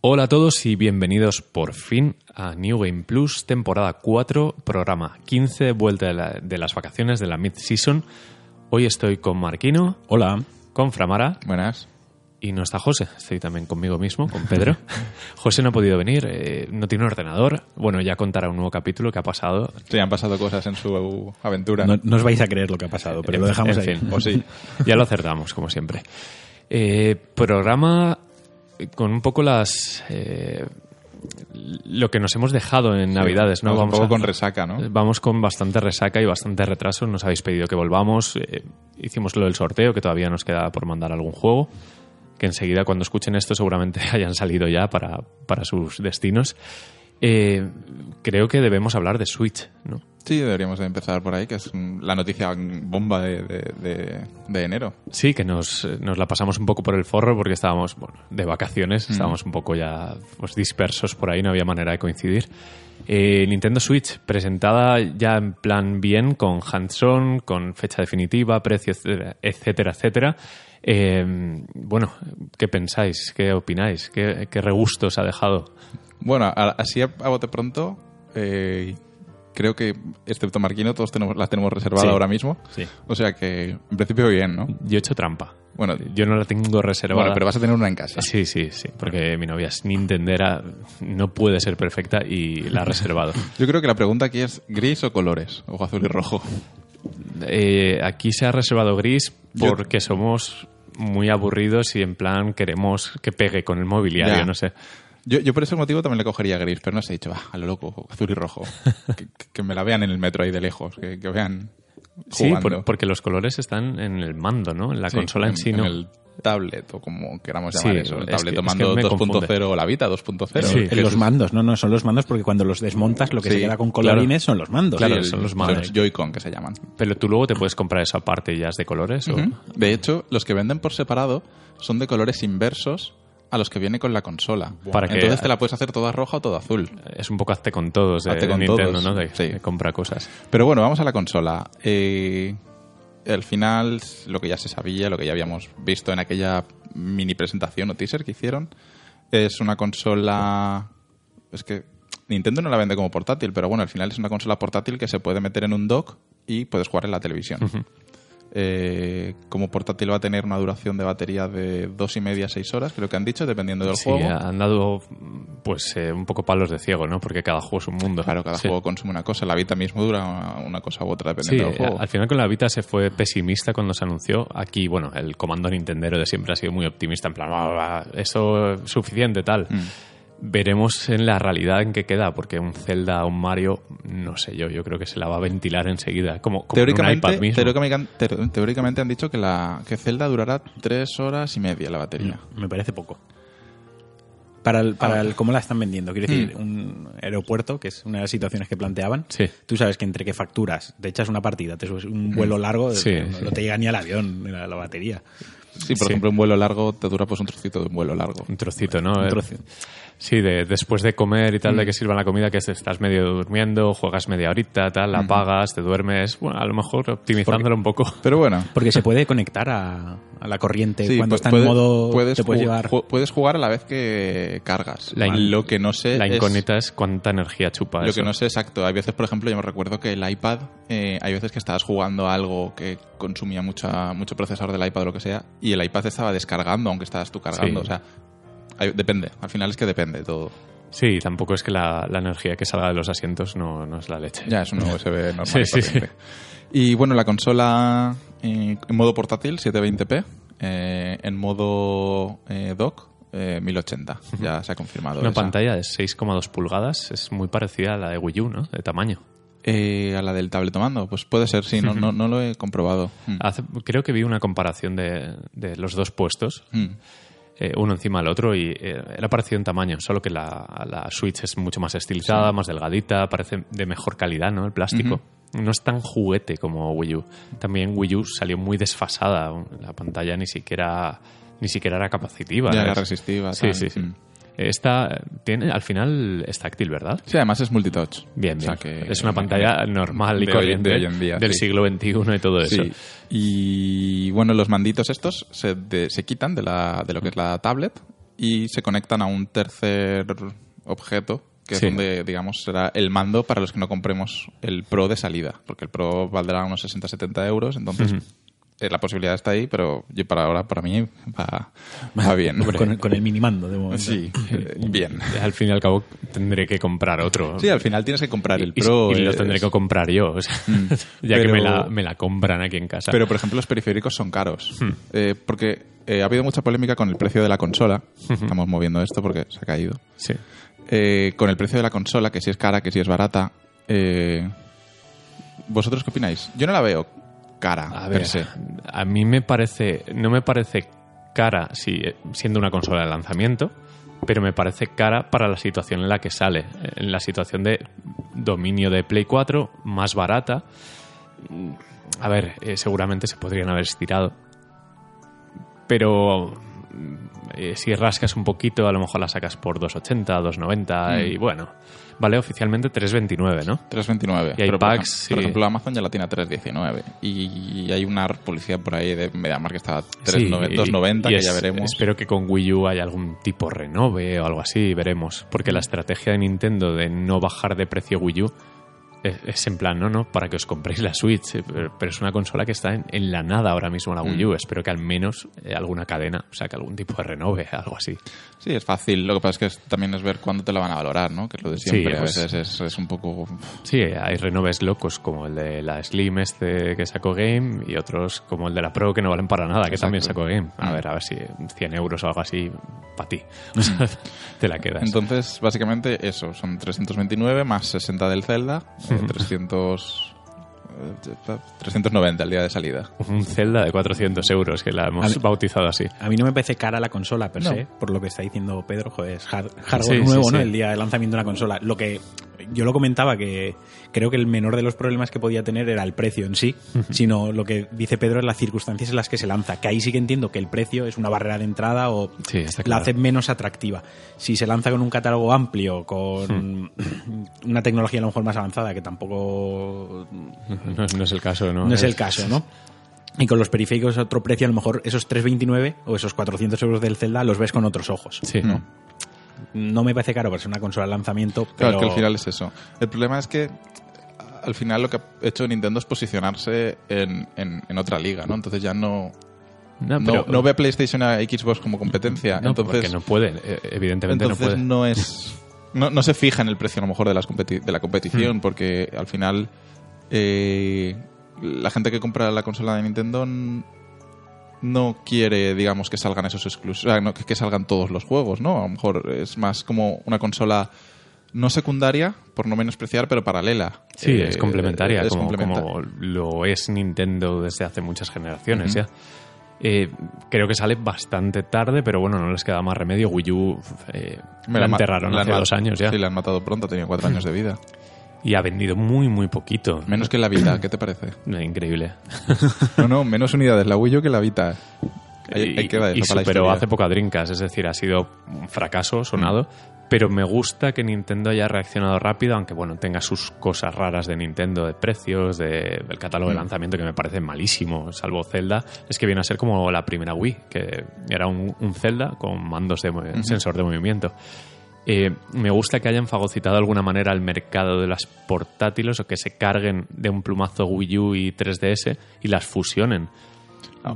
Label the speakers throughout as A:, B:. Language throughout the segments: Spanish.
A: Hola a todos y bienvenidos por fin a New Game Plus, temporada 4, programa 15, vuelta de, la- de las vacaciones de la mid-season. Hoy estoy con Marquino,
B: Hola.
A: con Framara
B: Buenas.
A: y no está José. Estoy también conmigo mismo, con Pedro. José no ha podido venir, eh, no tiene ordenador. Bueno, ya contará un nuevo capítulo que ha pasado.
C: Sí, han pasado cosas en su aventura.
B: No, no os vais a creer lo que ha pasado, pero lo dejamos
A: en
B: ahí.
A: fin. pues
C: O sí.
A: Ya lo acertamos, como siempre. Eh, programa con un poco las... eh, lo que nos hemos dejado en Navidades, ¿no?
C: Vamos, un poco
A: a-
C: con resaca, ¿no?
A: Eh, Vamos con bastante resaca y bastante retraso. Nos habéis pedido que volvamos. Eh, hicimos lo del sorteo, que todavía nos queda por mandar algún juego. Que enseguida, cuando escuchen esto, seguramente hayan salido ya para, para sus destinos. Eh, creo que debemos hablar de Switch, ¿no?
C: Sí, deberíamos de empezar por ahí, que es mm, la noticia bomba de, de- de- de enero.
A: Sí, que nos, eh, nos la pasamos un poco por el forro porque estábamos bueno, de vacaciones, estábamos un poco ya pues, dispersos por ahí, no había manera de coincidir. Eh, Nintendo Switch, presentada ya en plan bien, con hands-on, con fecha definitiva, precio, etcétera, etcétera. etcétera. Eh, bueno, ¿qué pensáis? ¿Qué opináis? ¿Qué, qué regusto os ha dejado?
C: Bueno, a- así a, a bote pronto, eh, creo que, excepto Marquino, todos tenemos, la tenemos reservada
B: Sí.
C: ahora mismo.
B: Sí.
C: O sea que, en principio, bien, ¿no?
A: Yo he hecho trampa.
C: Bueno,
A: Yo no la tengo reservada.
C: bueno, pero vas a tener una en casa.
A: Sí, sí, sí, porque mi novia es nintendera, no puede ser perfecta y la ha reservado.
C: Yo creo que la pregunta aquí es gris o colores, o azul y rojo.
A: Eh, aquí se ha reservado gris
C: Yo-
A: porque somos muy aburridos y en plan queremos que pegue con el mobiliario,
C: Ya.
A: no sé.
C: Yo, yo por ese motivo también le cogería gris, pero no sé, he dicho, "Bah, a lo loco, azul y rojo. que, que- que me la vean en el metro ahí de lejos, que, que vean
A: Sí,
C: jugando.
A: por- porque los colores están en el mando, ¿no? En la
C: Sí,
A: consola en,
C: en-
A: sí,
C: en
A: no.
C: el tablet o como queramos
A: Sí,
C: llamar eso. El
A: es
C: tablet
A: que- es
C: tomando
A: que me confunde.
C: 2.0 o la Vita 2.0.
A: Sí.
C: que
B: En
C: es-
B: los
C: sí,
B: mandos, no, no, son los mandos porque cuando los desmontas lo que
C: Sí,
B: se queda con
A: claro.
B: colorines son los mandos.
A: Claro,
C: el-
A: son los mandos.
C: Joy-Con que se llaman.
A: Pero tú luego te puedes comprar esa parte ya es de colores. o-
C: Ujú. De hecho, los que venden por separado son de colores inversos a los que viene con la consola.
A: Para que-
C: Entonces te la puedes hacer toda roja o toda azul.
A: Es un poco hazte con todos de,
C: Hazte con
A: de Nintendo,
C: todos,
A: ¿no? De,
C: sí.
A: de compra cosas.
C: Pero bueno, vamos a la consola. Eh, al final, lo que ya se sabía, lo que ya habíamos visto en aquella mini presentación o teaser que hicieron, es una consola... Es que Nintendo no la vende como portátil, pero bueno, al final es una consola portátil que se puede meter en un dock y puedes jugar en la televisión. Eh, como portátil va a tener una duración de batería de dos y media, seis horas, creo que han dicho, dependiendo del
A: Sí,
C: juego.
A: han dado pues eh, un poco palos de ciego, ¿no? Porque cada juego es un mundo.
C: Claro, cada
A: Sí.
C: juego consume una cosa. La Vita mismo dura una, una cosa u otra,
A: Sí,
C: dependiendo del juego.
A: al final con la Vita se fue pesimista cuando se anunció. Aquí, bueno, el comando nintendero de siempre ha sido muy optimista, en plan, "Bla, bla, bla, eso es suficiente, tal.
C: Mm.
A: Veremos en la realidad en qué queda, porque un Zelda o un Mario, no sé yo, yo creo que se la va a ventilar enseguida, como, como en un
C: teóricamente,
A: iPad mismo.
C: teóricamente, teor- teóricamente han dicho que la que Zelda durará tres horas y media la batería.
A: Mm.
B: Me parece poco. Para, el,
A: Ah.
B: para el cómo la están vendiendo. Quiero decir, un aeropuerto, que es una de las situaciones que planteaban.
A: Mm. Sí. Mm.
B: Tú sabes que entre que facturas, te echas una partida, te subes un vuelo largo,
A: Sí,
B: no,
A: sí.
B: no te llega ni al avión, ni a la batería.
C: Sí, por
A: Sí.
C: ejemplo, un vuelo largo te dura pues un trocito de un vuelo largo.
A: Un trocito, ¿no?
B: Un
A: Eh,
B: trozo.
A: Sí, de, después de comer y tal,
C: Mm.
A: de que sirvan la comida, que es- estás medio durmiendo, juegas media horita,
C: Mm.
A: tal, apagas, te duermes, bueno, a lo mejor optimizándolo un poco.
C: Pero bueno,
B: Porque se puede conectar a, a la corriente
C: sí,
B: Eh, cuando
C: pu-
B: está
C: puede-
B: en modo.
C: puedes,
B: te puedes
C: ju-
B: llevar.
C: ju- puedes jugar a la vez que cargas.
A: La in-
C: lo que no sé
A: La
C: es-
A: incógnita es, cuánta energía chupa
C: lo
A: eso.
C: que no sé exacto. Hay veces, por ejemplo, yo me recuerdo que el iPad, eh, hay veces que estabas jugando a algo que consumía mucha, mucho procesador del iPad o lo que sea, y el iPad estaba descargando aunque estabas tú cargando.
A: Sí.
C: O sea, hay- depende. Al final es que depende todo.
A: Sí, tampoco es que la, la energía que salga de los asientos no, no es la leche.
C: Ya, es un USB normal.
A: Sí,
C: y
A: sí,
C: corriente. Y bueno, la consola eh, en modo portátil 720p, eh, en modo eh, dock eh, 1080. Ya se ha confirmado.
A: Una
C: esa.
A: pantalla de 6,2 pulgadas es muy parecida a la de Wii U, ¿no? De tamaño.
C: Eh, a la del tabletomando, pues puede ser, sí, no, no, no lo he comprobado. Mm.
A: Hace- creo que vi una comparación de, de los dos puestos,
C: Mm.
A: eh, uno encima del otro, y eh, era parecido en tamaño, solo que la, la Switch es mucho más estilizada, más delgadita, parece de mejor calidad, ¿no? El plástico. No es tan juguete como Wii U. También Wii U salió muy desfasada. La pantalla ni siquiera, ni siquiera era capacitiva.
C: Ya
A: ¿no?
C: era resistiva.
A: Sí,
C: tal.
A: sí, sí.
C: Mm.
A: Esta tiene, al final es táctil, ¿verdad?
C: Sí, además es multitouch.
A: Bien, bien.
C: O sea que-
A: es una pantalla normal y
C: de hoy-
A: corriente
C: de hoy en día,
A: del
C: sí.
A: siglo XXI y todo eso.
C: Sí. Y bueno, los manditos estos se, de- se quitan de, la, de lo que es la tablet y se conectan a un tercer objeto, que
A: Sí.
C: es donde, digamos, será el mando para los que no compremos el Pro de salida, porque el Pro valdrá unos 60-70 euros, entonces eh, la posibilidad está ahí, pero yo para ahora, para mí, va, va bien.
B: Con, con el minimando, de momento.
C: Sí, eh, bien.
A: Al fin y al cabo tendré que comprar otro.
C: Sí, al final tienes que comprar el
A: Y- y-
C: Pro.
A: Y, lo
C: eh,
A: tendré que comprar yo, o sea, ya que
C: pero-
A: me la, me la compran aquí en casa.
C: Pero, por ejemplo, los periféricos son caros.
A: Hmm.
C: Eh, porque eh, ha habido mucha polémica con el precio de la consola.
A: Hmm.
C: Estamos moviendo esto porque se ha caído.
A: sí.
C: Eh, con el precio de la consola, que si es cara, que si es barata. eh, ¿Vosotros qué opináis? Yo no la veo cara,
A: A
C: a
A: ver,
C: per se.
A: a mí me parece, no me parece cara si, siendo una consola de lanzamiento, pero me parece cara para la situación en la que sale, en la situación de dominio de Play 4, más barata. A ver, eh, seguramente se podrían haber estirado, pero mm, eh, si rascas un poquito, a lo mejor la sacas por 2,80, 2,90 y bueno, vale oficialmente 3,29, ¿no?
C: 3.29.
A: Y hay
C: Pero, por
A: packs,
C: ejem-
A: sí.
C: por ejemplo, Amazon ya la tiene a 3.19. Y hay una publicidad por ahí de MediaMarkt que estaba a 3.9
A: Sí, y-
C: 2.90,
A: y
C: que
A: es-
C: ya veremos.
A: Espero que con Wii U haya algún tipo renove o algo así, veremos. Porque la estrategia de Nintendo de no bajar de precio Wii U es, es en plan, no, no, para que os compréis la Switch. eh, Pero, pero es una consola que está en, en la nada ahora mismo la
C: Mm.
A: Wii U. Espero que al menos eh, alguna cadena saque algún tipo de renove, algo así.
C: Sí, es fácil. Lo que pasa es que es- también es ver cuándo te la van a valorar, ¿no? Que es lo de
A: Sí,
C: siempre.
A: pues-
C: A veces es, es un poco...
A: Sí, hay renoves locos como el de la Slim este que sacó Game y otros como el de la Pro que no valen para nada, que también
C: Exacto.
A: sacó Game. A
C: Mm.
A: ver, a ver si 100 euros o algo así para ti. O
C: Mm.
A: sea, te la quedas.
C: Entonces, básicamente eso. Son 329 más 60 del Zelda. eh, 300... eh, 390 el día de salida.
A: un Zelda de 400 euros, que la hemos
B: A ver.
A: bautizado así.
B: A mí no me parece cara la consola per
C: No.
B: se, por lo que está diciendo Pedro, joder, es hard-
A: Sí,
B: hardware
A: sí,
B: nuevo,
A: sí.
B: ¿no? El día de lanzamiento de una consola. Lo que yo lo comentaba que creo que el menor de los problemas que podía tener era el precio en sí, sino lo que dice Pedro es las circunstancias en las que se lanza, que ahí sí que entiendo que el precio es una barrera de entrada o
A: Sí, está
B: la
A: claro.
B: hace menos atractiva. Si se lanza con un catálogo amplio,
A: Hmm.
B: con una tecnología a lo mejor más avanzada, que tampoco
A: No, es- no es el caso, ¿no? Eh,
B: no es el caso, ¿no? Y con los periféricos a otro precio, a lo mejor esos 3,29 o esos 400 euros del Zelda los ves con otros ojos.
A: Sí.
C: No.
B: No me parece caro para ser una consola de lanzamiento, pero...
C: Claro, es que al final es eso. El problema es que al final lo que ha hecho Nintendo es posicionarse en, en- en otra liga, ¿no? Entonces ya no,
A: No,
C: no,
A: Ah, pero-
C: no ve a PlayStation a Xbox como competencia.
A: no,
C: entonces
A: porque no puede, eh, evidentemente no
C: entonces
A: puede.
C: no es no, no se fija en el precio a lo mejor de, las competi- de la competición
A: Hmm.
C: porque al final eh, la gente que compra la consola de Nintendo n- no quiere digamos que salgan esos exclusivos que, que salgan todos los juegos no a lo mejor es más como una consola no secundaria por no menospreciar pero paralela
A: Sí,
C: Eh,
A: es complementaria,
C: es
A: como,
C: complementa-
A: como lo es Nintendo desde hace muchas generaciones ya. Eh, creo que sale bastante tarde, pero bueno, no les queda más remedio. Wii U eh,
C: Me
A: la
C: ma-
A: enterraron
C: la han
A: hace
C: ma-
A: dos años ya Hmm.
C: sí la han matado pronto tenía cuatro años de vida
A: y ha vendido muy, muy poquito. Eh,
C: menos que la Vita ¿qué te parece?
A: Increíble.
C: no no menos unidades la Wii U que la Vita Ahí-
A: y,
C: ahí queda eso
A: y
C: para la
A: superó
C: historia.
A: hace poco a Dreamcast, es decir, ha sido un fracaso sonado. Pero me gusta que Nintendo haya reaccionado rápido, aunque bueno, tenga sus cosas raras de Nintendo, de precios, de- del catálogo
C: Mm.
A: de lanzamiento que me parece malísimo, salvo Zelda. Es que viene a ser como la primera Wii, que era un, un Zelda con mandos de mo- sensor de movimiento. Eh, me gusta que hayan fagocitado de alguna manera el mercado de las portátiles o que se carguen de un plumazo Wii U y 3DS y las fusionen.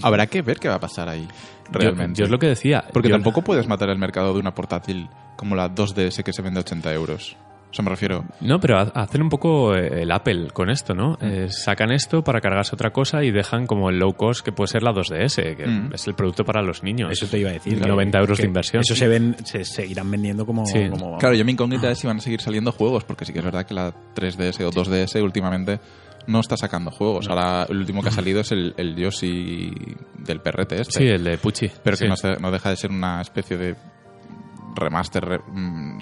C: Habrá que ver qué va a pasar ahí,
A: Yo-
C: realmente.
A: Yo, es lo que decía.
C: Porque
A: yo-
C: tampoco puedes matar el mercado de una portátil como la 2DS que se vende a 80 euros. O sea, me refiero.
A: No, pero ha- hacen un poco eh, el Apple con esto,
B: Mm.
A: ¿no? Eh, sacan esto para cargarse otra cosa y dejan como el low cost que puede ser la 2DS, que
C: Mm.
A: es el producto para los niños.
B: Eso te iba a decir. que-
A: 90 euros
B: que
A: de inversión.
B: Eso se, ven, se seguirán vendiendo como...
A: Sí.
B: como-
C: Claro, yo mi incógnita es si van a seguir saliendo juegos, porque sí que es verdad que la 3DS o 2DS últimamente no está sacando juegos. Ahora el último que ha salido es el, el Yoshi del perrete este.
A: Sí, el de Pucci.
C: pero que
A: Sí.
C: no, se- no deja de ser una especie de remaster, re- mm,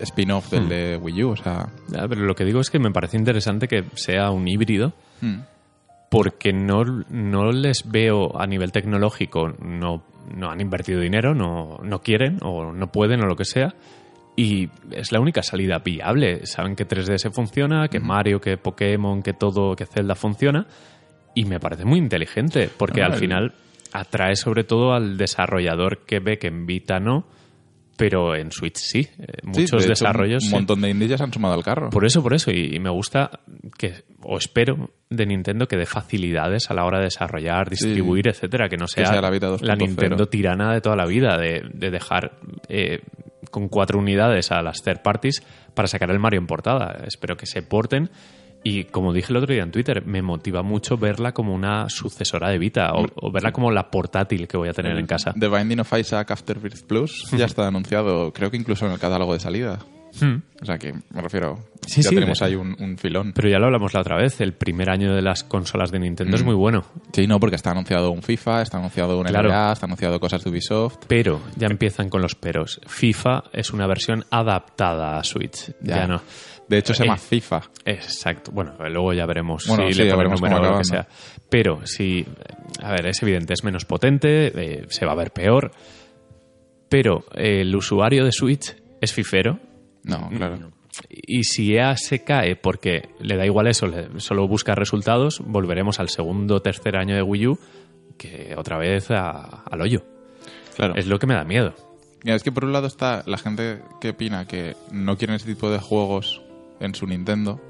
C: spin-off del
A: Hmm.
C: de Wii U. O sea,
A: Ah, Pero lo que digo es que me parece interesante que sea un híbrido
C: mm.
A: porque no, no les veo a nivel tecnológico, no, no han invertido dinero, no, no quieren o no pueden o lo que sea. Y es la única salida viable. Saben que 3DS funciona, que Mario, que Pokémon, que todo, que Zelda funciona. Y me parece muy inteligente, porque
C: Ah,
A: al
C: el-
A: final atrae sobre todo al desarrollador que ve que en Vita no, pero en Switch sí. Eh, muchos
C: de hecho,
A: desarrollos.
C: Un
A: sí.
C: montón de indies ya se han sumado al carro.
A: Por eso, por eso. Y, y me gusta que, o espero de Nintendo que dé facilidades a la hora de desarrollar, distribuir, etcétera. Que no sea,
C: sea la vida 2.0.
A: Nintendo tirana de toda la vida, de, de dejar eh, con cuatro unidades a las third parties para sacar el Mario en portada. Espero que se porten. Y como dije el otro día en Twitter, me motiva mucho verla como una sucesora de Vita o, o verla como la portátil que voy a tener en casa.
C: The Binding of Isaac Afterbirth Plus ya está anunciado, creo que incluso en el catálogo de salida.
A: Hmm.
C: O sea que me refiero,
A: Sí,
C: ya
A: sí,
C: tenemos
A: de-
C: ahí un, un filón.
A: Pero ya lo hablamos la otra vez, el primer año de las consolas de Nintendo es muy bueno.
C: Sí, no, porque está anunciado un FIFA, está anunciado un NBA,
A: Claro.
C: está anunciado cosas de Ubisoft.
A: Pero ya empiezan con los peros. FIFA es una versión adaptada a Switch. Ya,
C: Ya.
A: no.
C: De hecho, se llama
A: Eh,
C: FIFA.
A: Exacto. Bueno, luego ya veremos
C: Bueno,
A: si
C: sí,
A: le
C: ya
A: ponen
C: veremos
A: número
C: cómo
A: o lo que
C: acaban,
A: sea. Pero si. A ver, es evidente, es menos potente, eh, se va a ver peor. Pero eh, el usuario de Switch es fifero.
C: No, claro.
A: Y si EA se cae porque le da igual eso, le- solo busca resultados, volveremos al segundo o tercer año de Wii U, que otra vez a- al hoyo.
C: claro.
A: Es lo que me da miedo.
C: Mira, es que por un lado está la gente que opina que no quieren ese tipo de juegos en su Nintendo,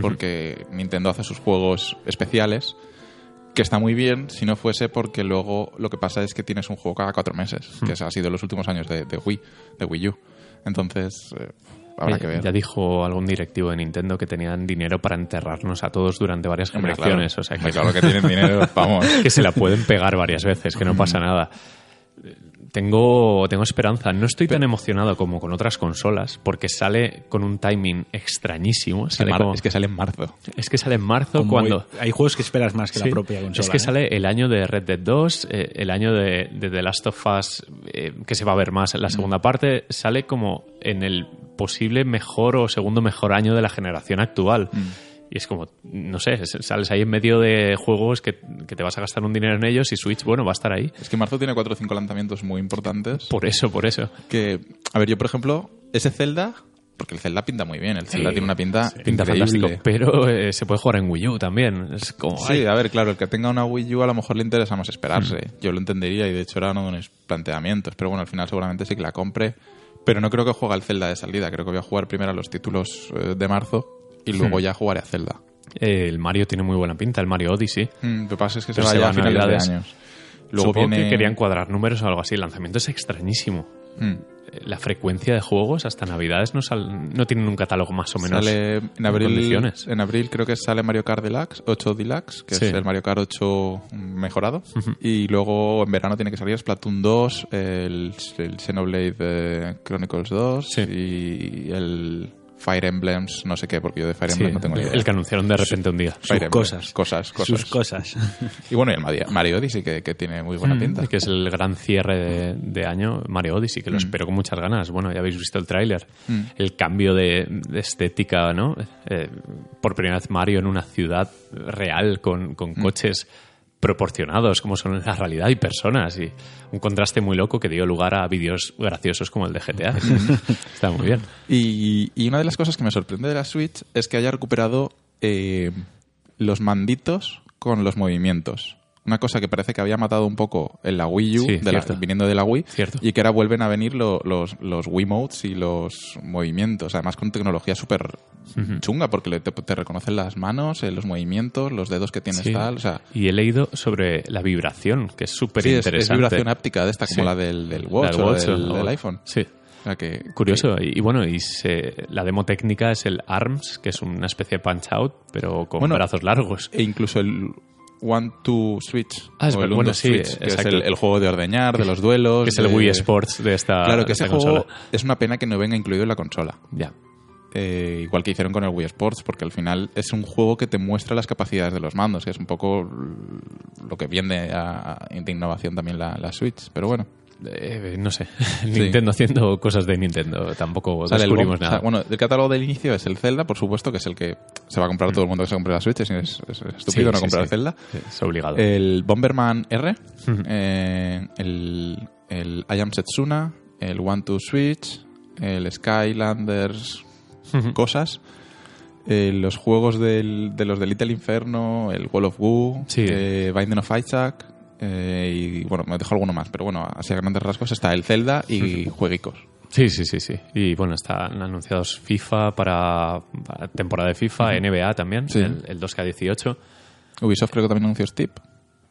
C: porque Nintendo hace sus juegos especiales, que está muy bien si no fuese porque luego lo que pasa es que tienes un juego cada cuatro meses, que eso ha sido los últimos años de, de Wii, de Wii U. Entonces, eh, habrá
A: Eh,
C: que ver.
A: Ya dijo algún directivo de Nintendo que tenían dinero para enterrarnos a todos durante varias
C: Hombre, claro.
A: generaciones. O sea, que,
C: Hombre, claro que tienen dinero, vamos.
A: que se la pueden pegar varias veces, que no pasa nada. Eh, Tengo, tengo esperanza. No estoy tan emocionado como con otras consolas, porque sale con un timing extrañísimo.
C: Es que,
A: Sale
C: mar-
A: como-
C: es que sale en marzo.
A: es que sale en marzo
B: Como
A: cuando...
B: Hay, hay juegos que esperas más que
A: Sí.
B: la propia consola.
A: Es que
B: ¿eh?
A: sale el año de Red Dead 2, eh, el año de, de The Last of Us, eh, que se va a ver más en la segunda
B: Mm.
A: parte, sale como en el posible mejor o segundo mejor año de la generación actual.
B: Mm.
A: Y es como, no sé, es- sales ahí en medio de juegos que, que te vas a gastar un dinero en ellos y Switch, bueno, va a estar ahí.
C: Es que marzo tiene cuatro o cinco lanzamientos muy importantes.
A: Por eso, por eso.
C: que, a ver, yo por ejemplo, ese Zelda, porque el Zelda pinta muy bien, el Zelda tiene una
B: Ah,
C: pinta
A: Pinta
C: increíble.
A: fantástico. Pero eh, se puede jugar en Wii U también. Es como,
C: Sí,
A: ay,
C: a ver, claro, el que tenga una Wii U a lo mejor le interesa más esperarse.
A: Mm.
C: Yo lo entendería y de hecho era uno de mis planteamientos, pero bueno, al final seguramente sí que la compre. Pero no creo que juegue al Zelda de salida, creo que voy a jugar primero a los títulos eh, de marzo y luego
A: Mm.
C: ya jugaré a Zelda.
A: eh, el Mario tiene muy buena pinta, el Mario Odyssey.
C: Mm, lo que pasa es que se
A: Pero se
C: vaya a
A: va a
C: finales
A: Navidades.
C: de años. Luego
A: Supongo
C: viene...
A: que querían cuadrar números o algo así. El lanzamiento es extrañísimo.
C: Mm.
A: la frecuencia de juegos hasta Navidades no, sal- no tienen un catálogo más o menos.
C: Sale en
A: en
C: abril,
A: condiciones.
C: en abril creo que sale Mario Kart Deluxe, 8 Deluxe, que
A: Sí.
C: es el Mario Kart 8 mejorado. Y luego en verano tiene que salir Splatoon 2, el, el Xenoblade eh, Chronicles 2
A: Sí.
C: y el Fire Emblems, no sé qué, porque yo de Fire
A: Sí,
C: Emblems no tengo ni idea.
A: el que anunciaron de repente un día.
C: Fire
B: Sus cosas.
C: Emblems, cosas, cosas.
B: ¿eh? Sus cosas.
C: Y bueno, y el Mario, Mario Odyssey, que, que tiene muy
A: Mm,
C: buena pinta. Mm.
A: Que es el gran cierre de, de año, Mario Odyssey, que lo espero con muchas ganas. Bueno, ya habéis visto el tráiler. El cambio de, de estética, ¿no? Eh, por primera vez Mario en una ciudad real con, con
C: Mm.
A: coches proporcionados, como son en la realidad y personas. Y un contraste muy loco que dio lugar a vídeos graciosos como el de GTA.
C: Mm.
A: Está muy bien.
C: Y, y una de las cosas que me sorprende de la Switch es que haya recuperado eh, los manditos con los movimientos. Una cosa que parece que había matado un poco en la Wii U,
A: Sí,
C: de la-
A: cierto.
C: viniendo de la Wii,
A: Cierto.
C: y que ahora vuelven a venir lo- los, los Wiimotes y los movimientos, además con tecnología súper chunga, porque le- te, te reconocen las manos, eh, los movimientos, los dedos que tienes
A: Sí.
C: tal, o sea...
A: y he leído sobre la vibración, que es súper
C: sí, es, es
A: interesante.
C: vibración áptica de esta, como
A: Sí.
C: la del, del Watch
A: Del
C: o
A: Watch
C: del,
A: o-
C: del iPhone.
A: Sí.
C: O sea que...
A: Curioso. Y, y bueno, y se- la demo técnica es el ARMS, que es una especie de punch out, pero con
C: Bueno,
A: brazos largos.
C: e incluso el One to Switch.
A: Ah, es
C: o el
A: bueno,
C: Undo
A: sí,
C: Switch, que es
A: exacto.
C: el, el juego de ordeñar, de los duelos.
A: Que es el
C: de-
A: Wii Sports de esta,
C: Claro, que
A: de
C: ese
A: esta
C: juego
A: consola.
C: es una pena que no venga incluido en la consola.
A: Ya.
C: Eh, igual que hicieron con el Wii Sports, porque al final es un juego que te muestra las capacidades de los mandos, que es un poco lo que viene a- de innovación también la, la Switch. Pero bueno,
A: Eh, no sé. Nintendo haciendo cosas de Nintendo. Tampoco
C: sale el
A: descubrimos
C: bomb- o
A: nada.
C: sea, bueno, el catálogo del inicio es el Zelda, por supuesto, que es el que se va a comprar todo el mundo que se compre la Switch, es, es- es estúpido
A: Mm. Sí,
C: no
A: sí,
C: comprar
A: sí.
C: el Zelda. Eh,
A: Sí, Es obligado.
C: El Bomberman R, eh, el, el I Am Setsuna, el One to Switch, el Skylanders, cosas. eh, los juegos del- de los de Little Inferno, el Wall of Goo,
A: Sí.
C: eh, Binding of Isaac. eh, y bueno, me dejo alguno más, pero bueno, así a grandes rasgos está el Zelda y jueguicos.
A: Sí, sí, sí, sí. Y bueno, están anunciados FIFA para, para temporada de FIFA, NBA también,
C: Sí.
A: el, el 2K18.
C: Ubisoft creo que también anunció Steep.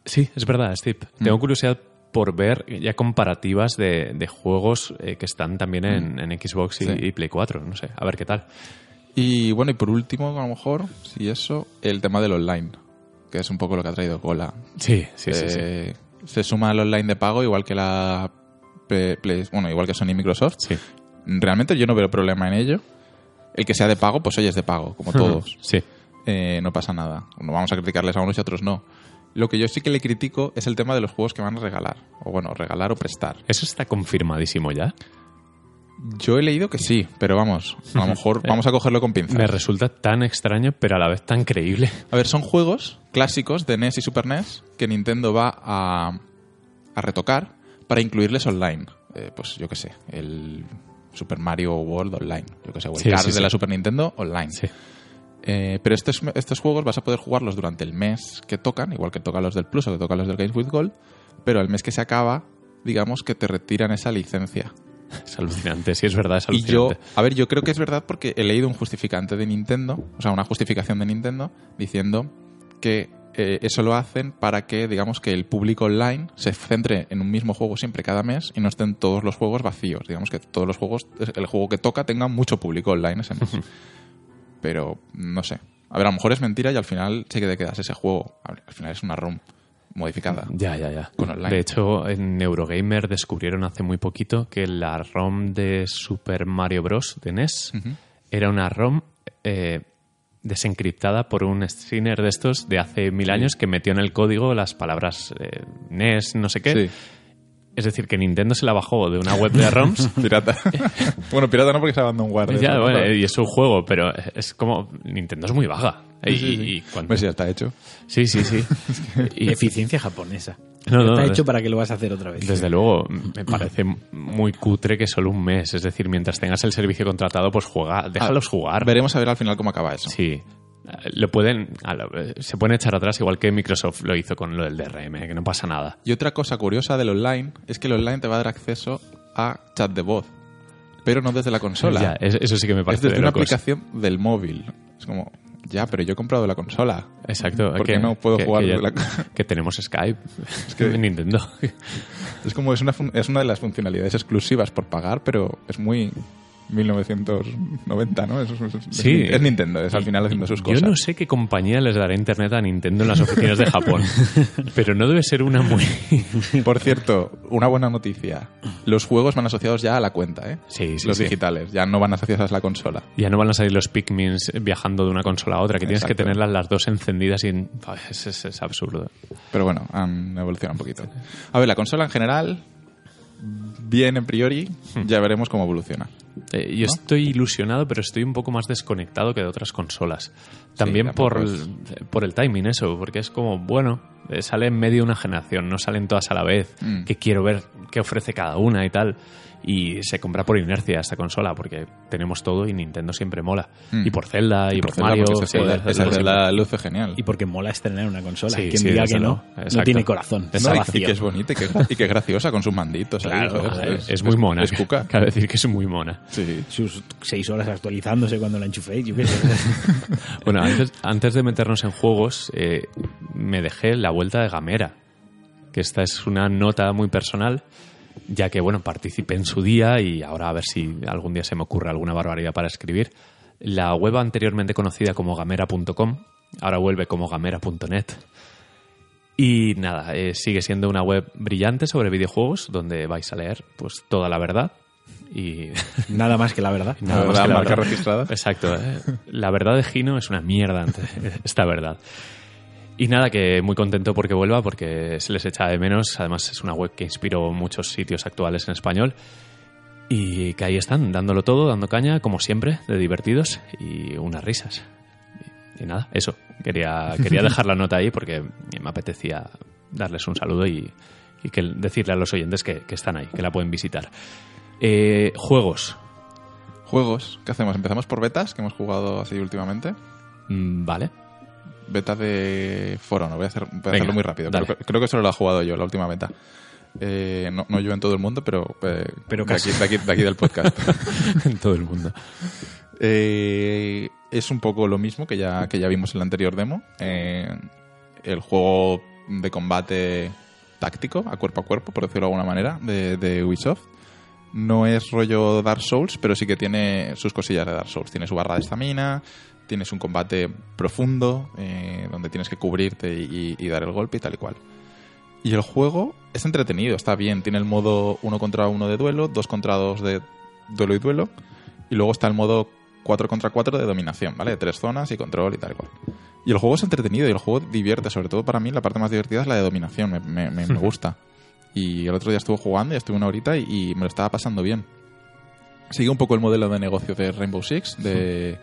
A: Sí, es verdad, Steve. Tengo curiosidad por ver ya comparativas de, de juegos eh, que están también en, en Xbox y,
C: Sí.
A: y Play 4. No sé, a ver qué tal.
C: Y bueno, y por último, a lo mejor, si eso, el tema del online, que es un poco lo que ha traído cola.
A: Sí, sí, sí, sí.
C: Eh, Se suma al online de pago, igual que la P- Play- bueno, igual que Sony y Microsoft.
A: Sí.
C: Realmente yo no veo problema en ello. El que sea de pago, pues oye, es de pago, como todos.
A: Sí.
C: Eh, no pasa nada. No vamos a criticarles a unos y a otros no. Lo que yo sí que le critico es el tema de los juegos que van a regalar. O bueno, regalar o prestar.
A: Eso está confirmadísimo ya.
C: Yo he leído que sí, pero vamos, a lo mejor vamos a cogerlo con pinzas.
A: Me resulta tan extraño, pero a la vez tan creíble.
C: A ver, son juegos clásicos de NES y Super NES que Nintendo va a, a retocar para incluirles online. Eh, pues yo qué sé, el Super Mario World Online, yo qué sé, o el
A: Sí,
C: Cars
A: sí,
C: de
A: sí.
C: la Super Nintendo Online.
A: Sí.
C: Eh, pero estos, estos juegos vas a poder jugarlos durante el mes que tocan, igual que tocan los del Plus o que tocan los del Games with Gold, pero al mes que se acaba, digamos que te retiran esa licencia.
A: Es alucinante, sí, es verdad, es
C: Y yo,
A: alucinante.
C: a ver, yo creo que es verdad porque he leído un justificante de Nintendo, o sea, una justificación de Nintendo, diciendo que eh, eso lo hacen para que, digamos, que el público online se centre en un mismo juego siempre cada mes y no estén todos los juegos vacíos. Digamos que todos los juegos, el juego que toca tenga mucho público online ese mes. Pero, no sé. A ver, a lo mejor es mentira y al final sí que te quedas ese juego. A ver, Al final es una ROM modificada.
A: Ya, ya, ya.
C: Con online.
A: De hecho, en Eurogamer descubrieron hace muy poquito que la ROM de Super Mario Bros. de NES era una ROM eh, desencriptada por un screener de estos de hace mil años que metió en el código las palabras eh, NES, no sé qué.
C: Sí,
A: Es decir, que Nintendo se la bajó de una web de ROMs
C: pirata. bueno, pirata no porque se abandonó un
A: Ya, bueno, eh, y es un juego, pero es como. Nintendo es muy vaga. Y, y cuando-
C: Pues ya está hecho.
A: sí, sí, sí. Y-
B: Eficiencia japonesa.
A: No, no,
B: Está
A: es-
B: hecho para que lo vas a hacer otra vez.
A: desde luego, me parece muy cutre que solo un mes. Es decir, mientras tengas el servicio contratado, pues juega, déjalos jugar.
C: Veremos a Ah, ver al final cómo acaba eso.
A: Sí. Lo pueden, a la- eh, se pueden echar atrás igual que Microsoft lo hizo con lo del DRM, que no pasa nada.
C: Y otra cosa curiosa del online es que el online te va a dar acceso a chat de voz, pero no desde la consola.
A: Ya, es- eso sí que me
C: es
A: parece
C: desde
A: de
C: una
A: locos.
C: aplicación del móvil. Es como, ya, pero yo he comprado la consola.
A: Exacto.
C: ¿Por qué no puedo jugar
A: Que,
C: la-
A: que tenemos Skype.
C: que-
A: Nintendo.
C: Es como, es una, fun- es una de las funcionalidades exclusivas por pagar, pero es muy 1990, ¿no? Es, es- es-
A: Sí.
C: es Nintendo, es al final haciendo sus cosas.
A: Yo no sé qué compañía les dará internet a Nintendo en las oficinas de Japón, pero no debe ser una muy...
C: Por cierto, una buena noticia. Los juegos van asociados ya a la cuenta, ¿eh?
A: Sí, sí,
C: Los
A: sí.
C: digitales, ya no van asociados a la consola.
A: Ya no van a salir los Pikmins viajando de una consola a otra, que tienes que
C: Exacto.
A: tenerlas las dos encendidas y... en- Es, es- es absurdo.
C: Pero bueno, han evolucionado un poquito. A ver, la consola en general, bien en priori,
A: Hmm.
C: ya veremos cómo evoluciona.
A: Eh, yo estoy ilusionado, pero estoy un poco más desconectado que de otras consolas. También
C: tampoco
A: por, el- por el timing eso, porque es como, bueno, eh, sale en medio de una generación, no salen todas a la vez,
C: Mm.
A: que quiero ver qué ofrece cada una y tal. Y se compra por inercia esta consola, porque tenemos todo y Nintendo siempre mola.
C: Mm.
A: Y por Zelda, y, por, Mario.
C: porque
A: sí,
C: esa Zelda-
A: Zelda
C: esa
A: siempre.
C: Zelda luce genial.
B: Y porque mola estrenar una consola.
A: Sí,
B: Quien
A: sí,
B: diga
A: desde
B: que no,
A: luego.
B: no
A: Exacto.
B: tiene corazón.
A: Exacto.
B: Está
C: No, y-
B: vacío.
C: y que es bonita y que, es gra- y que es graciosa con sus manditos. ahí,
B: Claro,
C: joder,
A: Ah, es, es muy mona.
C: Es cuca.
A: Cabe decir que es muy mona.
C: Sí.
B: Sus seis horas actualizándose cuando la enchuféis, yo qué sé.
A: Bueno, antes, antes de meternos en juegos, eh, me dejé la vuelta de Gamera, que esta es una nota muy personal, ya que, bueno, participé en su día y ahora a ver si algún día se me ocurre alguna barbaridad para escribir. La web anteriormente conocida como gamera.com, ahora vuelve como gamera.net. Y nada, eh, sigue siendo una web brillante sobre videojuegos, donde vais a leer pues toda la verdad y
B: Nada más que la verdad.
A: Nada más
C: La verdad,
A: que la
C: marca registrada.
A: Exacto. ¿eh? La verdad de Gino es una mierda ante esta verdad. Y nada, que muy contento porque vuelva, porque se les echa de menos. Además, es una web que inspiró muchos sitios actuales en español. Y que ahí están, dándolo todo, dando caña, como siempre, de divertidos y unas risas. Y, y nada, eso. Quería, quería dejar la nota ahí porque me apetecía darles un saludo y, y que decirle a los oyentes que, que están ahí, que la pueden visitar. Eh, juegos.
C: Juegos, ¿qué hacemos? Empezamos por betas que hemos jugado así últimamente.
A: Mm, Vale.
C: Beta de Foro, no voy a, hacer, voy a
A: Venga,
C: hacerlo muy rápido.
A: dale.
C: Creo, creo que solo lo he jugado yo, la última beta. Eh, no, no yo en todo el mundo, pero, eh,
B: Pero
C: de,
B: casi.
C: aquí, de aquí- de aquí del podcast.
A: en todo el mundo.
C: Eh, es un poco lo mismo que ya, que ya vimos en la anterior demo. Eh, el juego de combate táctico, a cuerpo a cuerpo, por decirlo de alguna manera, de, de Ubisoft. No es rollo Dark Souls, pero sí que tiene sus cosillas de Dark Souls. Tiene su barra de estamina, tienes un combate profundo, eh, donde tienes que cubrirte y, y dar el golpe y tal y cual. Y el juego es entretenido, está bien. Tiene el modo uno contra uno de duelo, dos contra dos de duelo y duelo. Y luego está el modo 4 contra 4 de dominación, ¿vale? De tres zonas y control y tal y cual. Y el juego es entretenido y el juego divierte. Sobre todo para mí la parte más divertida es la de dominación. Me, me- me- me gusta. Y el otro día estuve jugando y estuve una horita y, y me lo estaba pasando bien. Sigue un poco el modelo de negocio de Rainbow Six, de...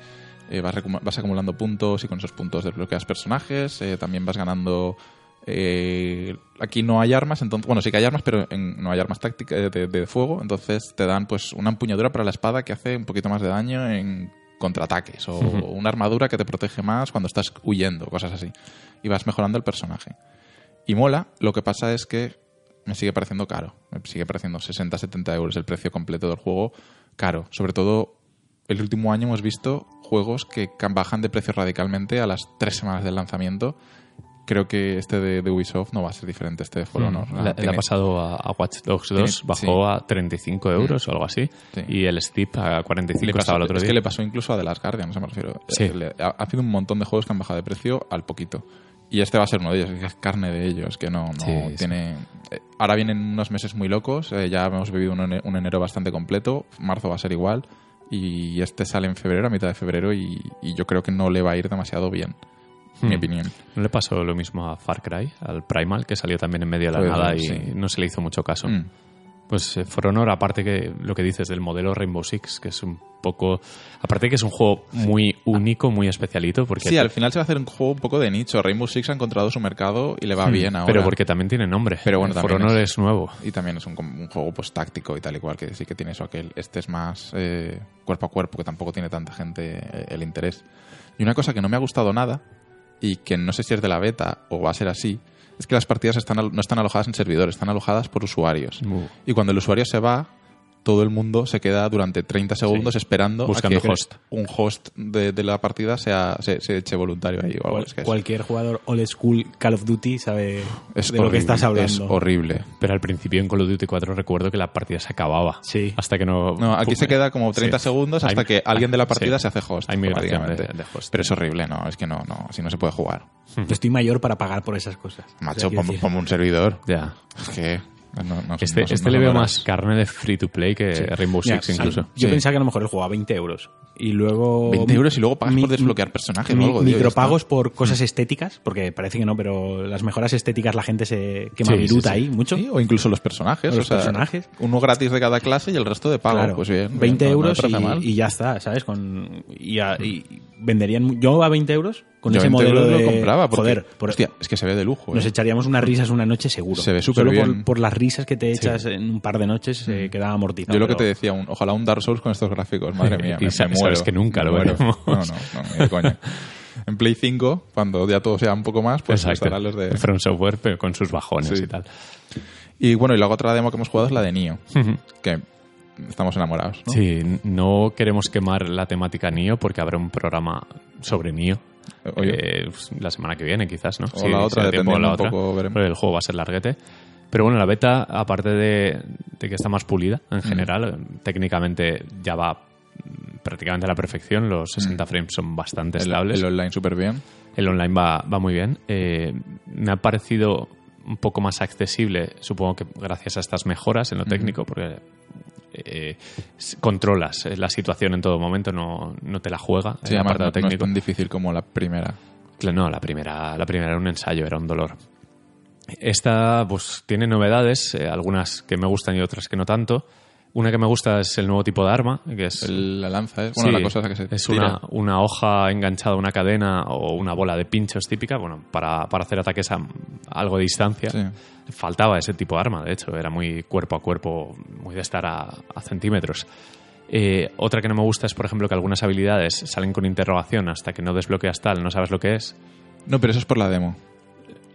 C: eh, vas, recu- vas acumulando puntos y con esos puntos desbloqueas personajes. eh, también vas ganando... eh, aquí no hay armas, entonces... Bueno, sí que hay armas, pero en- no hay armas tácticas de, de fuego. Entonces te dan pues una empuñadura para la espada que hace un poquito más de daño en contraataques. O una armadura que te protege más cuando estás huyendo, cosas así. Y vas mejorando el personaje. Y mola, lo que pasa es que me sigue pareciendo caro. Me sigue pareciendo 60, 70 euros el precio completo del juego caro. Sobre todo, el último año hemos visto juegos que cam- bajan de precio radicalmente a las tres semanas del lanzamiento. Creo que este de, de Ubisoft no va a ser diferente, este de For Honor.
A: Le, le
C: Tiene-
A: ha pasado a, a Watch Dogs 2,
C: tiene- Mm,
A: bajó a 35 euros o algo así.
C: Sí.
A: Y el Steep a 45
C: le pasó-
A: estaba el otro
C: es
A: día.
C: que le pasó incluso a The Last Guardian, se me refiero.
A: Sí.
C: Eh, le- ha, ha habido un montón de juegos que han bajado de precio al poquito. Y este va a ser uno de ellos, que es carne de ellos, que no, no
A: Sí, sí.
C: tiene... eh, Ahora vienen unos meses muy locos, eh, ya hemos vivido un, ene- un enero bastante completo, marzo va a ser igual, y este sale en febrero, a mitad de febrero, y, y yo creo que no le va a ir demasiado bien, mi
A: Hmm.
C: opinión.
A: ¿No le pasó lo mismo a Far Cry, al Primal, que salió también en medio de la
C: Fue
A: nada
C: duro,
A: y
C: sí.
A: no se le hizo mucho caso?
C: Mm.
A: Pues eh, For Honor, aparte que lo que dices del modelo Rainbow Six, que es un poco... Aparte que es un juego muy único, muy especialito, porque...
C: Sí, al final se va a hacer un juego un poco de nicho. Rainbow Six ha encontrado su mercado y le va bien ahora.
A: Hmm. Mm. Pero porque también tiene nombre.
C: Pero bueno,
A: For
C: también
A: Honor
C: es-
A: es nuevo.
C: Y también es un, com- un juego pues táctico y tal y cual, que sí que tiene eso aquel. Este es más eh, cuerpo a cuerpo, que tampoco tiene tanta gente eh, el interés. Y una cosa que no me ha gustado nada, y que no sé si es de la beta o va a ser así, es que las partidas están al- no están alojadas en servidores, están alojadas por usuarios.
A: Uh.
C: Y cuando el usuario se va, todo el mundo se queda durante 30 segundos esperando
A: Buscando
C: a que
A: host.
C: un host de, de la partida sea, se, se eche voluntario ahí o algo.
B: Cual-
C: es que es-
B: cualquier jugador old school Call of Duty sabe
C: es
B: de lo que
C: horrible,
B: estás hablando.
C: Es horrible.
A: Pero al principio en Call of Duty 4 recuerdo que la partida se acababa.
B: Sí.
A: Hasta que no...
C: No, aquí se queda como 30
A: Pues Sí.
C: segundos hasta
A: Hay-
C: que alguien de la partida
A: sí.
C: se hace host.
A: Hay migración de,
C: automáticamente.
A: de host.
C: Pero es horrible, no, es que no, no, si no se puede jugar.
B: Yo estoy mayor para pagar por esas cosas.
C: Macho,
B: O sea, quiero
C: pon-
B: decir,
C: ponme un servidor.
A: Ya.
C: Es que. no- no-
A: Este,
C: no- no-
A: este
C: no
A: le veo
C: mola.
A: más carne de free to play que Rainbow
B: mira,
A: Six incluso.
B: Yo
C: Sí.
B: pensaba que a lo mejor el juego a 20 euros. Y luego.
C: 20 euros y luego pagas
B: mi-
C: por desbloquear personajes o
B: mi-
C: algo, Mm. tío,
B: micropagos
C: ya
B: por cosas estéticas, porque parece que no, pero las mejoras estéticas la gente se quema
A: Sí, sí,
B: viruta
A: sí.
B: ahí mucho.
C: Sí, o incluso los personajes.
B: Los
C: o sea,
B: personajes.
C: Uno gratis de cada clase y el resto de pago.
B: Claro,
C: Pues bien.
B: 20
C: no- no me
B: euros
C: parece
B: y-
C: mal.
B: y, ya está, ¿sabes? Con, y, a- y venderían. mu- Yo a 20 euros con
C: Yo
B: ese
C: 20
B: modelo.
C: euros
B: de,
C: lo compraba. Porque,
B: joder, por-
C: hostia, es que se ve de lujo.
B: nos
C: eh.
B: echaríamos unas risas una noche seguro.
C: Se ve
B: Solo
C: superbién. Mm.
B: Por, por las risas que te echas en un par de noches se quedaba amortizado.
C: Yo lo que te
B: pero-
C: decía, un- ojalá un Dark Souls con estos gráficos, madre mía.
A: Y
C: me,
A: sa-
C: me
A: sabes
C: muero.
A: que nunca
C: me
A: lo
C: muero.
A: veremos.
C: No, no, no, ni de coña. En Play 5, cuando ya todo sea un poco más, pues estarán los de.
A: From Software, pero con sus bajones
C: Sí.
A: y tal.
C: Y bueno, y la otra demo que hemos jugado es la de Nio, que estamos enamorados. ¿no?
A: Sí, no queremos quemar la temática NIO porque habrá un programa sobre NIO.
C: Oye.
A: eh, pues, la semana que viene, quizás, ¿no?
C: O la otra,
A: da tiempo,
C: dependiendo
A: o la
C: un
A: otra.
C: poco, veremos.
A: Pero el juego va a ser larguete. Pero bueno, la beta, aparte de, de que está más pulida en general, técnicamente ya va mm, prácticamente a la perfección. Los 60 frames son bastante
C: El,
A: estables.
C: el online súper bien.
A: El online va, va muy bien. Eh, me ha parecido un poco más accesible, supongo que gracias a estas mejoras en lo técnico, porque eh, s- controlas eh, la situación en todo momento, no, no te la juega
C: Sí,
A: el
C: además, no,
A: apartado
C: no es
A: técnico.
C: tan difícil como la primera.
A: Claro, no, la primera, la primera era un ensayo, era un dolor. Esta pues tiene novedades, eh, algunas que me gustan y otras que no tanto. Una que me gusta es el nuevo tipo de arma, que es
C: El- la lanza es. Bueno,
A: Sí,
C: la cosa esa que se.
A: es
C: tira.
A: Una, una hoja enganchada a una cadena o una bola de pinchos típica, bueno, para, para hacer ataques a algo de distancia.
C: Sí.
A: Faltaba ese tipo de arma, de hecho, era muy cuerpo a cuerpo, muy de estar a, a centímetros. Eh, otra que no me gusta es, por ejemplo, que algunas habilidades salen con interrogación hasta que no desbloqueas tal, no sabes lo que es.
C: No, pero eso es por la demo.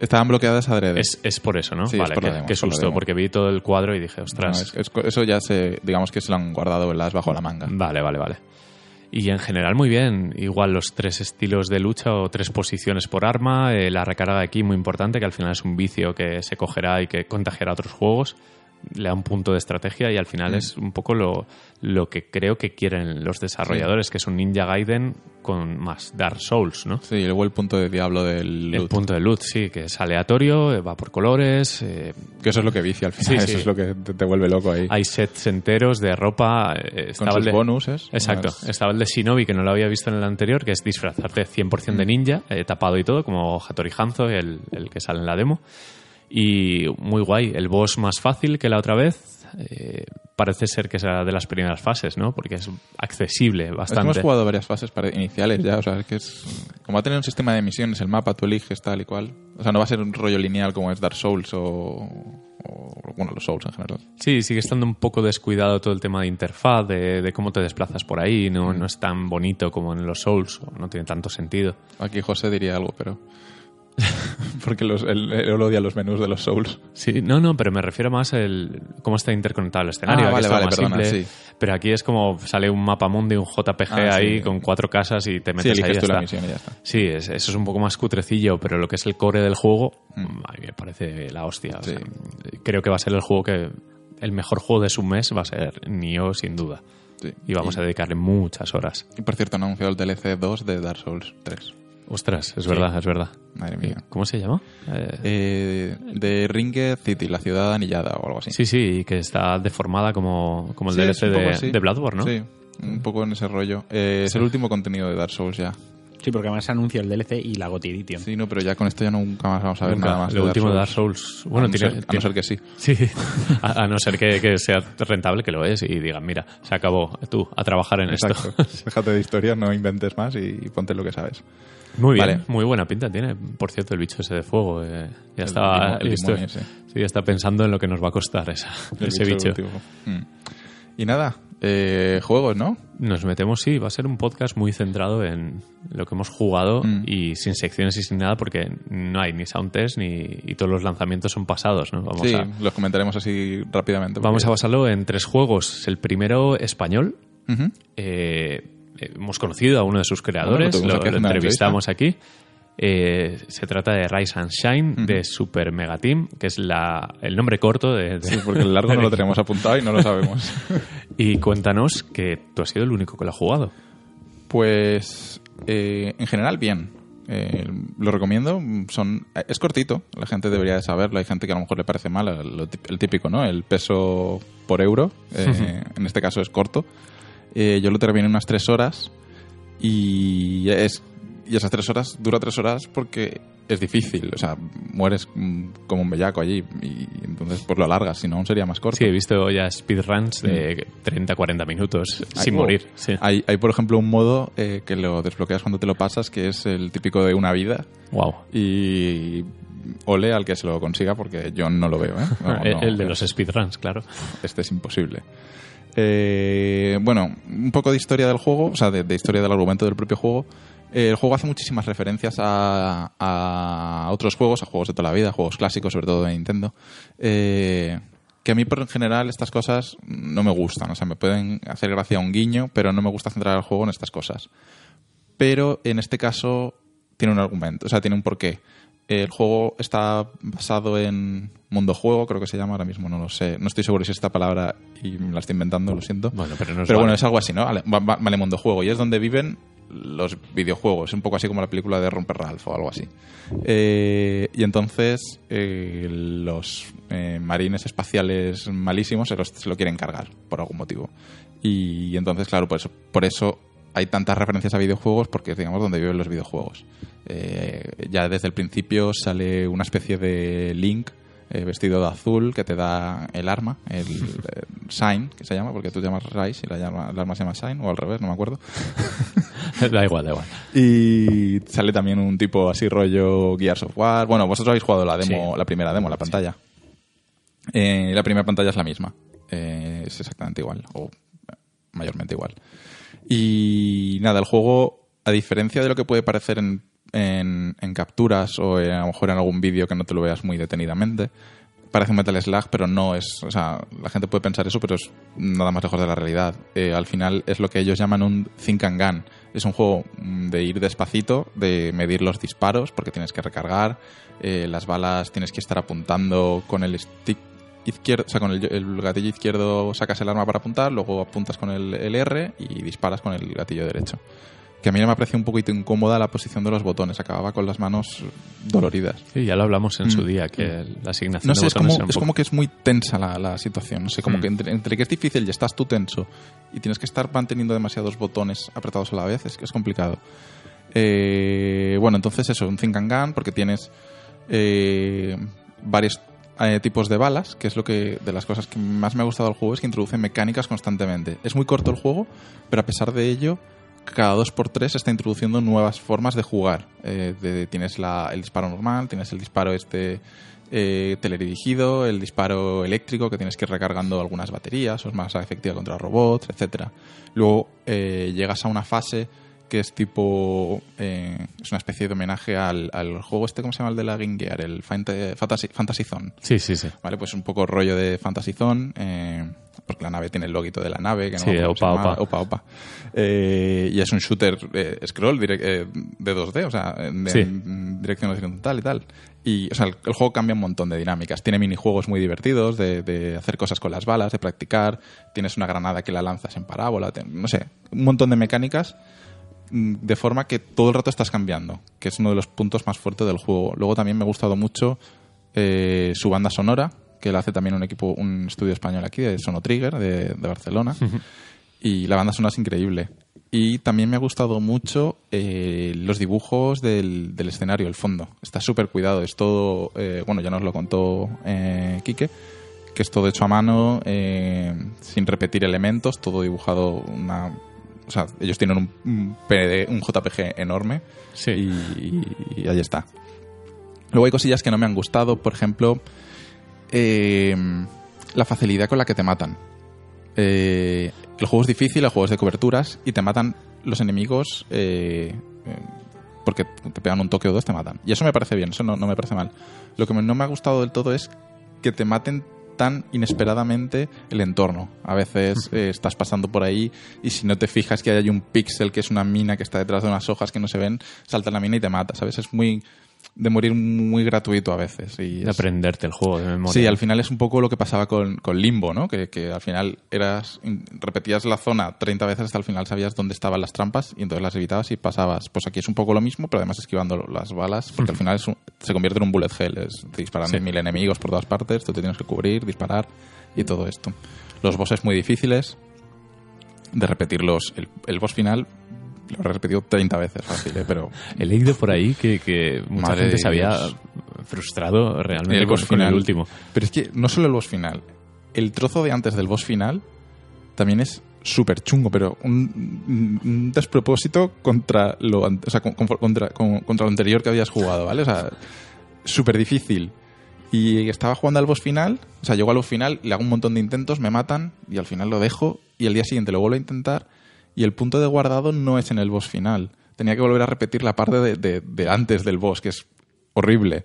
C: Estaban bloqueadas adrede.
A: Es, es por eso, ¿no?
C: Sí, es
A: vale,
C: por
A: qué,
C: la demo,
A: qué
C: es por la
A: susto,
C: demo.
A: porque vi todo el cuadro y dije,
C: No,
A: ostras.
C: es- es- eso ya se, digamos que se lo han guardado el as bajo la manga.
A: Vale, vale, vale. Y en general muy bien, igual los tres estilos de lucha o tres posiciones por arma, eh, la recarga aquí muy importante, que al final es un vicio que se cogerá y que contagiará a otros juegos, le da un punto de estrategia y al final
C: Mm.
A: es un poco lo, lo que creo que quieren los desarrolladores, que es un Ninja Gaiden con más Dark Souls, ¿no?
C: Sí, y luego el punto de diablo del
A: El
C: loot,
A: punto de loot, sí, que es aleatorio, eh, va por colores, eh,
C: que eso es lo que vicia al
A: Sí,
C: final, eso
A: sí.
C: es lo que te, te vuelve loco ahí.
A: hay sets enteros de ropa. eh,
C: Con
A: estaba el
C: sus
A: de-
C: bonuses.
A: Exacto,
C: Unas-
A: estaba el de Shinobi que no lo había visto en el anterior, que es disfrazarte 100%
C: Mm.
A: de ninja, eh, tapado y todo, como Hattori Hanzo, el, el que sale en la demo. Y muy guay, el boss más fácil que la otra vez. eh, parece ser que será de las primeras fases, ¿no? Porque es accesible
C: Es que hemos
A: bastante.
C: jugado varias fases para- iniciales ya, o sea, es que es... Como va a tener un sistema de misiones, el mapa tú eliges tal y cual. O sea, no va a ser un rollo lineal como es Dark Souls o... o- bueno, los Souls en general.
A: Sí, sigue estando un poco descuidado todo el tema de interfaz, de, de cómo te desplazas por ahí, no, no es tan bonito como en los Souls, o no tiene tanto sentido.
C: Aquí José diría algo, pero... Porque los, él, él odia los menús de los Souls.
A: Sí, no, no, pero me refiero más el cómo está interconectado el escenario.
C: Ah,
A: aquí
C: vale,
A: es todo
C: vale,
A: más
C: perdona,
A: simple, Pero aquí es como sale un mapa mundo y un JPG
C: Ah,
A: ahí
C: sí.
A: con cuatro casas y te
C: Sí,
A: metes ahí.
C: eliges
A: ya
C: tú la
A: está.
C: misión y ya está.
A: Sí, es- eso es un poco más cutrecillo, pero lo que es el core del juego, mm, a mí me parece la hostia. o
C: Mm. Sí.
A: sea, creo que va a ser el juego que. El mejor juego de su mes va a ser Nioh, sin duda.
C: Sí.
A: Y vamos a dedicarle muchas horas.
C: Y por cierto, han anunciado el DLC 2 de Dark Souls 3.
A: Ostras, es verdad, es verdad.
C: Madre mía.
A: ¿Cómo se llama? Eh,
C: Eh, de Ringed City, la ciudad anillada o algo así.
A: sí, sí, y que está deformada como, como el
C: Sí, es
A: DLC
C: un poco
A: de,
C: así.
A: de Bloodborne, ¿no?
C: Sí, un poco en ese rollo. Eh, Es el último contenido de Dark Souls ya.
B: Sí, porque además se anuncia el DLC y la GOTY Edition.
C: Sí, no, pero ya con esto ya nunca más vamos a ver
A: Nunca.
C: nada más.
A: Lo
C: de
A: último de Dark
C: Dark Souls.
A: Souls. Bueno,
C: a, no
A: tiene,
C: ser, a
A: tiene-
C: no ser que sí.
A: Sí, a, a no ser que, que sea rentable, que lo es, y digan, mira, se acabó, tú, a trabajar en esto.
C: Déjate de historias, no inventes más y ponte lo que sabes.
A: Muy bien,
C: Vale.
A: muy buena pinta tiene. Por cierto, el bicho ese de fuego, eh, ya
C: El
A: estaba
C: limo- el
A: listo.
C: limón ese.
A: Sí, ya está pensando en lo que nos va a costar esa,
C: El
A: ese bicho.
C: del último. Mm. Y nada, eh, juegos, ¿no?
A: Nos metemos, sí, va a ser un podcast muy centrado en lo que hemos jugado
C: Mm.
A: y sin secciones y sin nada, porque no hay ni sound test ni y todos los lanzamientos son pasados, ¿no? Vamos
C: sí,
A: a
C: los comentaremos así rápidamente. porque-
A: Vamos a basarlo en tres juegos. El primero, español.
C: Ujú.
A: Eh, hemos conocido a uno de sus creadores,
C: Bueno, lo tuvimos
A: lo,
C: aquí
A: lo
C: en una
A: entrevistamos aquí. Eh, se trata de Rise and Shine de Super Mega Team, que es la, el nombre corto de, de-
C: Sí, porque el largo no lo tenemos apuntado y no lo sabemos.
A: Y cuéntanos que tú has sido el único que lo ha jugado.
C: Pues eh, en general bien. Eh, lo recomiendo. Son, es cortito, la gente debería de saberlo. Hay gente que a lo mejor le parece mal lo tip- el típico, ¿no? El peso por euro. Eh, en este caso es corto. Eh, yo lo terminé en unas tres horas y es y esas tres horas dura tres horas porque es difícil. O sea, mueres mm, como un bellaco allí y entonces pues lo alargas, si no aún sería más corto.
A: Sí, he visto ya speedruns de 30-40 minutos
C: Ay,
A: sin
C: wow. Ah.
A: morir. sí.
C: Hay, hay, por ejemplo, un modo eh, que lo desbloqueas cuando te lo pasas, que es el típico de una vida.
A: Wow.
C: Y ole al que se lo consiga, porque yo no lo veo. ¿eh? No,
A: el,
C: no,
A: el de los speedruns, claro.
C: Este es imposible. Eh, bueno, un poco de historia del juego, o sea, de, de historia del argumento del propio juego. Eh, el juego hace muchísimas referencias a, a otros juegos, a juegos de toda la vida, a juegos clásicos, sobre todo de Nintendo. Eh, que a mí, por en general, estas cosas no me gustan. O sea, me pueden hacer gracia un guiño, pero no me gusta centrar el juego en estas cosas pero en este caso tiene un argumento, o sea, tiene un porqué. El juego está basado en mundo juego, creo que se llama ahora mismo, no lo sé. No estoy seguro si es esta palabra y me la estoy inventando, lo siento.
A: Bueno, pero no es
C: Pero bueno,
A: vale.
C: es algo así, ¿no? Vale, va- va- vale, mundo juego. Y es donde viven los videojuegos. Es un poco así como la película de Romper Ralph o algo así. Eh, y entonces eh, los eh, marines espaciales malísimos se, los- se lo quieren cargar por algún motivo. Y entonces, claro, pues por eso hay tantas referencias a videojuegos porque es, digamos, donde viven los videojuegos. Eh, ya desde el principio sale una especie de Link eh, vestido de azul que te da el arma, el eh, Sign, que se llama, porque tú te llamas Rise y la, llama- el arma se llama Sign, o al revés, no me acuerdo.
A: da igual, da igual.
C: Y sale también un tipo así rollo Gears of War. Bueno, vosotros habéis jugado la demo,
A: Sí.
C: la primera demo, la pantalla. Eh, la primera pantalla es la misma. Eh, es exactamente igual, o mayormente igual. Y nada, el juego, a diferencia de lo que puede parecer en, en, en capturas o en- a lo mejor en algún vídeo que no te lo veas muy detenidamente. Parece un Metal Slug, pero no es. O sea, la gente puede pensar eso, pero es nada más lejos de la realidad. Eh, al final es lo que ellos llaman un think and gun. Es un juego mm, de ir despacito, de medir los disparos, porque tienes que recargar. eh, las balas tienes que estar apuntando con el stick izquierdo, o sea, con el, el gatillo izquierdo sacas el arma para apuntar, luego apuntas con el, el R y disparas con el gatillo derecho. Que a mí me ha parecido un poquito incómoda la posición de los botones, acababa con las manos doloridas.
A: Sí, ya lo hablamos en su
C: Mm.
A: día, que la asignación
C: No sé,
A: de botones
C: es como,
A: era un
C: es
A: poco- Mm.
C: como que es muy tensa la, la situación. No sé, como que entre, entre que es difícil y estás tú tenso y tienes que estar manteniendo demasiados botones apretados a la vez, es, es complicado. Eh, bueno, entonces eso, un think and gun, porque tienes eh, varios eh, tipos de balas, que es lo que de las cosas que más me ha gustado del juego es que introduce mecánicas constantemente. Es muy corto el juego, pero a pesar de ello, cada 2x3 está introduciendo nuevas formas de jugar. Eh, de- tienes la- el disparo normal, tienes el disparo este eh, teledirigido, el disparo eléctrico que tienes que ir recargando algunas baterías, o es más efectiva contra robots, etcétera. Luego eh, llegas a una fase que es tipo. eh, es una especie de homenaje al, al juego este, ¿cómo se llama? El de la Game Gear, el Fant- Fantasy, Fantasy Zone.
A: Sí, sí, sí.
C: ¿Vale? Pues un poco rollo de Fantasy Zone, eh, porque la nave tiene el loguito de la nave. Que no
A: Sí,
C: me acuerdo cómo se
A: opa,
C: llamaba.
A: opa.
C: opa. Eh, y es un shooter eh, scroll direc- eh, de 2D, o sea, en,
A: Sí.
C: en dirección horizontal y tal. Y, o sea, el, el juego cambia un montón de dinámicas. Tiene minijuegos muy divertidos de, de hacer cosas con las balas, de practicar. Tienes una granada que la lanzas en parábola, te- no sé, un montón de mecánicas mm, de forma que todo el rato estás cambiando, que es uno de los puntos más fuertes del juego. Luego también me ha gustado mucho eh, su banda sonora, que la hace también un equipo, un estudio español aquí, de Sono Trigger, de, de Barcelona. Y la banda sonora es increíble. Y también me ha gustado mucho eh, los dibujos del, del escenario, el fondo. Está súper cuidado, es todo, eh, bueno, ya nos lo contó eh, Quique, que es todo hecho a mano, eh, sin repetir elementos, todo dibujado una... O sea, ellos tienen un, un PD un JPG enorme
A: Sí.
C: y, y ahí está. Luego hay cosillas que no me han gustado, por ejemplo, eh, la facilidad con la que te matan. Eh, el juego es difícil, el juego es de coberturas y te matan los enemigos eh, eh, porque te pegan un toque o dos, te matan. Y eso me parece bien, eso no, no me parece mal. Lo que me- no me ha gustado del todo es que te maten tan inesperadamente el entorno. A veces eh, estás pasando por ahí y si no te fijas que hay un píxel que es una mina que está detrás de unas hojas que no se ven, salta la mina y te mata. ¿Sabes? Es muy de morir muy gratuito a veces. Y
A: De
C: es-
A: aprenderte el juego de memoria.
C: Sí, al final es un poco lo que pasaba con, con Limbo, ¿no? Que, que al final eras in- repetías la zona 30 veces hasta al final sabías dónde estaban las trampas y entonces las evitabas y pasabas. Pues aquí es un poco lo mismo, pero además esquivando las balas, porque al final es un- se convierte en un bullet hell. Es, te disparan
A: Sí.
C: mil enemigos por todas partes, tú te tienes que cubrir, disparar y todo esto. Los bosses muy difíciles, de repetirlos. El, el boss final lo he repetido 30 veces fácil, ¿eh? pero
A: He leído por ahí que, que mucha
C: Madre
A: gente
C: de
A: se había
C: Dios.
A: frustrado realmente
C: El
A: con,
C: boss
A: con el
C: final.
A: último.
C: Pero es que no solo el boss final, el trozo de antes del boss final también es súper chungo, pero un, un despropósito contra lo, an- o sea, con- con- contra, con- contra lo anterior que habías jugado, ¿vale? O sea, súper difícil. Y estaba jugando al boss final, o sea, llego al boss final, le hago un montón de intentos, me matan y al final lo dejo y al día siguiente lo vuelvo a intentar y el punto de guardado no es en el boss final. Tenía que volver a repetir la parte de, de- de antes del boss, que es horrible.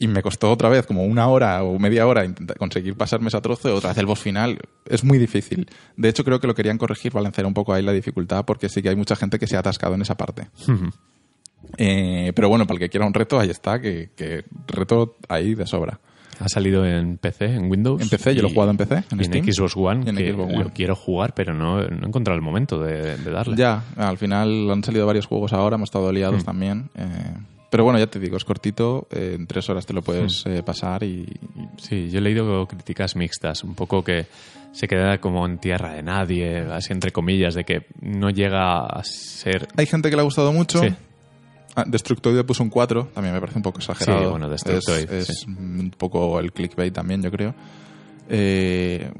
C: Y me costó otra vez como una hora o media hora intentar conseguir pasarme ese trozo y otra vez el boss final. Es muy difícil. De hecho, creo que lo querían corregir, balancear un poco ahí la dificultad, porque sí que hay mucha gente que se ha atascado en esa parte. Eh, pero bueno, para el que quiera un reto, ahí está, que, que reto ahí de sobra.
A: Ha salido en PC, en Windows.
C: En PC, yo lo
A: Pues,
C: he
A: y-
C: jugado en PC, en
A: y
C: Steam.
A: Xbox One,
C: Y en
A: que
C: Xbox
A: lo
C: One.
A: quiero jugar, pero no, no he encontrado el momento de, de darle.
C: Ya, al final han salido varios juegos ahora, hemos estado liados
A: Hmm.
C: también. eh, pero bueno, ya te digo, es cortito, eh, en tres horas te
A: Hmm.
C: lo puedes eh, pasar y, y
A: Sí, yo he leído críticas mixtas, un poco que se queda como en tierra de nadie, así entre comillas, de que no llega a ser...
C: Hay gente que le ha gustado mucho.
A: Sí.
C: Ah, Destructoid le puso un 4, también me parece un poco exagerado.
A: Sí, bueno, Destructoid,
C: Es, es
A: sí.
C: un poco el clickbait también, yo creo. Eh,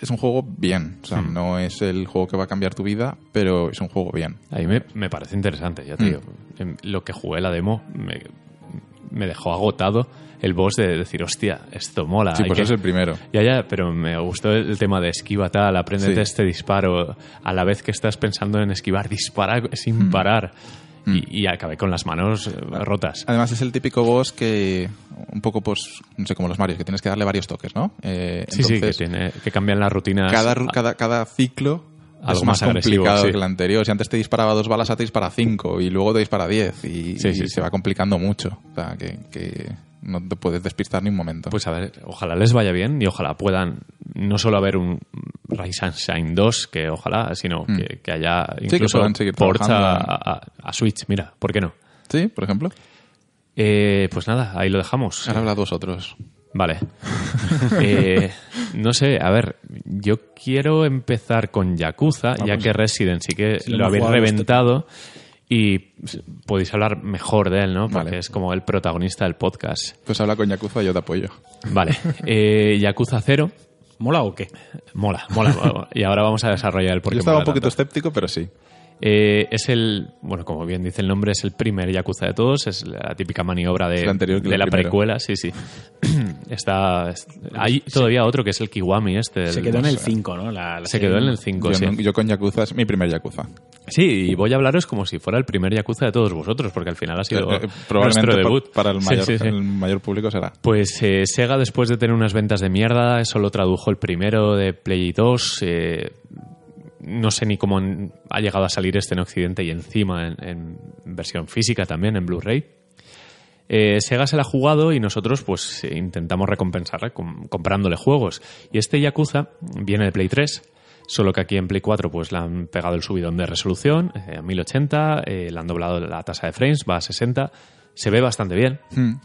C: es un juego bien. O sea,
A: Hmm.
C: no es el juego que va a cambiar tu vida, pero es un juego bien.
A: Ahí me, me parece interesante, ya te
C: Mm.
A: digo. En Lo que jugué la demo me, me dejó agotado el boss de decir, hostia, esto mola.
C: sí,
A: hay
C: pues
A: que-
C: es el primero.
A: Ya, ya, pero me gustó el tema de esquiva tal, apréndete
C: Sí. Mm.
A: este disparo a la vez que estás pensando en esquivar, dispara sin parar. y, y acabé con las manos eh, rotas.
C: Además es el típico boss que un poco pues no sé como los Marios que tienes que darle varios toques, ¿no? Eh,
A: Sí, sí, que, tiene, que cambian las rutinas. Ah,
C: cada, ru- cada, cada ciclo
A: Algo
C: es
A: más
C: más,
A: agresivo,
C: complicado
A: sí.
C: que el anterior. Si antes te disparaba dos balas, ahora te dispara cinco y luego te dispara diez y,
A: Sí, sí,
C: y
A: sí.
C: se va complicando mucho. O sea, que, que no te puedes despistar ni un momento.
A: Pues a ver, ojalá les vaya bien y ojalá puedan no solo haber un Rise and Shine 2, que ojalá, sino que, que haya
C: Mm. que
A: incluso
C: puedan seguir
A: ports a,
C: trabajando
A: a- a Switch. Mira, ¿por qué no?
C: sí, por ejemplo.
A: Eh, pues nada, ahí lo dejamos.
C: Ahora habla vosotros.
A: Vale. Eh, no sé, a ver, yo quiero empezar con Yakuza, ya que Resident sí que
B: Si lo
A: lo
B: hemos
A: habéis
B: jugado los
A: reventado y s- podéis hablar mejor de él, ¿no? Porque
C: Vale.
A: es como el protagonista del podcast.
C: Pues habla con Yakuza, yo te apoyo.
A: Vale. Eh, Yakuza 0.
B: ¿Mola o qué?
A: Mola, mola. y ahora vamos a desarrollar el por qué
C: yo estaba un
A: mola
C: poquito
A: tanto.
C: escéptico, pero sí.
A: Eh, es el, bueno, como bien dice el nombre, es el primer Yakuza de todos, es la típica maniobra de,
C: Es el anterior que
A: de
C: el
A: la
C: primero.
A: precuela, sí, sí. Está, es- hay todavía otro que es el Kiwami este. del-
B: Se quedó en el
A: no sé.
B: 5, ¿no? La- la
A: Se quedó en el 5,
C: yo,
A: sí.
C: no- yo con Yakuza es mi primer Yakuza.
A: Sí, y voy a hablaros como si fuera el primer Yakuza de todos vosotros, porque al final ha sido
C: Eh, eh, probablemente
A: nuestro
C: por-
A: debut.
C: para el
A: Sí,
C: mayor,
A: sí, sí.
C: el mayor público será.
A: Pues eh, Sega, después de tener unas ventas de mierda, solo tradujo el primero de Play 2. eh, no sé ni cómo en- ha llegado a salir este en Occidente y encima en, en versión física también, en Blu-ray. Eh, Sega se la ha jugado y nosotros pues eh, intentamos recompensarla com- comprándole juegos. Y este Yakuza viene de Play 3, solo que aquí en Play 4 pues le han pegado el subidón de resolución eh, a 1080, eh, le han doblado la tasa de frames, va a 60, se ve bastante bien.
C: Hmm.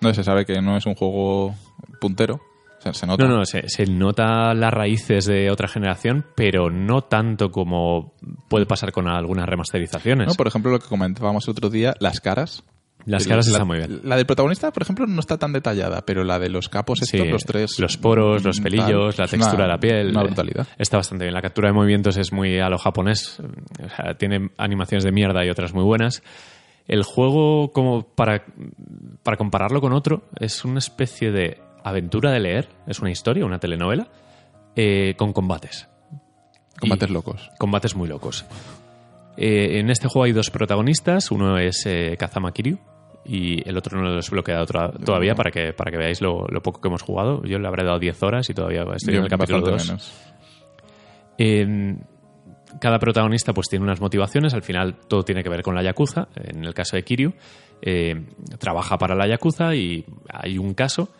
C: No se sabe que no es un juego puntero. Se, se nota.
A: No, no, se, se nota las raíces de otra generación, pero no tanto como puede pasar con algunas remasterizaciones.
C: ¿no? Por ejemplo, lo que comentábamos el otro día, las caras.
A: Las
C: El-
A: caras
C: Eh, la,
A: están muy bien.
C: La del protagonista, por ejemplo, no está tan detallada, pero la de los capos estos,
A: Sí,
C: los tres.
A: los poros, los
C: mm,
A: pelillos, la
C: tal, es una-
A: textura de la piel. eh,
C: Una brutalidad.
A: Está bastante bien. La captura de movimientos es muy a lo japonés. O sea, tiene animaciones de mierda y otras muy buenas. El juego, como para, para compararlo con otro, es una especie de aventura de leer. Es una historia, una telenovela, eh, con combates.
C: Combates
A: Y-
C: locos.
A: combates muy locos. Eh, en este juego hay dos protagonistas, uno es eh, Kazama Kiryu y el otro no lo he desbloqueado tra- todavía para que, para que veáis lo, lo poco que hemos jugado. Yo le habré dado 10 horas y todavía estoy
C: Yo
A: en el capítulo
C: bastante
A: 2.
C: menos.
A: Eh, cada protagonista pues tiene unas motivaciones, al final todo tiene que ver con la Yakuza, en el caso de Kiryu, eh, trabaja para la Yakuza y hay un caso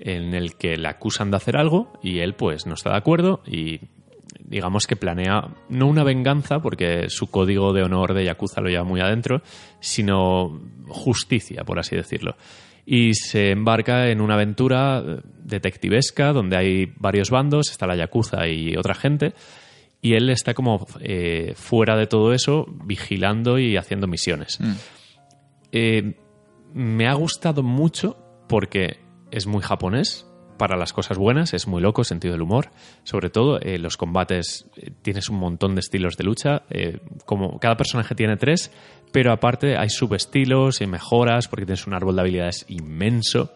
A: en el que le acusan de hacer algo y él pues no está de acuerdo y digamos que planea no una venganza porque su código de honor de Yakuza lo lleva muy adentro, sino justicia, por así decirlo. Y se embarca en una aventura eh, detectivesca donde hay varios bandos, está la Yakuza y otra gente, y él está como eh, fuera de todo eso, vigilando y haciendo misiones. Eh, me ha gustado mucho porque es muy japonés para las cosas buenas, es muy loco, sentido del humor. Sobre todo, eh, los combates, eh, tienes un montón de estilos de lucha. eh, como cada personaje tiene tres, pero aparte hay subestilos y mejoras porque tienes un árbol de habilidades inmenso.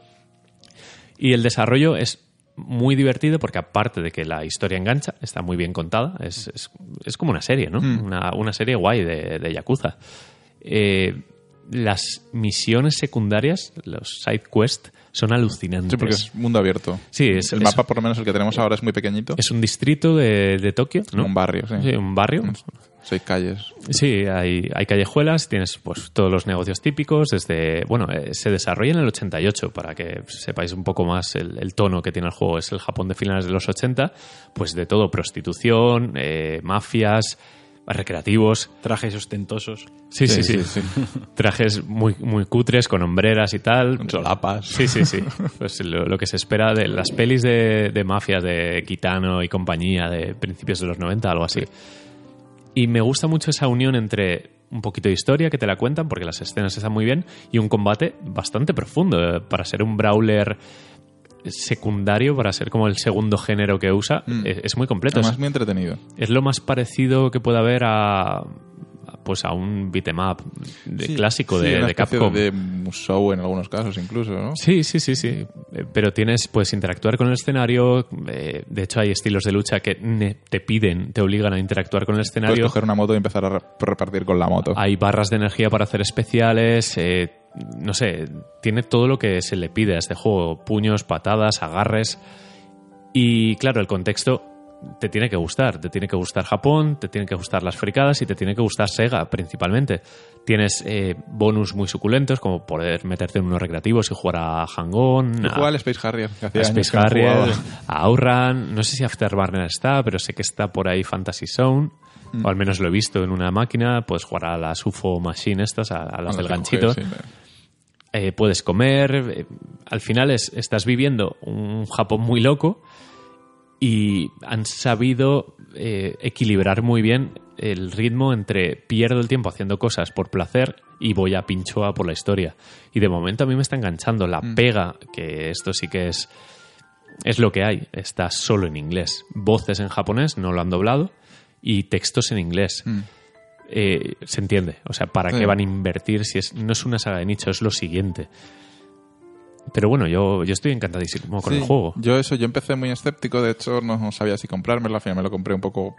A: Y el desarrollo es muy divertido porque aparte de que la historia engancha, está muy bien contada, es, es- es como una serie, ¿no?
C: Mm.
A: Una, una serie guay de, de Yakuza. Eh, las misiones secundarias, los side quests, son alucinantes.
C: Sí, porque es mundo abierto.
A: Sí, es-
C: el
A: es-
C: mapa, por lo menos el que tenemos ahora, es muy pequeñito.
A: Es un distrito de, de Tokio, ¿no?
C: Un barrio, Mm. sí.
A: Sí, un barrio.
C: Seis calles.
A: Sí, hay, hay callejuelas, tienes pues todos los negocios típicos, desde, bueno, eh, se desarrolla en el 88, para que sepáis un poco más el, el tono que tiene el juego, es el Japón de finales de los 80, pues de todo, prostitución, eh, mafias, recreativos,
B: Trajes ostentosos.
A: sí, sí, sí,
C: sí.
A: trajes muy, muy cutres, con hombreras y tal.
C: Con solapas.
A: Sí, sí, sí. Pues lo, lo que se espera de las pelis de, de mafias de Kitano y compañía de principios de los 90, algo así. Y me gusta mucho esa unión entre un poquito de historia que te la cuentan, porque las escenas están muy bien, y un combate bastante profundo eh, para ser un brawler secundario, para ser como el segundo género que usa, es, es muy completo.
C: Mm. Además,
A: Es-
C: muy entretenido.
A: es lo más parecido que puede haber a, a- pues a un beatmap de
C: Sí,
A: clásico
C: sí,
A: de,
C: una
A: de
C: especie
A: Capcom.
C: De Musou en algunos casos, incluso, ¿no?
A: Sí, sí, sí, sí. Eh, Pero tienes, pues, interactuar con el escenario. eh, de hecho, hay estilos de lucha que ne- te piden, te obligan a interactuar con el
C: Puedes
A: escenario.
C: coger una moto y empezar a re- repartir con la moto.
A: Hay barras de energía para hacer especiales. eh, no sé, tiene todo lo que se le pide a este juego. Puños, patadas, agarres. Y claro, el contexto te tiene que gustar. Te tiene que gustar Japón, te tienen que gustar las fricadas y te tiene que gustar Sega principalmente. Tienes eh, bonus muy suculentos como poder meterte en unos recreativos y jugar a Hang-On,
C: Yo
A: a-
C: jugaba al Space Harrier. que hacía
A: a
C: años
A: Space
C: que no
A: Harrier,
C: jugaba.
A: a Outrun, no sé si Afterburner está, pero sé que está por ahí Fantasy Zone, o al menos lo he visto en una máquina, puedes jugar a las UFO Machine estas, a, a las
C: Bueno,
A: del
C: que
A: ganchito,
C: coges, sí.
A: Eh, puedes comer, eh, al final es, estás viviendo un Japón muy loco y han sabido eh, equilibrar muy bien el ritmo entre pierdo el tiempo haciendo cosas por placer y voy a pinchoa por la historia. Y de momento a mí me está enganchando la
C: Mm.
A: pega, que esto sí que es es lo que hay, está solo en inglés. Voces en japonés, no lo han doblado, y textos en inglés. Eh, se entiende. O sea, ¿para
C: Mm. Sí.
A: qué van a invertir si es, no es una saga de nicho, es lo siguiente? Pero bueno, yo, yo estoy encantadísimo con
C: Sí,
A: el juego.
C: Yo eso, yo empecé muy escéptico, de hecho no sabía si comprármelo, al final me lo compré un poco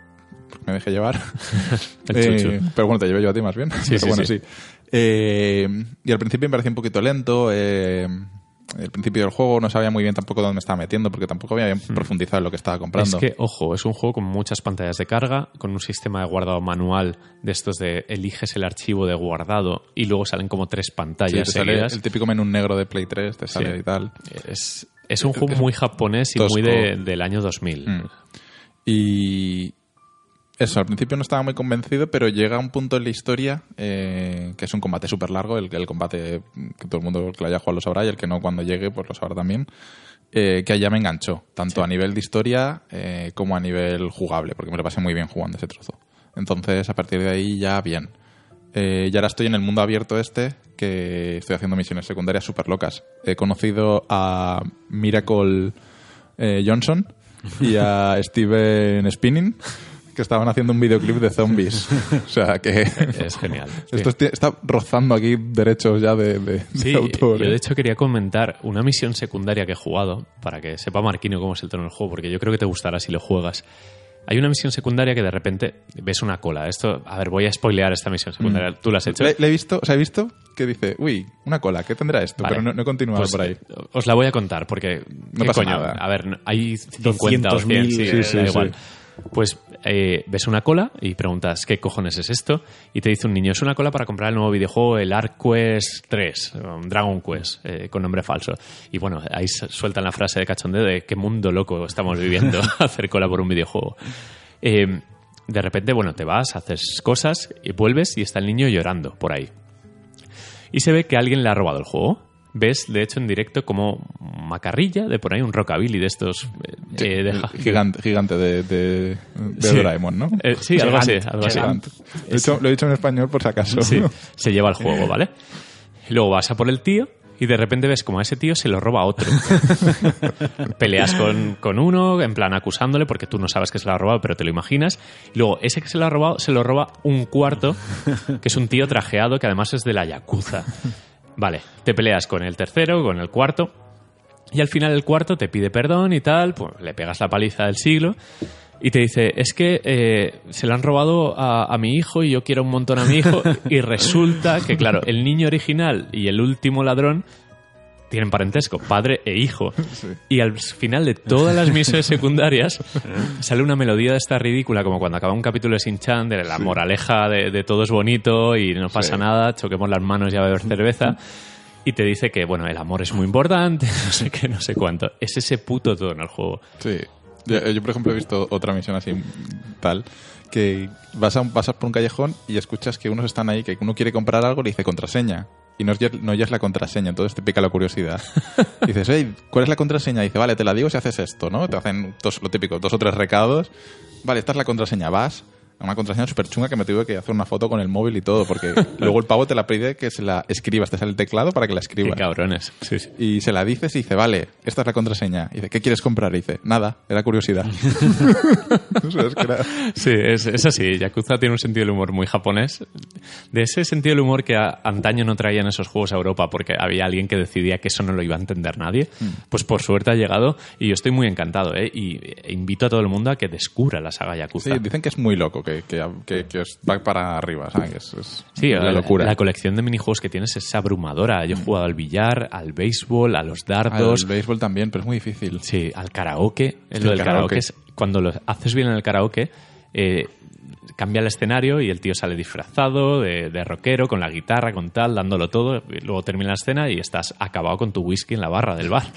C: porque me dejé llevar.
A: El
C: Eh,
A: chuchu.
C: pero bueno, te llevé yo a ti más bien. pero
A: sí,
C: bueno,
A: sí.
C: sí. Eh, y al principio me parecía un poquito lento. eh, el principio del juego no sabía muy bien tampoco dónde me estaba metiendo porque tampoco había profundizado en lo que estaba comprando.
A: Hmm. Es que, ojo, es un juego con muchas pantallas de carga, con un sistema de guardado manual de estos de eliges el archivo de guardado y luego salen como tres
C: Sí,
A: pantallas
C: te sale
A: seguidas.
C: el típico menú negro de Play 3, te sale
A: Sí.
C: y tal.
A: Es, es un juego muy japonés y
C: tosco.
A: muy de- del año 2000.
C: Mm. Y eso, al principio no estaba muy convencido, pero llega un punto en la historia eh, que es un combate súper largo, el, el combate que todo el mundo que lo haya jugado lo sabrá y el que no cuando llegue pues lo sabrá también, eh, que allá me enganchó, tanto a nivel de historia eh, como a nivel jugable, porque me lo pasé muy bien jugando ese trozo. Entonces, a partir de ahí ya bien. Eh, y ahora estoy en el mundo abierto este, que estoy haciendo misiones secundarias súper locas. He conocido a Miracle eh, Johnson y a Steven Spinning, que estaban haciendo un videoclip de zombies. O sea que...
A: Es genial.
C: Esto esti- está rozando aquí derechos ya de, de- de
A: Sí,
C: autor.
A: yo de
C: ¿eh?
A: hecho quería comentar una misión secundaria que he jugado, para que sepa Marquino cómo es el tono del juego, porque yo creo que te gustará si lo juegas. Hay una misión secundaria que de repente ves una cola. Esto, a ver, voy a spoilear esta misión secundaria. Tú la has hecho.
C: Mm. Le, le he visto, o sea, he visto que dice, uy, una cola, ¿qué tendrá esto?
A: Vale.
C: Pero no, no he continuado
A: Pues,
C: por ahí.
A: eh, Os la voy a contar porque.
C: No
A: ¿qué
C: pasa
A: coño?
C: nada.
A: A ver, no- hay 50 o 100,
B: 200.000,
A: sí,
B: sí,
A: da
C: sí, sí.
A: igual. Pues eh, ves una cola y preguntas, ¿qué cojones es esto? Y te dice un niño, es una cola para comprar el nuevo videojuego, el Arc Quest 3, um, Dragon Quest, eh, con nombre falso. Y bueno, ahí su- sueltan la frase de cachondeo de qué mundo loco estamos viviendo hacer cola por un videojuego. Eh, de repente, bueno, te vas, haces cosas, y vuelves y está el niño llorando por ahí y se ve que alguien le ha robado el juego. Ves, de hecho, en directo como macarrilla de por ahí, un rockabilly de estos... eh, eh, de ja-
C: Gigante, gigante de, de, de
A: Sí.
C: Doraemon, ¿no?
A: Eh, sí, algo así, algo así.
C: Gigante. Lo he, dicho, lo he dicho en español por si acaso.
A: Sí, se lleva el juego, ¿vale? Y Luego vas a por el tío y de repente ves como a ese tío se lo roba a otro. Peleas con, con uno, en plan acusándole porque tú no sabes que se lo ha robado, pero te lo imaginas. Y luego ese que se lo ha robado se lo roba un cuarto, que es un tío trajeado que además es de la Yakuza. Vale, te peleas con el tercero, con el cuarto. Y al final el cuarto te pide perdón y tal, pues le pegas la paliza del siglo y te dice, es que eh, se lo han robado a, a mi hijo y yo quiero un montón a mi hijo. y resulta que, claro, el niño original y el último ladrón tienen parentesco, padre e hijo. Y al final de todas las misiones secundarias sale una melodía de esta ridícula, como cuando acaba un capítulo de Sin Chan, de la moraleja de, de todo es bonito y no pasa
C: Sí.
A: nada, choquemos las manos y a beber cerveza. Y te dice que, bueno, el amor es muy importante, no sé qué, no sé cuánto. Es ese puto todo en el juego.
C: Sí. Yo, eh, yo, por ejemplo, he visto otra misión así, tal, que vas, a, un- pasas por un callejón y escuchas que unos están ahí, que uno quiere comprar algo, le dice contraseña. Y no oyes, no oyes la contraseña, entonces te pica la curiosidad. Y dices, hey, ¿cuál es la contraseña? Y dice, vale, te la digo si haces esto, ¿no? Te hacen dos- lo típico, dos o tres recados. Vale, esta es la contraseña, vas, Una contraseña súper chunga que me tuve que hacer una foto con el móvil y todo, porque luego el pavo te la pide que se la escribas, te sale el teclado para que la
A: Qué
C: escribas.
A: cabrones. Sí, sí.
C: Y se la dices y dice, vale, esta es la contraseña. Y dice, ¿qué quieres comprar? Y dice, nada, era curiosidad. O sea, es que era-
A: Sí, es, es así. Yakuza tiene un sentido del humor muy japonés. De ese sentido del humor que a- antaño no traían esos juegos a Europa porque había alguien que decidía que eso no lo iba a entender nadie,
C: Mm.
A: pues por suerte ha llegado y yo estoy muy encantado. ¿eh? Y e invito a todo el mundo a que descubra la saga Yakuza.
C: Sí, dicen que es muy loco, que, que, que- que os va para arriba, ¿sabes? Que Es, es
A: Sí,
C: la locura. Mm.
A: La colección de minijuegos que tienes es abrumadora. Yo he jugado al billar, al béisbol, a los
C: Al
A: dardos,
C: béisbol también, pero es muy difícil.
A: Sí, al karaoke. Es
C: El
A: lo del karaoke.
C: karaoke.
A: es cuando lo haces bien en el karaoke, eh, cambia el escenario y el tío sale disfrazado de, de rockero, con la guitarra, con tal, dándolo todo. Y Luego termina la escena y estás acabado con tu whisky en la barra del bar.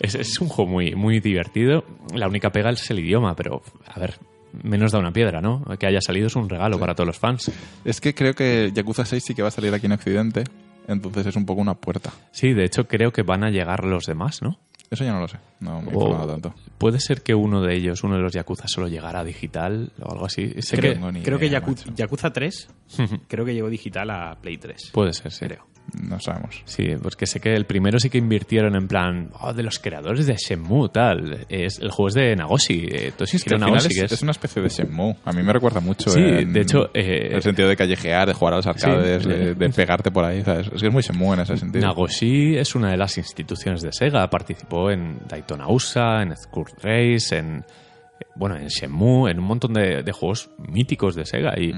A: es, es un juego muy, muy divertido. La única pega es el idioma, pero a ver, menos da una piedra, ¿no? Que haya salido es un regalo para todos los fans.
C: Es que creo que Yakuza 6 sí que va a salir aquí en Occidente, entonces es un poco una puerta.
A: Sí, de hecho creo que van a llegar los demás, ¿no?
C: Eso ya no lo sé, no me he
A: O-
C: informado tanto.
A: Puede ser que uno de ellos, uno de los Yakuza, solo llegara a digital o algo así. Sé
B: Creo,
A: que-
C: tengo ni
B: creo que
C: idea,
B: Yaku-
C: macho.
B: Yakuza 3, creo que llegó digital a Play 3.
A: Puede ser, sí.
B: creo.
C: No sabemos.
A: Sí, porque sé que el primero sí que invirtieron en plan, oh, de los creadores de Shenmue, tal. Es, el juego es de Nagoshi, eh, Toshihiro
C: al final
A: Nagoshi,
C: es,
A: que es...
C: es una especie de Shenmue. A mí me recuerda mucho.
A: Sí,
C: en-
A: de hecho, eh,
C: en el sentido de callejear, de jugar a los arcades,
A: Sí.
C: de, de pegarte por ahí. ¿sabes? Es que es muy Shenmue en ese sentido.
A: Nagoshi es una de las instituciones de Sega. Participó en Daytona USA, en Skull Race, en bueno, en Shenmue, en un montón de, de juegos míticos de Sega. Y,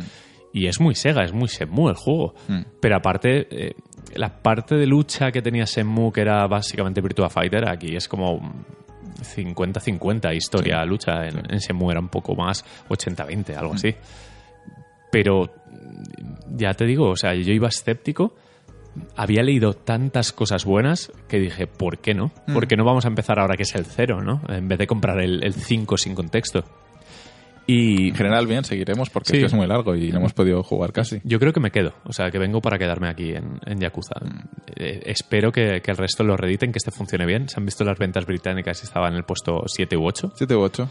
A: y es muy Sega, es muy Shenmue el juego.
C: Mm.
A: Pero aparte, eh, la parte de lucha que tenía Shenmue, que era básicamente Virtua Fighter, aquí es como 50-50 historia, lucha. En, en Shenmue era un poco más 80-20, algo
C: Mm.
A: así. Pero ya te digo, o sea, yo iba escéptico había leído tantas cosas buenas que dije, ¿por qué no?
C: Mm.
A: ¿Por qué no vamos a empezar ahora que es el cero, ¿no? En vez de comprar el el 5 sin contexto. Y
C: En general, bien, seguiremos porque
A: Sí.
C: es, que es muy largo y no hemos podido jugar casi.
A: yo creo que me quedo, o sea, que vengo para quedarme aquí en, en Yakuza.
C: Mm.
A: Eh, espero que, que el resto lo rediten, que este funcione bien. Se han visto las ventas británicas y estaba en el puesto 7 u 8,
C: 7 u 8.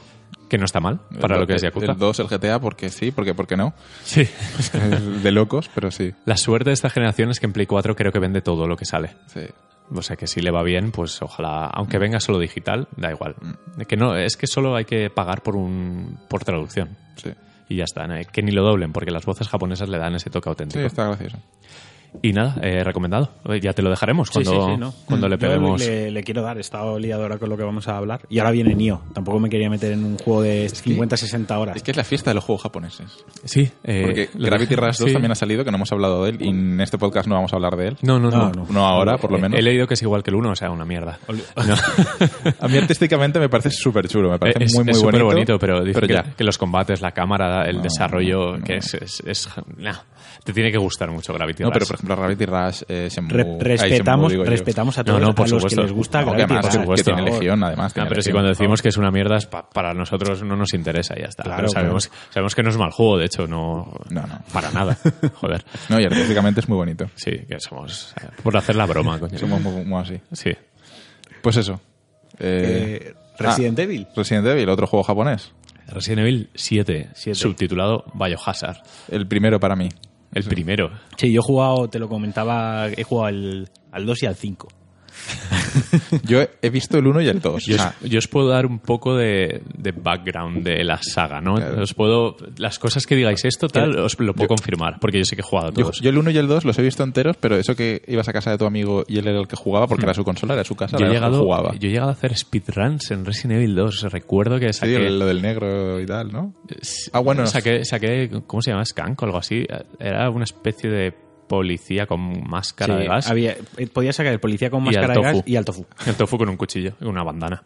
A: que no está mal para lo que es Yakuza.
C: El 2, el GTA, porque sí, porque, porque no.
A: Sí.
C: Es de locos, pero sí.
A: La suerte de esta generación es que en Play 4 creo que vende todo lo que sale.
C: sí.
A: O sea que si le va bien, pues ojalá, aunque venga solo digital, da igual.
C: Mm.
A: Que no, es que solo hay que pagar por un por traducción.
C: Sí,
A: Y ya está, ¿no? que ni lo doblen, porque las voces japonesas le dan ese toque
C: sí
A: auténtico.
C: está gracioso.
A: Y nada, eh, recomendado. Eh, Ya te lo dejaremos
B: Sí,
A: cuando,
B: sí, sí, ¿no?
A: cuando le
B: Yo
A: peguemos.
B: Le, le quiero dar, he estado liado ahora con lo que vamos a hablar. Y ahora viene Nio. Tampoco me quería meter en un juego de 50-60 horas.
C: Es que es la fiesta de los juegos japoneses.
A: Sí, eh,
C: Porque
A: lo
C: Gravity
A: dejé-
C: Rush 2
A: sí.
C: también ha salido, que no hemos hablado de él, y en este podcast no vamos a hablar de él.
A: No, Eh, no, no.
B: No, no.
C: Ah, No ahora, por lo menos.
A: He leído que es igual que el 1, o sea, una mierda.
C: A mí artísticamente me parece súper chulo, me parece
A: es
C: muy, muy
A: es
C: bonito.
A: súper pero dice que,
C: ya.
A: que los combates, la cámara, el
C: No,
A: desarrollo,
C: no,
A: que
C: no.
A: es... es- es- nah. te tiene que gustar mucho Gravity
C: No,
A: Rush.
C: pero por ejemplo, Gravity Rush, eh, Shenmue-
B: Re-
C: ay, Shenmue,
B: respetamos,
C: digo yo.
B: respetamos a
A: No,
B: todos
A: no, por
B: a los
A: supuesto.
B: que les gusta
C: No, que
B: Gravity
C: además,
B: Rush,
A: por
C: que tiene
B: por favor.
C: legión, además.
A: Ah,
C: tiene
A: pero si
C: Legión.
A: cuando decimos que es una mierda, es pa- para nosotros no nos interesa, ya está.
B: Claro,
A: Pero sabemos, sabemos que no es mal juego, de hecho, no,
C: No, no.
A: para nada. Joder.
C: No, y artísticamente es muy bonito.
A: Sí, que somos. eh, Por hacer la broma, coño.
C: Somos muy, muy así.
A: Sí.
C: Pues eso. Eh,
B: Eh, Resident Evil.
C: Resident Evil, otro juego japonés.
A: Resident Evil 7,
B: Siete.
A: subtitulado Biohazard.
C: El primero para mí.
A: El primero.
B: Sí, yo he jugado, te lo comentaba, he jugado al, al 2 y al 5.
C: Yo he- he visto el 1 y el 2.
A: Yo os, yo os puedo dar un poco de, de background de la saga, ¿no?
C: Claro.
A: Os puedo. Las cosas que digáis esto, tal, os lo puedo confirmar, porque yo sé que he jugado a
C: Yo,
A: todos.
C: yo el 1 y el 2 los he visto enteros, pero eso que ibas a casa de tu amigo y él era el que jugaba, porque era su consola, era su casa,
A: Hmm. Yo
C: era
A: he,
C: el que
A: llegado,
C: jugaba.
A: yo he llegado a hacer speedruns en Resident Evil 2. Recuerdo que
C: Sí,
A: saqué, Eh,
C: lo del negro y tal, ¿no? Ah, bueno.
A: Saqué, saqué, ¿cómo se llama? Skank o algo así. Era una especie de policía con máscara
B: Sí,
A: de gas.
B: había- eh, podía sacar el policía con
A: Y al
B: máscara de gas
A: tofu.
B: y al tofu.
A: El tofu con un cuchillo y una bandana.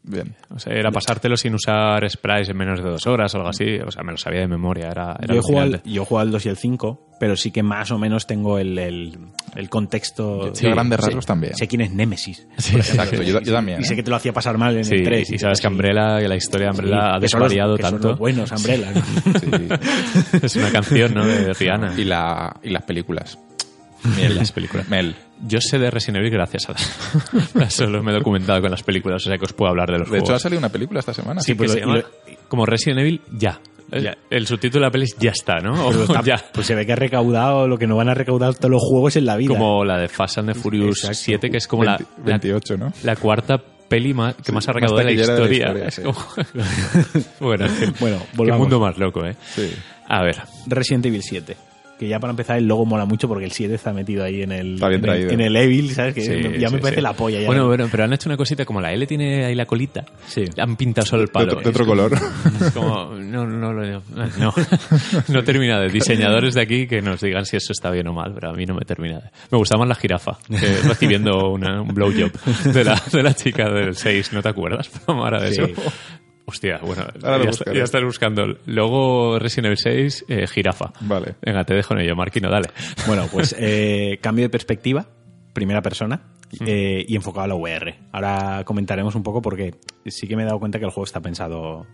C: Bien.
A: O sea, era pasártelo sin usar sprays en menos de dos horas o algo así. O sea, me lo sabía de memoria. Era, era
B: Yo he, jugado al,
A: alucinante.
B: yo he jugado al 2 y el 5, pero sí que más o menos tengo el, el- el contexto.
A: Sí.
C: Yo a grandes
B: Sé-
C: rasgos también.
B: Sé quién es Némesis.
A: Sí,
C: Exacto, yo, yo también.
B: Y sé
C: ¿eh?
B: que te lo hacía pasar mal en
A: Sí,
B: el 3.
A: y sabes que Umbrella, que la historia de Umbrella ha
B: que son los-
A: desvariado
B: que son
A: tanto.
B: los buenos, Umbrella. ¿no?
C: Sí.
A: es una canción, ¿no? De, de Rihanna.
C: ¿eh? Y, la, y las películas.
A: Y las películas.
C: Mel.
A: Yo sé de Resident Evil gracias a... Solo me he documentado con las películas, o sea que os puedo hablar de los
C: De hecho, ha
A: juegos.
C: salido una película esta semana.
A: Sí,
B: Pues
A: que
B: lo-
A: se llama
B: y lo-
A: como Resident Evil, ya. El-
B: Ya.
A: El subtítulo de la peli es ya está, ¿no? O
B: Pero está-
A: Oh, ya.
B: Pues se ve que ha recaudado lo que no van a recaudar todos los juegos en la vida.
A: Como la de Fast and the Furious
B: Exacto.
A: 7, que es como la-
C: 20
A: la,
C: 28, ¿no?
A: la cuarta peli más, que
C: Sí,
A: más ha
C: más
A: recaudado de la
C: taquillera de
A: historia.
C: la historia,
A: Es
C: sí.
A: como- bueno,
B: Bueno,
A: qué
B: volvamos.
A: mundo más loco, ¿eh?
C: Sí.
A: A ver,
B: Resident Evil 7. Que ya para empezar el logo mola mucho porque el 7 está metido ahí en el,
C: Está bien
B: en, el
C: traído.
B: en el Evil, ¿sabes? Que
A: Sí,
B: ya me
A: sí,
B: parece
A: sí.
B: la polla. ya.
A: Bueno, bueno, pero han hecho una cosita, como la L tiene ahí la colita,
B: Sí.
A: han pintado solo el palo. este.
C: de otro, de otro
A: Es como-
C: color.
A: Es como, no, no, lo- no, no, no termina de. Diseñadores de aquí que nos digan si eso está bien o mal, pero a mí no me termina de. Me gustaba más la jirafa, que recibiendo una- un blowjob de la, de la chica del 6, ¿no te acuerdas? Pero ahora de
B: Sí.
A: eso. Hostia, bueno,
C: Ahora lo
A: ya, está-
C: buscaré.
A: ya estás buscando. Luego Resident Evil 6, eh, jirafa.
C: Vale.
A: Venga, te dejo en ello, Marquino, dale.
B: Bueno, pues eh, cambio de perspectiva, primera persona, eh, y enfocado a la VR. Ahora comentaremos un poco porque sí que me he dado cuenta que el juego está pensado.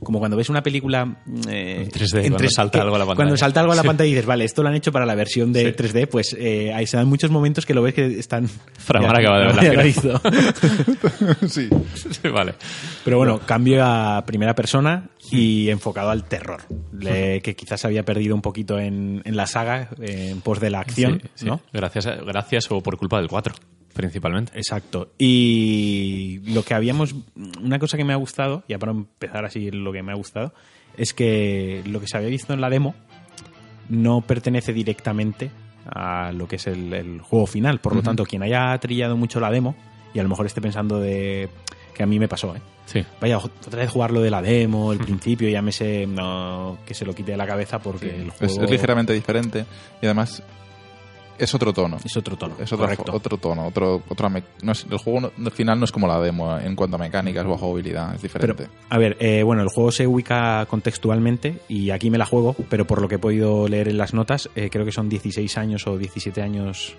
B: Como cuando ves una película eh,
A: En 3D, cuando
B: tres-
A: salta
B: que-
A: algo a la pantalla.
B: Cuando salta algo a la
A: Sí.
B: pantalla y dices, vale, esto lo han hecho para la versión de 3D, pues eh, ahí se dan muchos momentos que lo ves que están.
A: Framar
B: Ya,
A: acaba de ver la
B: ya lo
A: jirafa.
B: hizo.
C: sí.
A: Sí, vale.
B: Pero bueno, cambio a primera persona y enfocado al terror, le- que quizás había perdido un poquito en, en la saga, eh, en pos de la acción,
A: Sí, sí.
B: ¿no?
A: Gracias, a- gracias o por culpa del 4, principalmente.
B: Exacto. Y lo que habíamos. Una cosa que me ha gustado, ya para empezar así lo que me ha gustado, es que lo que se había visto en la demo no pertenece directamente a lo que es el, el juego final. Por lo tanto, quien haya trillado mucho la demo, y a lo mejor esté pensando de. que a mí me pasó, ¿eh?
A: Sí.
B: Vaya, otra vez jugar lo de la demo, el principio, ya me sé no, que se lo quite de la cabeza porque el
C: Es,
B: juego
C: es ligeramente diferente y además es otro tono.
B: es otro tono.
C: Es otro,
B: correcto.
C: otro tono, otro, otra me- no es- el juego no- al final no es como la demo en cuanto a mecánicas o a jugabilidad, es
B: Pero,
C: diferente.
B: a ver, eh, bueno, el juego se ubica contextualmente y aquí me la juego, pero por lo que he podido leer en las notas, eh, creo que son 16 años o 17 años.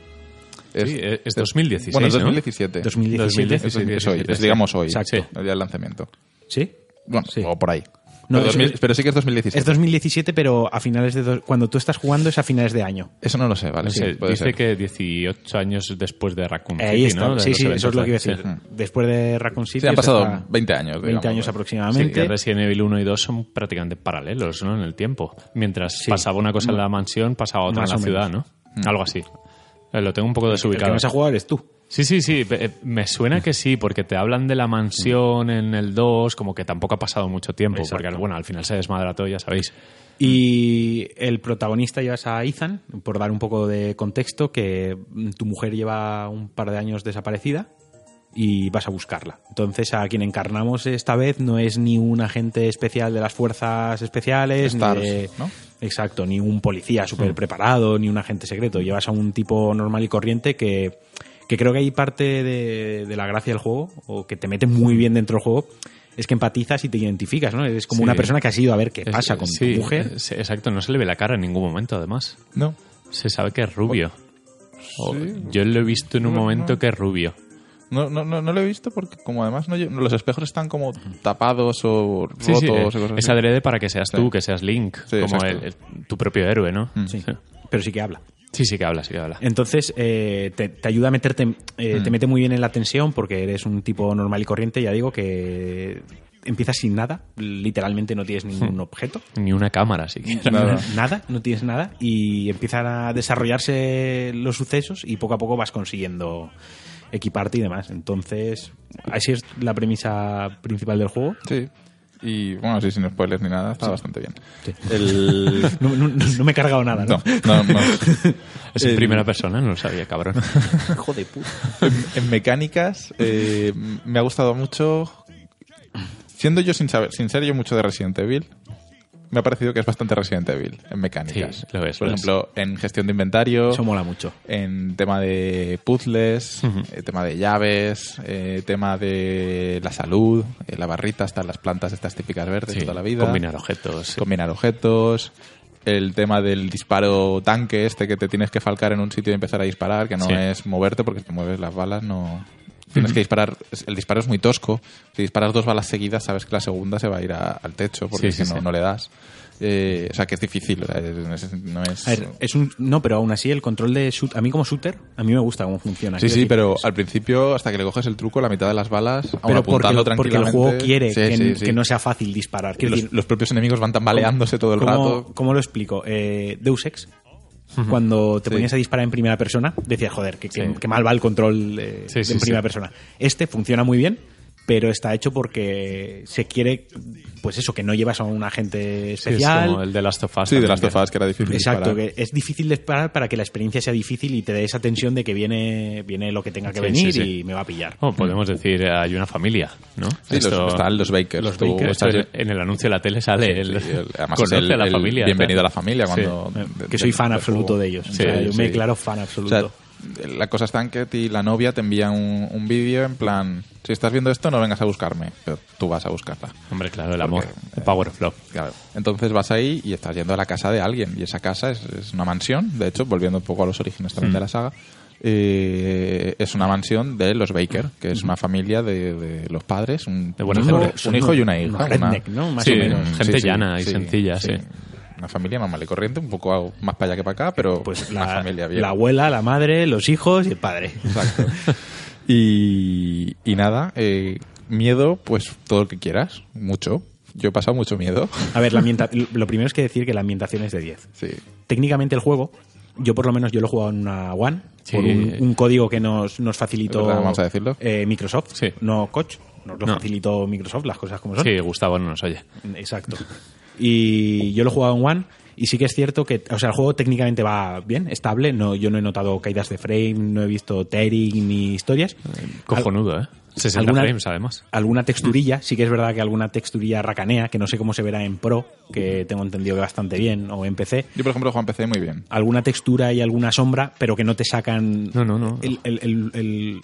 A: Sí, es- es 2016,
C: Bueno, es
A: ¿no?
C: 2017.
B: 2017.
C: Es, es
A: 2017,
C: hoy, es, digamos hoy,
B: Exacto.
C: el día del lanzamiento.
B: ¿Sí?
C: Bueno,
B: Sí.
C: o por ahí.
B: No,
C: pero,
B: es-
C: 2000 pero sí que es
B: Es
C: 2017.
B: 2017, pero a finales de. do- Cuando tú estás jugando es a finales de año.
C: Eso no lo sé,
A: No
C: ¿vale?
A: sé,
C: sí, puede
A: dice
C: ser.
A: que 18 años después de Raccoon
B: Ahí
A: City,
B: está.
A: ¿no? De
B: sí,
A: los
B: sí, eso es lo que iba a
A: eventos,
B: decir.
A: sí.
B: Después de Raccoon City.
C: Sí, han
B: o sea,
C: pasado
B: está
C: 20 años.
B: 20 años
C: digamos.
A: Sí,
B: aproximadamente.
A: que Resident Evil 1 y 2 son prácticamente paralelos, ¿no? En el tiempo. Mientras pasaba una cosa en la mansión, pasaba otra
B: Más
A: en la
B: o Mm.
A: ciudad, ¿no? Algo así. Eh, Lo tengo un poco
B: el que
A: desubicado.
B: más ha jugado eres tú.
A: Sí, sí, sí. pe- eh, Me suena que sí, porque te hablan de la mansión en el 2, como que tampoco ha pasado mucho tiempo.
B: Exacto.
A: Porque, bueno, al final se desmadra todo, ya sabéis.
B: Y el protagonista llevas a Ethan, por dar un poco de contexto, que mm, tu mujer lleva un par de años desaparecida y vas a buscarla. Entonces a quien encarnamos esta vez no es ni un agente especial de las fuerzas especiales,
C: Stars,
B: ni de-
C: ¿no?
B: Exacto, ni un policía súper preparado, ni un agente secreto. Llevas a un tipo normal y corriente que, que creo que hay parte de, de la gracia del juego, o que te mete muy bien dentro del juego, es que empatizas y te identificas, ¿no? Eres como
A: Sí.
B: una persona que has ido a ver qué
A: Es-
B: pasa con
A: sí,
B: tu mujer.
A: eh, sí, exacto, no se le ve la cara en ningún momento, además.
C: No.
A: Se sabe que es rubio. O-
C: Oh, Sí.
A: Yo lo he visto en un
C: No,
A: momento
C: no.
A: que es rubio.
C: No, no, no, no lo he visto porque como además no lle- los espejos están como tapados o rotos
A: Sí, sí, eh,
C: o cosas así.
A: es adrede para que seas
C: Sí.
A: tú, que seas Link,
C: Sí,
A: como
C: exacto. Mm.
A: el- el- tu propio héroe, ¿no?
B: Sí, pero sí que habla.
A: Sí, sí que habla, sí que habla.
B: Entonces eh, te, te ayuda a meterte, eh, te mete muy bien en la tensión porque eres un tipo normal y corriente, ya digo, que empiezas sin nada, literalmente no tienes ningún objeto.
A: Ni una cámara siquiera.
C: Nada.
B: Mm. Nada, no tienes nada y empiezan a desarrollarse los sucesos y poco a poco vas consiguiendo equiparte y demás. Entonces, así es la premisa principal del juego.
C: Sí. Y bueno, sí, sin spoilers ni nada, está bastante bien.
B: Sí.
C: El...
B: No, no- no- no me he cargado nada, ¿no?
C: No, no, no.
A: Es en
C: El-
A: primera persona, no lo sabía, cabrón.
B: Hijo de puta.
C: en, en mecánicas eh, me ha gustado mucho. Siendo yo sin saber, sin ser yo mucho de Resident Evil, me ha parecido que es bastante Resident Evil en mecánicas.
A: Sí, lo es,
C: Por
A: lo es.
C: ejemplo, en gestión de inventario,
B: Eso mola mucho.
C: en tema de puzzles, eh, tema de llaves, eh, tema de la salud, eh, la barrita, hasta las plantas estas típicas verdes
A: Sí,
C: de toda la vida.
A: Combinar objetos. sí.
C: combinar objetos, el tema del disparo tanque este que te tienes que falcar en un sitio y empezar a disparar, que no
A: Sí.
C: es moverte porque si te mueves las balas no... Tienes que disparar, es- el disparo es muy tosco, si disparas dos balas seguidas sabes que la segunda se va a ir a- al techo porque
A: Sí, sí,
C: si no,
A: sí.
C: no le das. Eh, o sea, que es difícil. o sea, es- es- no es...
B: A ver, es un, no, pero aún así el control de shoot, a mí como shooter, a mí me gusta cómo funciona.
C: Sí,
B: Quiero
C: sí,
B: decir,
C: pero
B: es-
C: al principio, hasta que le coges el truco, la mitad de las balas, aún
B: pero porque,
C: apuntando
B: porque el
C: tranquilamente...
B: juego quiere
C: Sí,
B: que,
C: sí, sí.
B: que no sea fácil disparar.
C: Y
B: Quiero
C: los,
B: decir,
C: los propios enemigos van tambaleándose todo el
B: ¿cómo,
C: rato.
B: cómo lo explico? Eh, Deus Ex, cuando te
C: Sí.
B: ponías a disparar en primera persona, decías, joder, que, que-
A: Sí.
B: que mal va el control eh,
A: Sí,
B: de
A: sí,
B: en primera
A: sí.
B: persona. Este funciona muy bien, pero está hecho porque se quiere, pues eso, que no llevas a un agente
A: Sí, es
B: especial.
A: como el de Last of Us.
C: Sí, de
A: también,
C: las
A: que-
C: tofadas que era difícil
B: Exacto,
C: disparar.
B: que es difícil disparar para que la experiencia sea difícil y te dé esa tensión de que viene, viene lo que tenga que
A: Sí,
B: venir
A: sí, sí.
B: y me va a pillar.
C: Oh.
A: Bueno, podemos decir, eh, hay una familia, ¿no?
C: Mm. Sí, los- están los Bakers.
A: Los
C: Tú
A: Bakers,
C: estás-
A: en- en el anuncio de la tele sale el,
C: Sí, el- además es
A: conoce
C: el,
A: a la
C: el
A: familia.
C: bienvenido
A: tal.
C: a la familia cuando...
A: Sí.
C: de-
B: Eh, Que
C: de-
B: soy fan
C: del
B: absoluto
C: juego.
B: de ellos. O
A: Sí,
B: sea, yo me
C: sí.
B: declaro fan
C: O
B: absoluto.
C: sea, la cosa está en que a ti la novia te envía un, un vídeo en plan, si estás viendo esto no vengas a buscarme, pero tú vas a buscarla.
A: Hombre, claro, el amor.
C: Porque,
A: el Power of Love.
C: Claro. Entonces vas ahí y estás yendo a la casa de alguien. Y esa casa es, es una mansión, de hecho, volviendo un poco a los orígenes
B: Hmm.
C: también de la saga. eh, es una mansión de los Baker, que
B: Hmm.
C: es una familia de, de los padres, un,
A: De buena
C: un
A: gente.
C: hijo, un hijo y una hija.
B: Unos
C: una-
B: redneck, ¿no? Más
A: Sí,
B: o menos.
A: gente llana y sencilla, sí.
C: Una familia normal y corriente, un poco más para allá que para acá, pero
B: Pues
C: una
B: la,
C: familia bien.
B: la abuela, la madre, los hijos y el padre.
C: Exacto. y, y nada, eh, miedo, pues todo lo que quieras, mucho. Yo he pasado mucho miedo.
B: A ver, la ambienta- lo primero es que decir que la ambientación es de 10.
C: Sí.
B: Técnicamente el juego, yo por lo menos yo lo he jugado en una One,
A: Sí.
B: por un, un código que nos, nos facilitó
C: Es verdad, vamos a decirlo.
B: eh, Microsoft,
A: Sí.
B: no Coach, nos lo
A: No.
B: facilitó Microsoft, las cosas como son.
A: Sí, Gustavo no nos oye.
B: Exacto. Y yo lo he jugado en One y sí que es cierto que, o sea, el juego técnicamente va bien, estable, no, yo no he notado caídas de frame, no he visto tearing ni historias.
A: Cojonudo, ¿eh? 60
B: alguna-
A: frames, además.
B: Alguna texturilla, sí que es verdad que alguna texturilla racanea, que no sé cómo se verá en Pro, que tengo entendido que bastante bien, o en PC.
C: Yo, por ejemplo, Juan PC muy bien.
B: Alguna textura y alguna sombra, pero que no te sacan.
A: No, no, no.
B: El, el- el- el-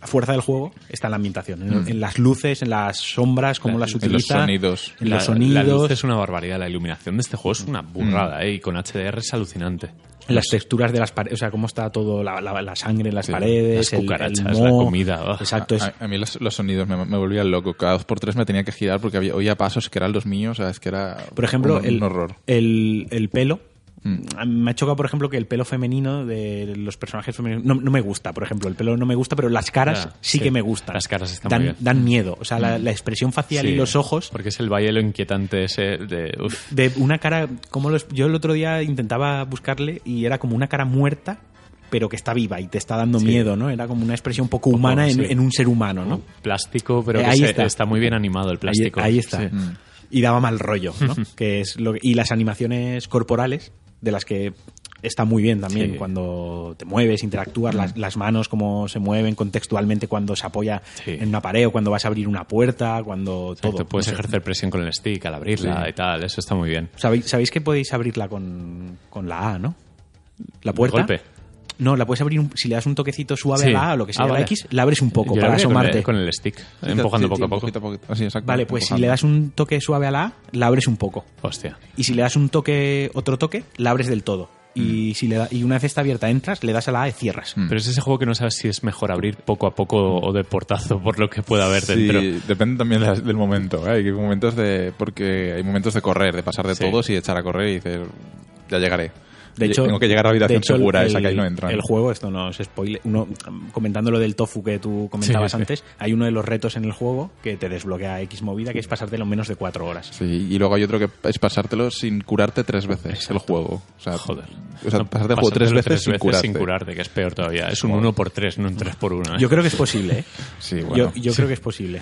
B: la fuerza del juego está en la ambientación, en, en las luces, en las sombras, cómo
A: Mm. La-
B: las
A: en
C: los
B: utiliza.
C: sonidos.
B: En
A: la,
B: los sonidos. Mm.
A: la luz es una barbaridad. La iluminación de este juego es una burrada, ¿eh? Y con HDR es alucinante.
B: las texturas de las paredes, o sea, cómo está todo, la, la- la sangre en las
C: Sí,
B: paredes,
A: las
B: el- el
A: cucarachas, la
B: moho.
A: comida, oh.
B: Exacto, es-
C: A, a mí los, los sonidos me, me volvían loco. Cada dos por tres me tenía que girar porque había, oía pasos que eran los míos. O sea, es que era
B: por ejemplo,
C: un,
B: el,
C: un horror. Mm.
B: El, el pelo. A mí Me ha chocado, por ejemplo, que el pelo femenino de los personajes femeninos no, no me gusta, por ejemplo. El pelo no me gusta, pero las caras
A: Ya,
B: sí,
A: sí.
B: que me gustan.
A: Las caras están
B: dan,
A: muy bien. Mm.
B: dan miedo. O sea, la, la expresión facial y
A: Sí,
B: los ojos
A: Porque es el baile lo inquietante ese de... uf.
B: de una cara como los, yo el otro día intentaba buscarle y era como una cara muerta pero que está viva y te está dando miedo no era como una expresión poco humana en,
A: sí.
B: en un ser humano no
A: Plástico, pero
B: Eh,
A: que
B: ahí
A: se-
B: está.
A: está. muy bien animado el
B: Ahí-
A: plástico.
B: Ahí, está. Mm,
A: Sí.
B: Y daba mal rollo, ¿no? que es lo que- y las animaciones corporales, de las que está muy bien también
A: Sí. Mm.
B: cuando te mueves, interactúas, las, las manos cómo se mueven contextualmente cuando se apoya
A: Sí.
B: en una pared o cuando vas a abrir una puerta, cuando
A: Exacto,
B: todo.
A: puedes
B: No sé.
A: ejercer presión con el stick al abrirla
C: Sí.
A: y tal, eso está muy bien.
B: ¿Sabéis, sabéis que podéis abrirla con, con la A, ¿no? La puerta.
A: golpe?
B: No, la puedes abrir un- si le das un toquequecito suave
A: Sí.
B: a la A o lo que sea,
A: Ah,
B: a la
A: vale.
B: X, la abres un poco
A: Yo
B: para
A: lo haría con el-
B: asomarte.
A: Con el, stick, empujando
C: Sí, sí,
A: poco a poco.
C: poquito poquito. Sí, exacto,
B: Vale, pues si
C: empujando.
B: le das un toque suave a la A, la abres un poco.
A: Hostia.
B: y si le das un toque, otro toque, la abres del todo.
C: Mm.
B: Y si le da- y una vez está abierta, entras, le das a la A y cierras.
A: Pero es ese juego que no sabes si es mejor abrir poco a poco o de portazo por lo que pueda haber
C: Sí,
A: dentro.
C: depende también de- del momento. ¿eh? Hay momentos de. Porque hay momentos de correr, de pasar de
A: Sí.
C: todos y echar a correr y dices, ya llegaré.
B: De hecho,
C: tengo que llegar a la habitación
B: de hecho,
C: segura,
B: el-
C: esa que ahí no entran.
B: El juego, esto no es spoiler. Uno, mm, comentando lo del tofu que tú comentabas
A: Sí, sí.
B: antes, hay uno de los retos en el juego que te desbloquea X movida, que es pasártelo en menos de cuatro horas.
C: Sí, y luego hay otro que es pasártelo sin curarte tres veces el juego. O sea,
A: Joder.
C: O sea,
A: No,
C: pasarte el juego tres
A: pasártelo
C: veces, sin, curarte.
A: sin curarte, que es peor todavía. Es un
C: Joder.
A: 1 por 3 no un 3 por 1
B: Yo creo que es posible, ¿eh?
C: Sí,
B: Yo,
C: bueno.
B: yo creo que es posible.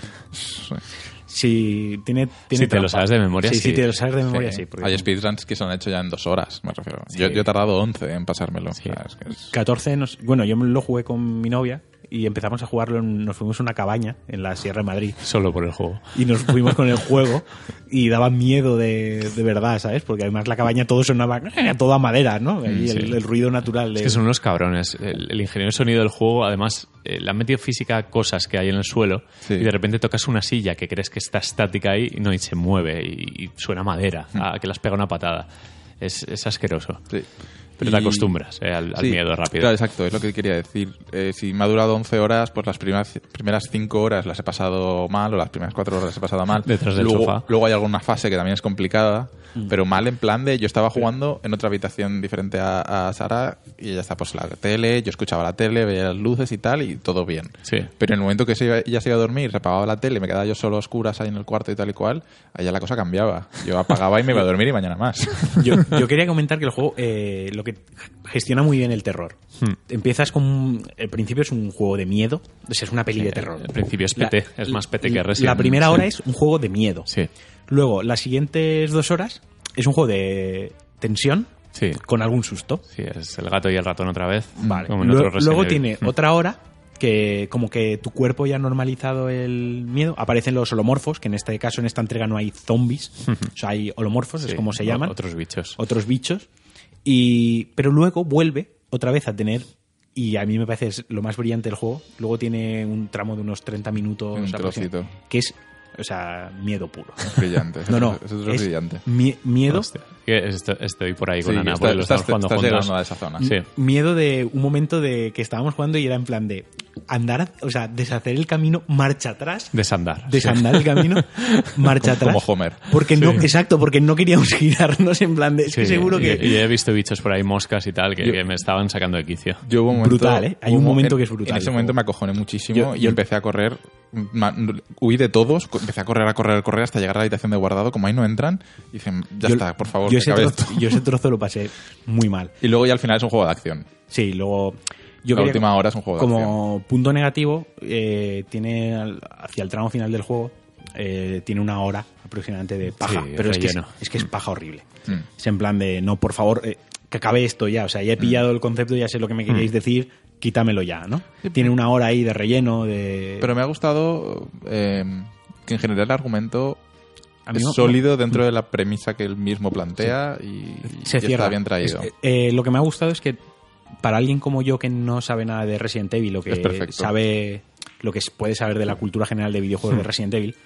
B: Si tiene, tiene
A: Si te lo
B: trampa.
A: sabes de memoria,
B: Sí,
A: sí.
B: si te lo sabes de memoria, sí.
C: Sí.
B: porque
C: Hay speedruns que se han hecho ya en dos horas, me refiero. Yo, yo he tardado 11 en pasármelo. O sea, es que es-
B: 14, nos- bueno, yo lo jugué con mi novia y empezamos a jugarlo, en- nos fuimos a una cabaña en la Sierra de Madrid
A: Solo por el juego.
B: y nos fuimos con el juego y daba miedo de, de verdad, ¿sabes? Porque además la cabaña todo sonaba a toda madera, ¿no? Y el, el ruido natural de...
A: Es que son unos cabrones. El, el ingeniero de sonido del juego, además, eh, le han metido física a cosas que hay en el suelo
C: Sí.
A: y de repente tocas una silla
C: Mm.
A: que crees que está estática ahí y no, y se mueve y, y suena a madera, a que las pega una patada. Es, es asqueroso.
C: Sí.
A: Pero
C: Y-
A: te acostumbras eh, al, al
C: Sí,
A: miedo rápido.
C: Claro, exacto, es lo que quería decir. Eh, si me ha durado 11 horas, pues las primeras, primeras 5 horas las he pasado mal o las primeras 4 horas las he pasado mal.
A: Detrás del
C: luego,
A: sofá. Mm.
C: Luego hay alguna fase que también es complicada, pero mal en plan de yo estaba jugando en otra habitación diferente a, a Sara y ella está pues la tele, yo escuchaba la tele, veía las luces y tal y todo bien.
A: Sí.
C: Pero en el momento que se iba, ella se iba a dormir, se apagaba la tele, me quedaba yo solo a oscuras ahí en el cuarto y tal y cual, allá la cosa cambiaba. Yo apagaba y me iba a dormir y mañana más.
B: Yo, yo quería comentar que el juego eh, lo que gestiona muy bien el terror.
A: Hmm.
B: Empiezas con. El principio es un juego de miedo. O sea, es una peli de terror.
A: al principio es PT, es más PT que
B: La
A: Resident,
B: primera
A: sí.
B: hora es un juego de miedo.
A: Sí.
B: Luego, las siguientes dos horas es un juego de tensión
A: Sí.
B: con algún susto.
A: Sí, es el gato y el ratón otra vez.
B: Vale.
A: como en
B: Lue-
A: otro
B: Luego,
A: Resident Evil.
B: tiene
A: Mm.
B: otra hora que como que tu cuerpo ya ha normalizado el miedo. Aparecen los holomorfos, que en este caso, en esta entrega no hay zombies. o sea, hay holomorfos, es
A: Sí,
B: como se
A: o-
B: llaman.
A: Otros bichos.
B: otros bichos. Y, pero luego vuelve otra vez a tener, y a mí me parece es lo más brillante del juego, luego tiene un tramo de unos 30 minutos
C: Un
B: aproximadamente,
C: trocito.
B: que es, o sea, miedo puro.
C: brillante.
B: No, no,
C: Es otro
B: es
C: brillante.
B: mie- miedo,
A: Hostia, que esto- Estoy por ahí con
C: Sí,
A: Ana,
C: está-
A: porque lo
C: estás-
A: estamos jugando
C: estás
A: juntos.
C: llegando a esa zona.
A: Sí.
B: miedo de un momento de que estábamos jugando y era en plan de andar, o sea, deshacer el camino, marcha atrás,
A: Desandar. sí.
B: desandar el camino, marcha
C: Como-
B: atrás.
C: como Homer.
B: Porque no, exacto, porque no queríamos girarnos en plan de, es que
A: Sí,
B: seguro
A: y-
B: que...
A: Y, he visto bichos por ahí, moscas y tal, que,
C: Yo-
A: que me estaban sacando de quicio.
C: Yo hubo un momento,
B: Brutal, ¿eh? Hay
C: hubo
B: un momento
C: en-
B: que es brutal
C: En ese
B: el
C: momento
B: juego.
C: me acojoné muchísimo
B: Yo-
C: y empecé a correr. ma- huí de todos, co- empecé a correr, a correr, a correr hasta llegar a la habitación de guardado. Como ahí no entran, y dicen, ya
B: yo-
C: está, por favor,
B: yo
C: que
B: ese
C: acabe
B: trozo-
C: esto.
B: yo ese trozo lo pasé muy mal.
C: Y luego ya al final es un juego de acción.
B: Sí, luego. Yo
C: la
B: quería-
C: última hora es un juego de acción.
B: Como punto negativo, eh, tiene al- hacia el tramo final del juego, eh, tiene una hora aproximadamente de paja.
A: Sí,
B: pero es que es,
A: relleno.
B: es que es paja horrible.
C: Mm.
B: Es en plan de, no, por favor, eh, que acabe esto ya. O sea, ya he pillado el concepto, ya sé lo que me
C: Mm.
B: queríais decir, quítamelo ya, ¿no? Tiene una hora ahí de relleno, de.
C: Pero me ha gustado eh, que en general el argumento
B: A mí
C: es
B: no-
C: sólido dentro de la premisa que él mismo plantea y,
B: se
C: y
B: cierra.
C: está bien traído.
B: Es- eh, lo que me ha gustado es que para alguien como yo que no sabe nada de Resident Evil o
C: Es
B: que
C: perfecto.
B: sabe lo que s- puede saber de la cultura general de videojuegos
C: Hmm.
B: de Resident Evil,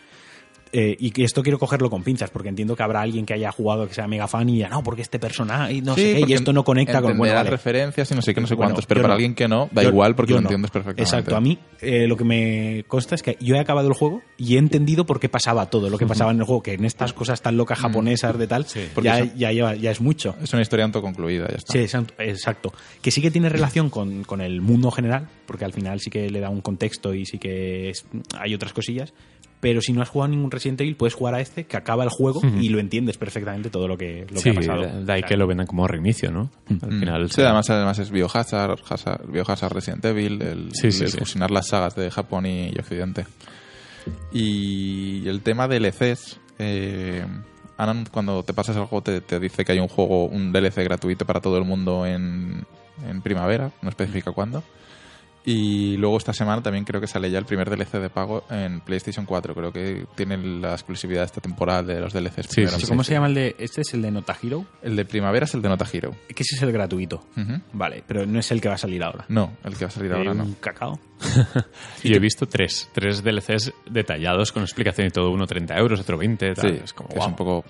B: eh, y que esto quiero cogerlo con pinzas, porque entiendo que habrá alguien que haya jugado, que sea mega fan y ya no, porque este personaje, y no
C: Sí,
B: sé qué, y
C: porque
B: esto no conecta con... Bueno,
C: entenderá
B: vale.
C: referencias y no sé qué, no sé
B: Bueno,
C: cuántos, pero
B: yo
C: para
B: no.
C: alguien que no, da
B: Yo-
C: igual porque
B: yo
C: lo
B: no.
C: entiendes perfectamente.
B: Exacto, a mí eh, lo que me consta es que yo he acabado el juego y he entendido por qué pasaba todo lo que pasaba en el juego, que en estas cosas tan locas japonesas de tal,
C: Hmm. Porque
B: ya,
C: eso-
B: ya, lleva- ya es mucho.
C: Es una historia autoconcluida, ya está.
B: Sí, exacto, exacto. Que sí que tiene relación con, con el mundo general, porque al final sí que le da un contexto y sí que es- hay otras cosillas. Pero si no has jugado a ningún Resident Evil, puedes jugar a este, que acaba el juego y lo entiendes perfectamente todo lo que, lo que
A: Sí,
B: ha pasado.
A: da- da ahí
B: Claro.
A: que lo vendan como reinicio, ¿no? Al final.
C: Mm. Sí, además, además es Biohazard, Hazard, Biohazard Resident Evil, el,
A: Sí, sí,
C: el
A: sí.
C: fusionar las sagas de Japón y, y Occidente. Y el tema de DLCs, eh, Anan, cuando te pasas el juego te, te dice que hay un juego, un DLC gratuito para todo el mundo en, en primavera, no especifica cuándo. Y luego esta semana también creo que sale ya el primer DLC de pago en PlayStation 4. Creo que tiene la exclusividad esta temporada de los DLCs.
A: Sí,
C: primero.
A: sí, sí.
B: ¿Cómo se llama el de. Este es el de Nota Hero?
C: El de primavera es el de Nota Hero.
B: Que ese es el gratuito.
C: Ujú.
B: Vale, pero no es el que va a salir ahora.
C: No, el que va a salir ahora
B: Eh,
C: no.
B: un cacao.
A: Yo he visto tres. Tres DLCs detallados con explicación y todo. Uno 30 euros, otro 20. Tal.
C: Sí,
A: es como
C: es
A: guau.
C: un poco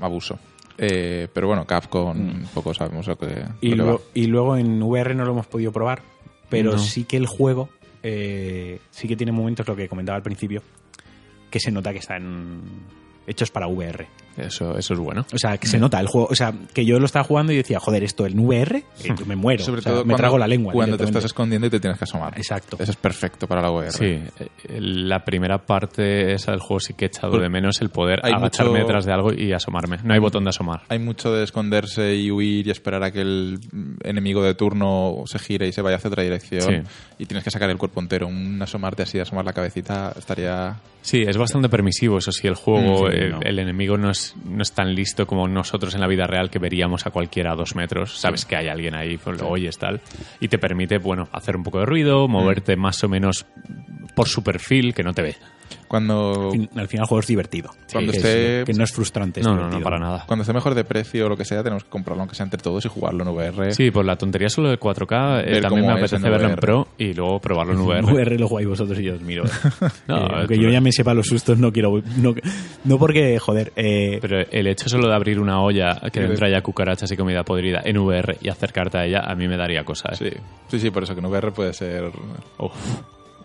C: abuso. Eh, pero bueno, Capcom, un poco sabemos lo que.
B: Y,
C: lo que
B: luego-
C: va.
B: y luego en VR no lo hemos podido probar, pero
A: No.
B: sí que el juego eh, sí que tiene momentos, lo que comentaba al principio, que se nota que están hechos para VR.
A: Eso, eso es bueno.
B: O sea, que
A: Mm.
B: se nota el juego. O sea, que yo lo estaba jugando y decía, joder, esto en VR, eh, yo me muero.
C: Sobre
B: O sea,
C: todo
B: me
C: cuando-
B: trago la lengua.
C: Cuando te estás
B: directamente.
C: escondiendo y te tienes que asomar.
B: Exacto.
C: Eso es perfecto para la VR.
A: Sí, eh, la primera parte esa del juego sí que he echado
C: Por-
A: de menos el poder
C: Pues hay
A: agacharme
C: mucho- Mm.
A: detrás de algo y asomarme. No hay botón de asomar.
C: Hay mucho de esconderse y huir y esperar a que el mm, enemigo de turno se gire y se vaya hacia otra dirección.
A: Sí.
C: Y tienes que sacar el cuerpo entero. Un asomarte así, asomar la cabecita, estaría.
A: Sí, es bastante permisivo, eso sí, el juego,
C: Mm, sí,
A: eh,
C: no.
A: el enemigo no es, no es tan listo como nosotros en la vida real que veríamos a cualquiera a dos metros, sabes que hay alguien
C: Mm.
A: ahí, pues lo oyes tal, y te permite, bueno, hacer un poco de ruido, moverte más o menos por su perfil que no te ve.
C: Cuando,
B: Fin- al final el juego es divertido.
C: cuando
A: sí,
C: esté
B: Que no es frustrante. es
A: no, no, no,
B: divertido.
A: para nada.
C: cuando esté mejor de precio o lo que sea, tenemos que comprarlo, aunque sea entre todos, y jugarlo en VR.
A: Sí, por la tontería solo del 4K, eh,
C: Ver
A: también me
C: cómo es
A: apetece
C: en
A: verlo en
C: VR.
A: Pro y luego probarlo en
B: En
A: VR.
B: VR lo jugáis vosotros y yo os miro.
A: No,
B: Eh, aunque
A: tú
B: yo
A: no.
B: ya me sepa los sustos, no quiero. No, no porque, joder. eh,
A: Pero el hecho solo de abrir una olla que dentro haya cucarachas y comida podrida en VR y acercarte a ella, a mí me daría eh. cosas.
C: Sí, sí, sí, por eso que en VR puede ser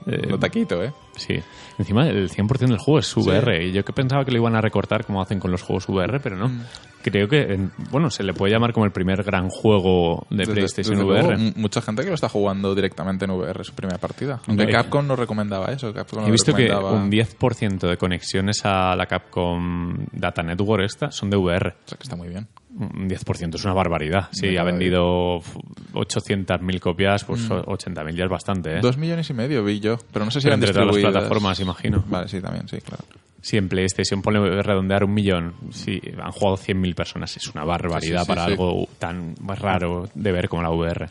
C: lo taquito, ¿eh?
A: Sí. Encima, el 100% del juego es VR. Y yo que pensaba que lo iban a recortar como hacen con los juegos VR, pero
C: Mm.
A: no. Creo que, en- bueno, se le puede llamar como el primer gran juego de
C: Desde-
A: PlayStation
C: desde
A: VR.
C: luego, m- mucha gente que lo está jugando directamente en VR su primera partida. Aunque
A: Hombre.
C: Capcom no recomendaba eso. Capcom
A: He
C: no
A: visto que
C: recomendaba-
A: un 10% de conexiones a la Capcom Data Network esta son de VR.
C: O sea, que está muy bien.
A: Un 10% es una barbaridad. Si
C: Una
A: ha
C: barbaridad.
A: vendido f- 800.000 copias, pues 80.000 ya es bastante, ¿eh?
C: Mm. Dos millones y medio vi yo, pero no sé si
A: Pero
C: eran
A: entre todas las
C: distribuidas.
A: plataformas, imagino.
C: Vale, sí, también, sí, claro.
A: este, Si en PlayStation pone redondear un millón, si han jugado 100.000 personas, es una barbaridad
C: Sí, sí,
A: para
C: sí.
A: algo tan raro de ver como la VR.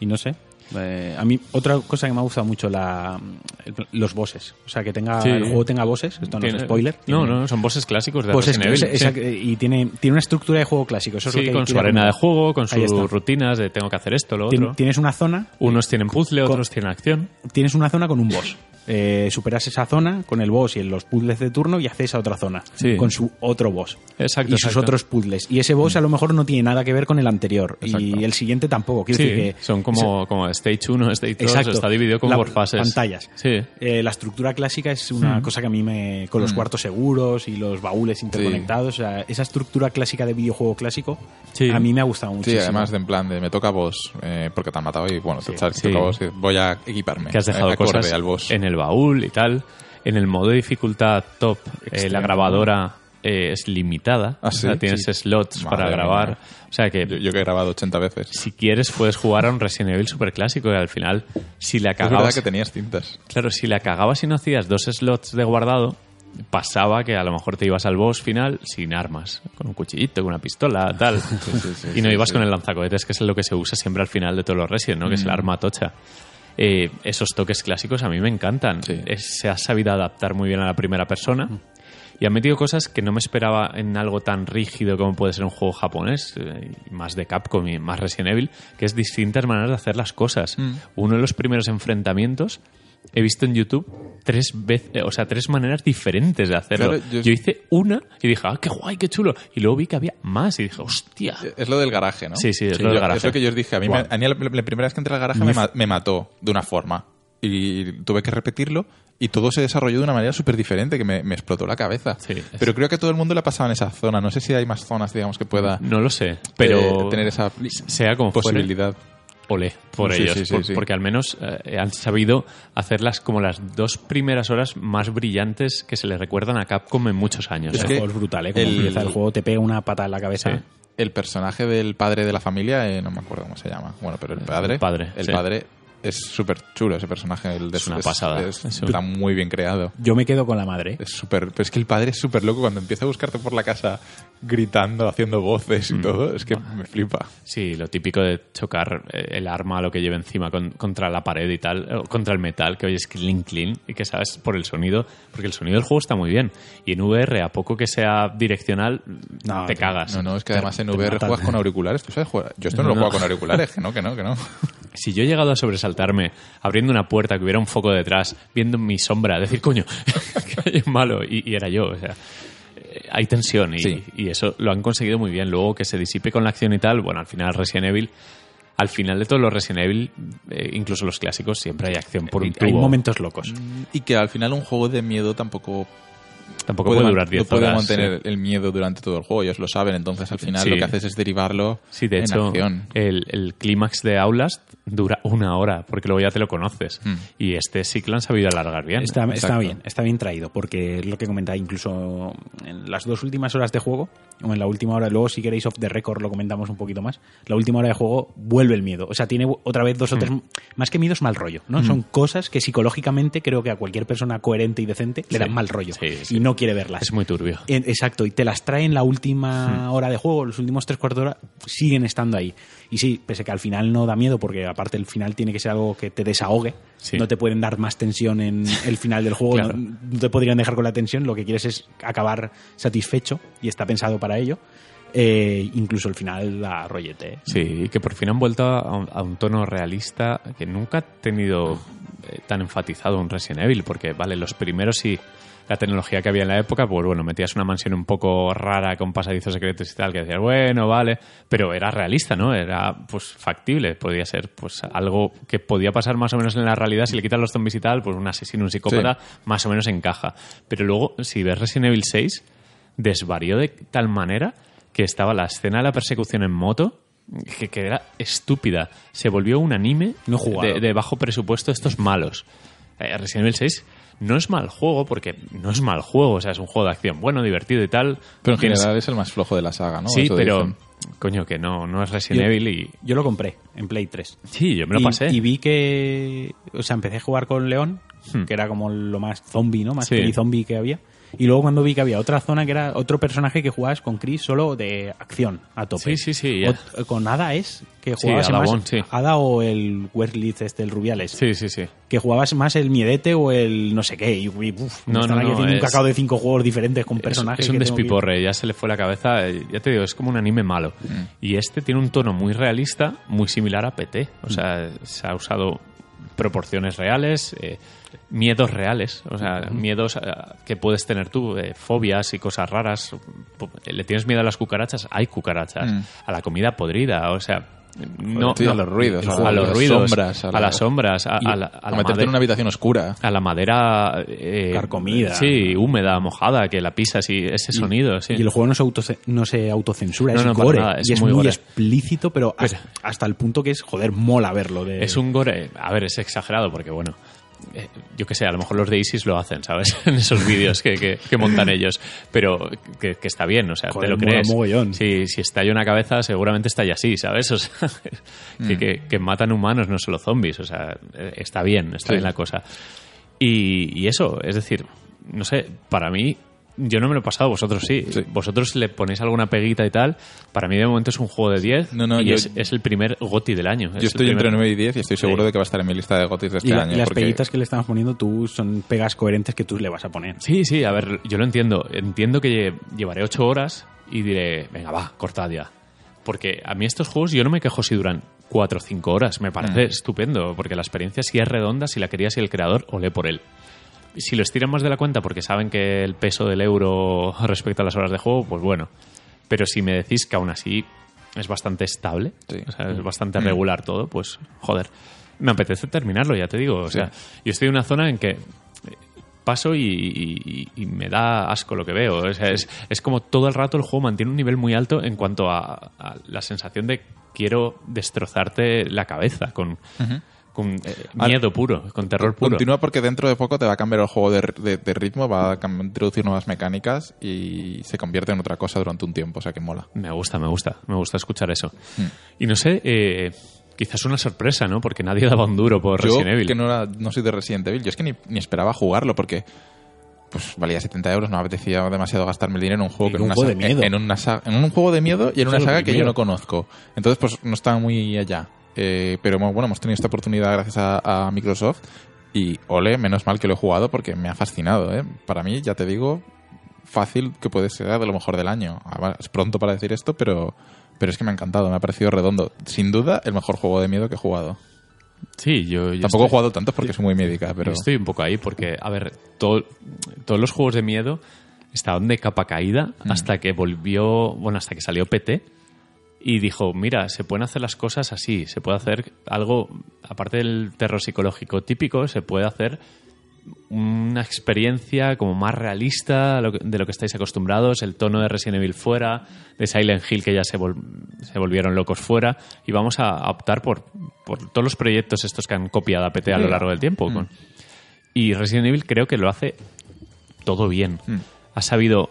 B: y no sé. eh, a mí, otra cosa que me ha gustado mucho, la, los bosses. O sea, que tenga
A: Sí.
B: el juego tenga bosses. Esto no es
A: Tiene-
B: spoiler.
A: No,
B: Tiene- Pues
A: no, son bosses clásicos de
B: Bosses,
A: Resident Evil.
B: esa-
A: Sí.
B: esa- y tiene, tiene una estructura de juego clásico. Eso es
A: Sí,
B: lo que
A: con su
B: quería
A: arena de
B: comentar.
A: juego, con
B: Ahí está.
A: sus rutinas de tengo que hacer esto, lo
B: Tien-
A: otro.
B: Tienes una zona
A: Unos tienen puzzle,
B: con-
A: otros tienen acción.
B: tienes una zona con un boss. Eh, superas esa zona con el boss y los puzzles de turno y haces a otra zona
A: Sí.
B: con su otro boss
A: Exacto,
B: y sus
A: exacto.
B: otros puzzles y ese boss a lo mejor no tiene nada que ver con el anterior
C: Exacto.
B: y el siguiente tampoco quiero
A: Sí,
B: decir que
A: son como, como Stage 1, Stage 2,
B: Exacto.
A: está dividido como
B: La-
A: por fases.
B: pantallas.
A: Sí.
B: eh, la estructura clásica es
C: Hmm.
B: una cosa que a mí me con los cuartos seguros y los baúles interconectados o sea, esa estructura clásica de videojuego clásico
A: Sí.
B: a mí me ha gustado
C: Sí,
B: muchísimo
C: además de en plan de me toca a vos eh, porque te han matado y bueno, te sabes que
A: sí.
C: te toca a vos y voy a equiparme.
A: que has dejado
C: eh, acorde
A: cosas
C: al boss.
A: en el baúl y tal. En el modo de dificultad top, eh, la
C: Extremo.
A: grabadora eh, es limitada.
C: Ah,
A: O sea,
C: ¿sí?
A: tienes
C: Sí.
A: slots
C: Madre
A: para
C: mía.
A: grabar. O sea que
C: Yo, yo que he grabado 80 veces.
A: si quieres puedes jugar a un Resident Evil super clásico y al final si la
C: es verdad
A: cagabas,
C: que tenías cintas.
A: claro, si la cagabas y no hacías dos slots de guardado, pasaba que a lo mejor te ibas al boss final sin armas, con un cuchillito, con una pistola, tal. y no
C: sí,
A: ibas
C: sí. Mm.
A: con el lanzacohetes, que es lo que se usa siempre al final de todos los Resident, ¿no? Que es el arma tocha. Eh, esos toques clásicos a mí me encantan.
C: Sí. Mm.
A: Es- se ha sabido adaptar muy bien a la primera persona. Y han metido cosas que no me esperaba en algo tan rígido como puede ser un juego japonés, eh, y más de Capcom y más Resident Evil, que es distintas maneras de hacer las cosas.
C: Mm.
A: Uno de los primeros enfrentamientos he visto en YouTube tres veces, o sea, tres maneras diferentes de hacerlo.
C: Claro,
A: yo...
C: yo-
A: hice una y dije, ah, qué guay, qué chulo. Y luego vi que había más y dije, hostia.
C: Es lo del garaje, ¿no?
A: Sí, sí, es
C: Sí,
A: lo del
C: yo-
A: garaje.
C: Es lo que yo os dije. A mí, me- a mí la, la primera vez que entré al garaje me, ma- me mató de una forma. Y tuve que repetirlo y todo se desarrolló de una manera súper diferente que me, me explotó la cabeza.
A: Sí, es-
C: Pero creo que a todo el mundo le ha pasado en esa zona. No sé si hay más zonas, digamos, que pueda
A: No lo sé, pero
C: eh, tener esa
A: sea como fuere,
C: posibilidad.
A: olé por
C: Sí,
A: ellos,
C: sí, sí,
A: por-
C: sí.
A: porque al menos eh, han sabido hacerlas como las dos primeras horas más brillantes que se le recuerdan a Capcom en muchos años.
B: Ese
A: ¿eh?
C: que
B: juego es brutal ¿eh? como
C: el-
B: empieza el juego te pega una pata en la cabeza
A: Sí.
C: El personaje del padre de la familia, eh, no me acuerdo cómo se llama. Bueno, pero el padre.
A: El padre,
C: el
A: sí.
C: padre es súper chulo ese personaje. El de-
A: Es una pasada.
C: es-
A: Es un-
C: está muy bien creado.
B: yo me quedo con la madre ¿eh?
C: Es súper. Pero es que el padre es súper loco cuando empieza a buscarte por la casa gritando, haciendo voces y todo. Es que me flipa.
A: Sí, lo típico de chocar eh, el arma, lo que lleva encima con- contra la pared y tal, o contra el metal, que oyes clink clink y que sabes por el sonido, porque el sonido del juego está muy bien. Y en VR, a poco que sea direccional,
B: No,
A: te
B: te-
A: cagas.
C: No, no, es que además en
B: te
C: VR
B: matan.
C: juegas con auriculares. ¿Tú sabes jugar? Yo esto no, lo juego con auriculares, que no, que no, que no.
A: Si yo he llegado a sobresaltarme abriendo una puerta que hubiera un foco detrás, viendo mi sombra, decir, coño, que hay un malo, y, y era yo, o sea. eh, Hay tensión y,
C: Sí.
A: y eso lo han conseguido muy bien. Luego que se disipe con la acción y tal, bueno, al final Resident Evil, al final de todos los Resident Evil, eh, incluso los clásicos, siempre hay acción por un tubo.
B: hay momentos locos
C: Mm, Y que al final un juego de miedo tampoco
A: Tampoco puede,
C: man-
A: durar 10
C: no puede
A: horas.
C: mantener
A: sí.
C: el miedo durante todo el juego, ellos lo saben. Entonces al final
A: Sí.
C: lo que haces es derivarlo
A: Sí, de
C: en
A: hecho,
C: acción.
A: el, el clímax de Outlast dura una hora, porque luego ya te lo conoces.
C: Mm.
A: Y este sí que lo han sabido alargar bien.
B: Está, está
C: Exacto.
B: bien, está bien traído, porque es lo que comentaba incluso en las dos últimas horas de juego, o en la última hora, luego si queréis off the record lo comentamos un poquito más, la última hora de juego vuelve el miedo, o sea, tiene otra vez dos o
A: Hmm.
B: tres, más que miedo es mal rollo, ¿no? Son cosas que psicológicamente creo que a cualquier persona coherente y decente
A: Sí,
B: le dan mal rollo
A: sí, sí.
B: y no quiere verlas.
A: Es muy turbio.
B: En- Exacto, y te las trae en la
A: Hmm.
B: última hora de juego, los últimos tres cuartos de hora siguen estando ahí. Y sí, pese que al final no da miedo porque aparte el final tiene que ser algo que te desahogue.
A: Sí.
B: No te pueden dar más tensión en el final del juego,
A: Claro.
B: no, no te podrían dejar con la tensión, lo que quieres es acabar satisfecho y está pensado para ello. Eh, incluso el final la rollete. ¿eh?
A: Sí, que por fin han vuelto a un, a un tono realista que nunca ha tenido eh, tan enfatizado un Resident Evil, porque vale, los primeros sí, la tecnología que había en la época, pues bueno, metías una mansión un poco rara con pasadizos secretos y tal, que decías, bueno, vale, pero era realista, ¿no? Era pues factible, podía ser pues algo que podía pasar más o menos en la realidad, si le quitas los zombies y tal, pues un asesino, un psicópata, más o menos encaja. Pero luego, si ves Resident Evil 6, desvarió de tal manera que estaba la escena de la persecución en moto, que, que era estúpida. Se volvió un anime
B: No jugado.
A: de, de bajo presupuesto estos malos. Eh, Resident Evil 6 no es mal juego porque no es mal juego, o sea, es un juego de acción bueno, divertido y tal.
C: Pero en
A: Tienes-
C: general es el más flojo de la saga, ¿no?
A: sí,
C: Eso
A: pero
C: dicen.
A: coño, que no, no es Resident
B: Yo,
A: Evil y...
B: yo lo compré en Play 3.
A: Sí, yo me lo
B: y,
A: pasé.
B: y vi que. O sea, empecé a jugar con León,
A: Hmm.
B: que era como lo más zombie, ¿no? Más
A: Sí.
B: peli zombie que había. Y luego cuando vi que había otra zona que era otro personaje que jugabas con Chris solo de acción a tope.
A: Sí, sí, sí, ya.
B: Ot- con Ada es que
A: Sí,
B: jugabas
A: Ada
B: más.
A: Wong, sí.
B: Ada o el Werlitz, este, el Rubiales.
A: Sí, sí, sí.
B: Que jugabas más el Miedete o el no sé qué. Y, uy, uf, me
A: No, no,
B: están aquí
A: no,
B: haciendo un
A: es-
B: cacao de cinco juegos diferentes con personajes.
A: Es, es un
B: que tengo que ir-
A: despiporre, ya se le fue la cabeza. eh, Ya te digo, es como un anime malo.
C: Mm.
A: Y este tiene un tono muy realista, muy similar a PT. O sea,
C: Mm.
A: se ha usado proporciones reales, eh, miedos reales, o sea,
C: Mm.
A: miedos eh, que puedes tener tú, eh, fobias y cosas raras. Po- ¿Le tienes miedo a las cucarachas? Hay cucarachas.
C: Mm.
A: A la comida podrida, o sea... No,
C: tío,
A: no-
C: a los ruidos,
A: a,
C: a las
A: los ruidos,
C: sombras,
A: a,
C: a la-
A: las sombras, a, a la,
C: a
A: a la
C: meterte
A: madera-
C: en una habitación oscura.
A: a la madera eh,
B: Carcomida.
A: Sí, húmeda, mojada, que la pisas y ese sonido, sí.
B: Y el juego no se, autoce- no se autocensura,
A: No,
B: es
A: no, para
B: gore.
A: nada, es
B: y es
A: muy
B: muy,
A: gore.
B: explícito, pero has-
A: Pero-
B: hasta, el punto que es, joder, mola verlo. De,
A: Es un gore, a ver, es exagerado porque bueno, eh, yo qué sé, a lo mejor los de ISIS lo hacen, ¿sabes? en esos vídeos que, que- que montan ellos, pero que, que está bien, o sea, te
B: Joder,
A: lo
B: mola
A: crees.
B: mogollón.
A: Si, si estalla una cabeza, seguramente estalla así, ¿sabes? O sea, que,
C: Mm.
A: que- que matan humanos, no solo zombies, o sea, eh, está bien, está
C: Sí.
A: bien la cosa. Y, y eso, es decir, no sé, para mí, yo no me lo he pasado, vosotros sí.
C: Sí.
A: Vosotros le ponéis alguna peguita y tal. Para mí, de momento, es un juego de 10
C: No, no,
A: y
C: yo-
A: es, es el primer GOTI del año. Es
C: Yo
A: el
C: estoy entre
A: primer-
C: 9 y 10 y estoy seguro
A: Sí.
C: de que va a estar en mi lista de gotis de este
B: y la-
C: año.
B: y las
C: porque-
B: peguitas que le estamos poniendo tú son pegas coherentes que tú le vas a poner.
A: Sí, sí, a ver, yo lo entiendo. Entiendo que lle- llevaré ocho horas y diré, venga, va, cortad ya. Porque a mí estos juegos yo no me quejo si duran cuatro o cinco horas. Me parece
C: Mm.
A: estupendo, porque la experiencia sí es redonda, si la quería, si el creador, olé por él. Si lo estiran más de la cuenta porque saben que el peso del euro respecto a las horas de juego, pues bueno. Pero si me decís que aún así es bastante estable,
C: Sí. Mm.
A: o sea, es bastante regular todo, pues joder. Me apetece terminarlo, ya te digo. O
C: Sí.
A: sea, yo estoy en una zona en que paso y, y- y me da asco lo que veo. O sea, es, es como todo el rato el juego mantiene un nivel muy alto en cuanto a, a la sensación de quiero destrozarte la cabeza con, con, eh,
C: Ahora-
A: miedo puro, con terror puro.
C: Continúa porque dentro de poco te va a cambiar el juego de, de- de ritmo, va a cam- introducir nuevas mecánicas y se convierte en otra cosa durante un tiempo, o sea que mola.
A: Me gusta, me gusta, me gusta escuchar eso.
C: Mm.
A: Y no sé, eh, quizás una sorpresa, ¿no? Porque nadie daba un duro por
C: yo
A: Resident Evil.
C: que no, era- no soy de Resident Evil, yo es que ni, ni esperaba jugarlo porque pues valía 70 euros, no me apetecía demasiado gastarme el dinero en un juego
B: En
C: que
B: un
C: una
B: juego de
C: sa-
B: miedo.
C: En, una sa- en un juego de miedo y
A: Eso
C: en una
A: es lo
C: saga que yo
A: primero.
C: no conozco. Entonces pues no estaba muy allá. Eh, pero bueno, hemos tenido esta oportunidad gracias a, a Microsoft y ole, menos mal que lo he jugado porque me ha fascinado. ¿eh? Para mí, ya te digo, fácil que puede ser de lo mejor del año. Ahora, Es pronto para decir esto, pero, pero es que me ha encantado, me ha parecido redondo. Sin duda, el mejor juego de miedo que he jugado.
A: Sí, yo, yo
C: Tampoco he
A: estoy-
C: jugado tantos porque soy muy médica,
A: Yo
C: pero
A: estoy un poco ahí porque, a ver, todo- todos los juegos de miedo estaban de capa caída hasta que volvió, bueno, hasta que salió PT y dijo, mira, se pueden hacer las cosas así, se puede hacer algo, aparte del terror psicológico típico, se puede hacer una experiencia como más realista a lo que- de lo que estáis acostumbrados, el tono de Resident Evil fuera, de Silent Hill que ya se, vol- se volvieron locos fuera, y vamos a, a optar por, por todos los proyectos estos que han copiado a PT a lo
C: Venga.
A: largo del tiempo. con- y Resident Evil creo que lo hace todo bien. Ha sabido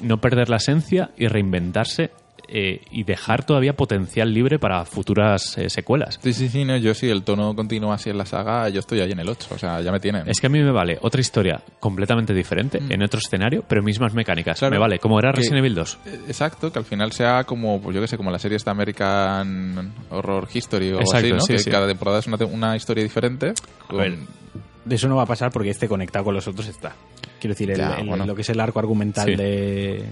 A: no perder la esencia y reinventarse eh, y dejar todavía potencial libre para futuras eh, secuelas.
C: Sí, sí, sí, no, yo si el tono continúa así en la saga, yo estoy ahí en el 8, o sea, ya me tienen.
A: Es que a mí me vale otra historia completamente diferente, en otro escenario, pero mismas mecánicas.
C: Mm. Claro,
A: me vale, como era
C: que-
A: Resident Evil 2.
C: Eh, Exacto, que al final sea como, pues yo qué sé, como la serie esta American Horror History o algo
A: Exacto,
C: así, ¿no?
A: sí,
C: que
A: sí.
C: cada temporada es una, te- una historia diferente. con-
A: ver,
B: De eso no va a pasar porque este conectado con los otros está. Quiero decir, el-
C: Ya,
B: el-
C: bueno.
B: lo que es el arco argumental
A: Sí.
B: de,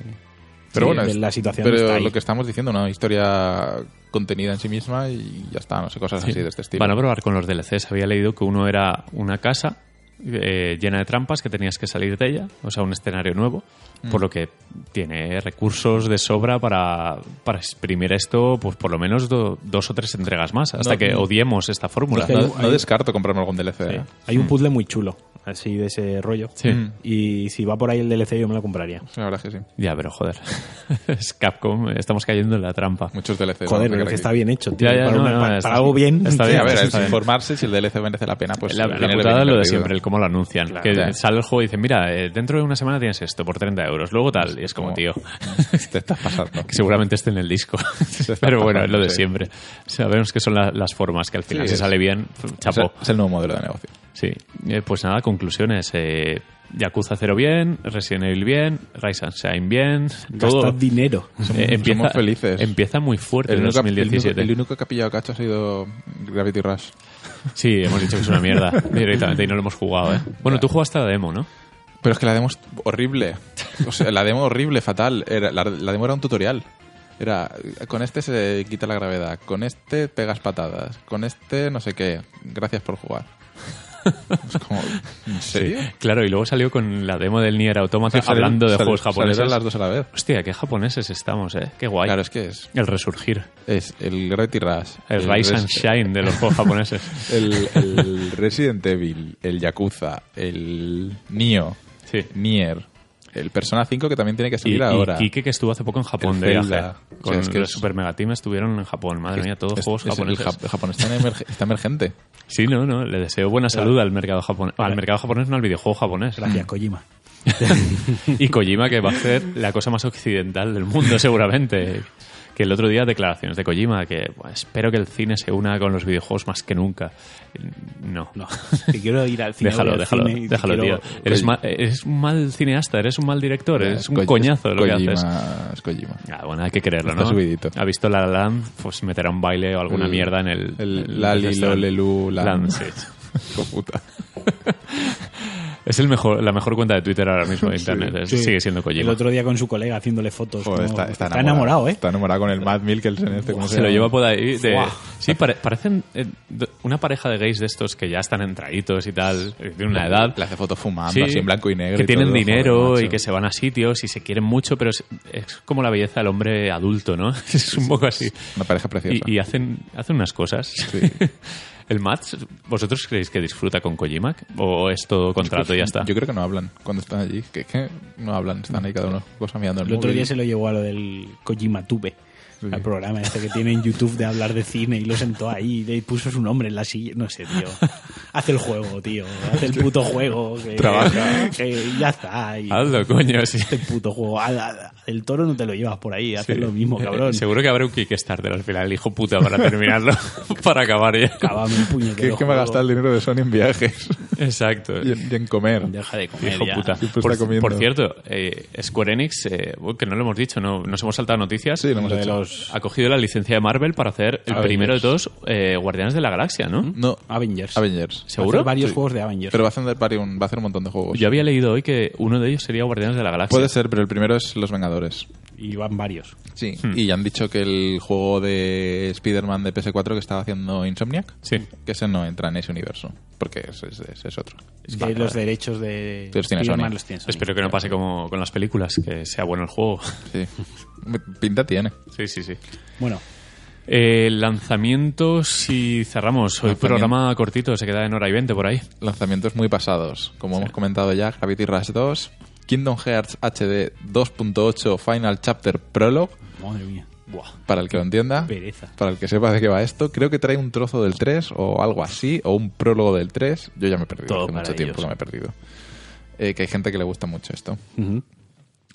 B: sí,
C: pero bueno,
B: de
C: es-
B: la situación
C: Pero
B: está ahí.
C: lo que estamos diciendo, una historia contenida en sí misma y ya está, no sé, cosas así de este estilo.
A: Van a probar con los DLCs. Había leído que uno era una casa eh, llena de trampas que tenías que salir de ella, o sea, un escenario nuevo,
C: Mm.
A: por lo que tiene recursos de sobra para, para exprimir esto, pues por lo menos do- dos o tres entregas más, hasta
C: No,
A: que
C: no.
A: odiemos esta fórmula.
B: que
C: no,
B: hay-
C: no descarto comprarme algún DLC. ¿eh?
B: Hay un puzzle muy chulo, así de ese rollo.
A: Sí.
C: Mm.
B: Y si va por ahí el DLC yo me lo compraría.
C: La verdad es que sí.
A: Ya, pero joder, es Capcom, estamos cayendo en la trampa.
C: Muchos DLC.
B: Joder,
C: ¿no?
B: pero
C: Porque
B: que está bien hecho, tío.
A: Ya, ya,
B: para
A: no,
B: una-
A: no,
B: para-
A: está
B: para algo
A: bien.
B: bien.
A: Está
C: Sí, a ver,
A: Eso
C: es
A: está bien.
C: informarse si el DLC merece la pena, pues
A: la,
C: al
A: la
C: final
A: putada es
C: debería
A: lo de
C: ser
A: siempre, el
C: divertido.
A: cómo lo anuncian. que
C: Ya.
A: sale el juego y dicen, mira, eh, dentro de una semana tienes esto por 30 euros, luego tal, y es como,
C: Pues Como-
A: tío,
C: Te estás pasando.
A: que seguramente esté en el disco.
C: está
A: Pero bueno, es lo de
C: sí.
A: siempre. Sabemos que son la- las formas, que al final
C: Sí,
A: si
C: es-
A: sale bien,
C: O sea,
A: chapo.
C: es el nuevo modelo de negocio.
A: Sí. Eh, pues nada, conclusiones. Eh, Yakuza 0 bien, Resident Evil bien, Rise and Shine bien, todo.
B: Gastar dinero.
A: Eh, empieza,
C: somos felices.
A: Empieza muy fuerte el
C: único- único-
A: 2017.
C: el único que ha pillado cacho ha sido Gravity Rush.
A: Sí, hemos dicho que es una mierda directamente y no lo hemos jugado. ¿eh? Bueno, tú jugaste la demo, ¿no?
C: Pero es que la demo es horrible. O sea, la demo horrible, fatal. Era- la, la demo era un tutorial. Era, con este se quita la gravedad, con este pegas patadas, con este no sé qué. Gracias por jugar. Es como, ¿en serio?
A: Claro, y luego salió con la demo del Nier Automata
C: O sea,
A: hablando de
C: salieron-
A: juegos
C: salieron
A: japoneses.
C: las dos a la vez.
A: Hostia, qué japoneses estamos, ¿eh? Qué guay.
C: Claro, es que es,
A: El resurgir.
C: es el Gravity Rush.
A: El Rise
C: Res-
A: and Shine de los juegos japoneses.
C: El, el Resident Evil, el Yakuza, el Nio,
A: Sí.
C: Nier, el Persona 5 que también tiene que
A: Y,
C: salir
A: y
C: ahora.
A: Kike, que estuvo hace poco en Japón
C: El
A: de viaje.
C: Zelda.
A: Con
C: O sea, es que
A: el
C: es-
A: Super Mega Team estuvieron en Japón. Madre mía, todos
C: Es-
A: juegos
C: es-
A: japoneses.
C: El, Jap- el japonés está, emerge- está emergente.
A: Sí, no, no. Le deseo buena salud al mercado japonés. Al mercado japonés, no al videojuego japonés.
B: Gracias, Kojima.
A: Y Kojima, que va a hacer la cosa más occidental del mundo, seguramente. Que el otro día declaraciones de Kojima, que "Buah, espero que el cine se una con los videojuegos más que nunca. No.
B: No, si quiero ir al cine.
A: Déjalo,
B: voy al
A: déjalo,
B: cine y
A: déjalo,
B: quiero-
A: tío. Eres, ma- eres un mal cineasta, eres un mal director, eres un coñazo lo que
C: Kojima,
A: haces.
C: Es Kojima.
A: Ah, bueno, hay que creerlo,
C: Está
A: ¿no?
C: subidito.
A: Ha visto La La Land, pues meterá un baile o alguna
C: El-
A: mierda en el...
C: el
A: en
C: Lali,
A: restaurante.
C: Lolelu, Land.
A: sí.
C: Hijo puta.
A: Es el mejor, la mejor cuenta de Twitter ahora mismo de internet. es-
B: Sí.
A: Sigue siendo
B: El
A: Kojima.
B: otro día con su colega haciéndole fotos.
C: Joder,
B: como-
C: está, está
B: enamorado, ¿eh?
C: Está enamorado con el Matt Mikkelsen este. ¿cómo
A: Se lo
C: llama?
A: lleva por ahí de...
B: Buah.
A: Sí, pare- parecen eh, d- una pareja de gays de estos que ya están entraditos y tal, eh, de una edad.
C: Le hace fotos fumando,
A: Sí,
C: así en blanco y negro.
A: Que
C: y
A: tienen
C: todo,
A: dinero
C: joder, macho.
A: y que se van a sitios y se quieren mucho, pero es, es como la belleza del hombre adulto, ¿no? Es un poco así.
C: Una pareja preciosa.
A: Y, y hacen, hacen unas cosas. El Mats, ¿vosotros creéis que disfruta con Kojima? ¿O es todo contrato y ya está?
C: Yo creo que no hablan cuando están allí. Que, que no hablan, están ahí cada uno cosa mirando el
B: El otro
C: móvil.
B: día se lo llevó a lo del Kojima Tube.
C: Sí.
B: Al programa este que tiene en YouTube de hablar de cine y lo sentó ahí y le puso su nombre en la silla. No sé, tío. Hace el juego, tío. Hace el puto juego. que-
C: Trabaja.
B: que ya está. y-
A: Hazlo, coño. sí.
B: Este puto juego. Al- al- El toro no te lo llevas por ahí. Haces
A: Sí.
B: lo mismo, cabrón.
A: Eh, Seguro que habrá un Kickstarter al final, hijo puta, para terminarlo, para acabar ya.
B: Cábame el puñetero
C: Que es que me ha
B: juego.
C: gastado el dinero de Sony en viajes
A: Exacto.
C: y, en, y en comer.
B: Deja de comer
A: Hijo
B: ya.
A: puta.
C: Siempre
A: Por,
C: está comiendo.
A: por cierto, eh, Square Enix, eh, uy, que no lo hemos dicho, no, nos hemos saltado noticias.
C: Sí, lo hemos
B: Lo de
C: hecho.
B: los
A: ha cogido la licencia de Marvel para hacer el
C: Avengers.
A: primero de todos eh, Guardianes de la Galaxia, ¿no?
C: No,
B: Avengers.
C: Avengers.
A: ¿Seguro?
B: Hacer varios
C: Sí.
B: juegos de Avengers.
C: Pero va a, hacer varios- va a hacer un montón de juegos.
A: Yo había leído hoy que uno de ellos sería Guardianes de la Galaxia.
C: Puede ser, pero el primero es Los Vengadores.
B: Y van varios.
C: Sí. Y ya han dicho que el juego de Spider-Man de PS4 que estaba haciendo Insomniac,
A: Sí.
C: que ese no entra en ese universo, porque ese es, ese es otro.
B: Es que
A: Vale,
B: los derechos de.
C: Los tiene
B: Spider-Man
C: Sony.
B: los tiene Sony.
A: Espero que no pase como con las películas, que sea bueno el juego.
C: Sí. Pinta tiene.
A: Sí, sí, sí.
B: Bueno,
A: Eh, lanzamientos y cerramos. Hoy
C: Lanzamiento.
A: programa cortito, se queda en hora y 20 por ahí.
C: Lanzamientos muy pasados. Como hemos comentado ya, Gravity Rush 2, Kingdom Hearts HD 2.8 Final Chapter Prologue,
B: madre mía. Buah.
C: para el que lo entienda.
B: Pereza.
C: Para el que sepa de qué va esto, creo que trae un trozo del 3 o algo así, o un prólogo del 3. Yo ya me he perdido,
B: Todo
C: hace
B: para
C: mucho tiempo
B: ellos.
C: que me he perdido. Eh, que hay gente que le gusta mucho esto.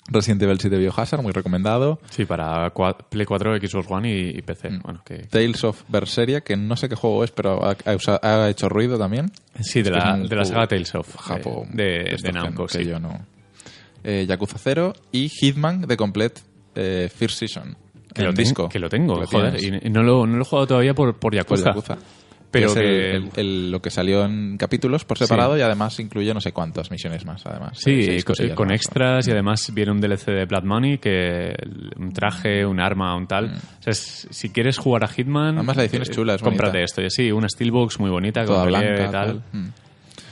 C: Resident Evil 7 Biohazard, muy recomendado.
A: Sí, para cua- Play 4, Xbox One y, y PC.
C: Mm.
A: Bueno, que...
C: Tales of Berseria, que no sé qué juego es, pero ha, ha usa- ha hecho ruido también.
A: Sí, de
C: Es
A: la, de
C: un
A: la
C: juego
A: saga Tales of. eh,
C: Japón.
A: De, de,
C: estos
A: Namco,
C: que
A: sí.
C: yo no. Eh, Yakuza 0 y Hitman de Complete eh, First Season.
A: Que
C: en
A: lo, ten-
C: disco.
A: que lo tengo,
C: Lo
A: joder.
C: tienes.
A: Y, y no, lo, no lo he jugado todavía por, por
C: Pues
A: Yakuza.
C: Yakuza.
A: Pero
C: Es el-
A: que-
C: el- el- lo que salió en capítulos por separado y además incluye no sé cuántas misiones más, además. Eh,
A: Sí,
C: seis
A: con,
C: cosillas
A: con
C: más,
A: extras y además viene un DLC de Blood Money, que el- un traje, un arma, un tal. O sea, es- si quieres jugar a Hitman, eh,
C: Además, la edición es chula, es
A: cómprate
C: bonita.
A: esto. Y sí, una steelbox muy bonita,
C: Toda
A: con relieve
C: blanca,
A: y tal.
C: tal. Mm.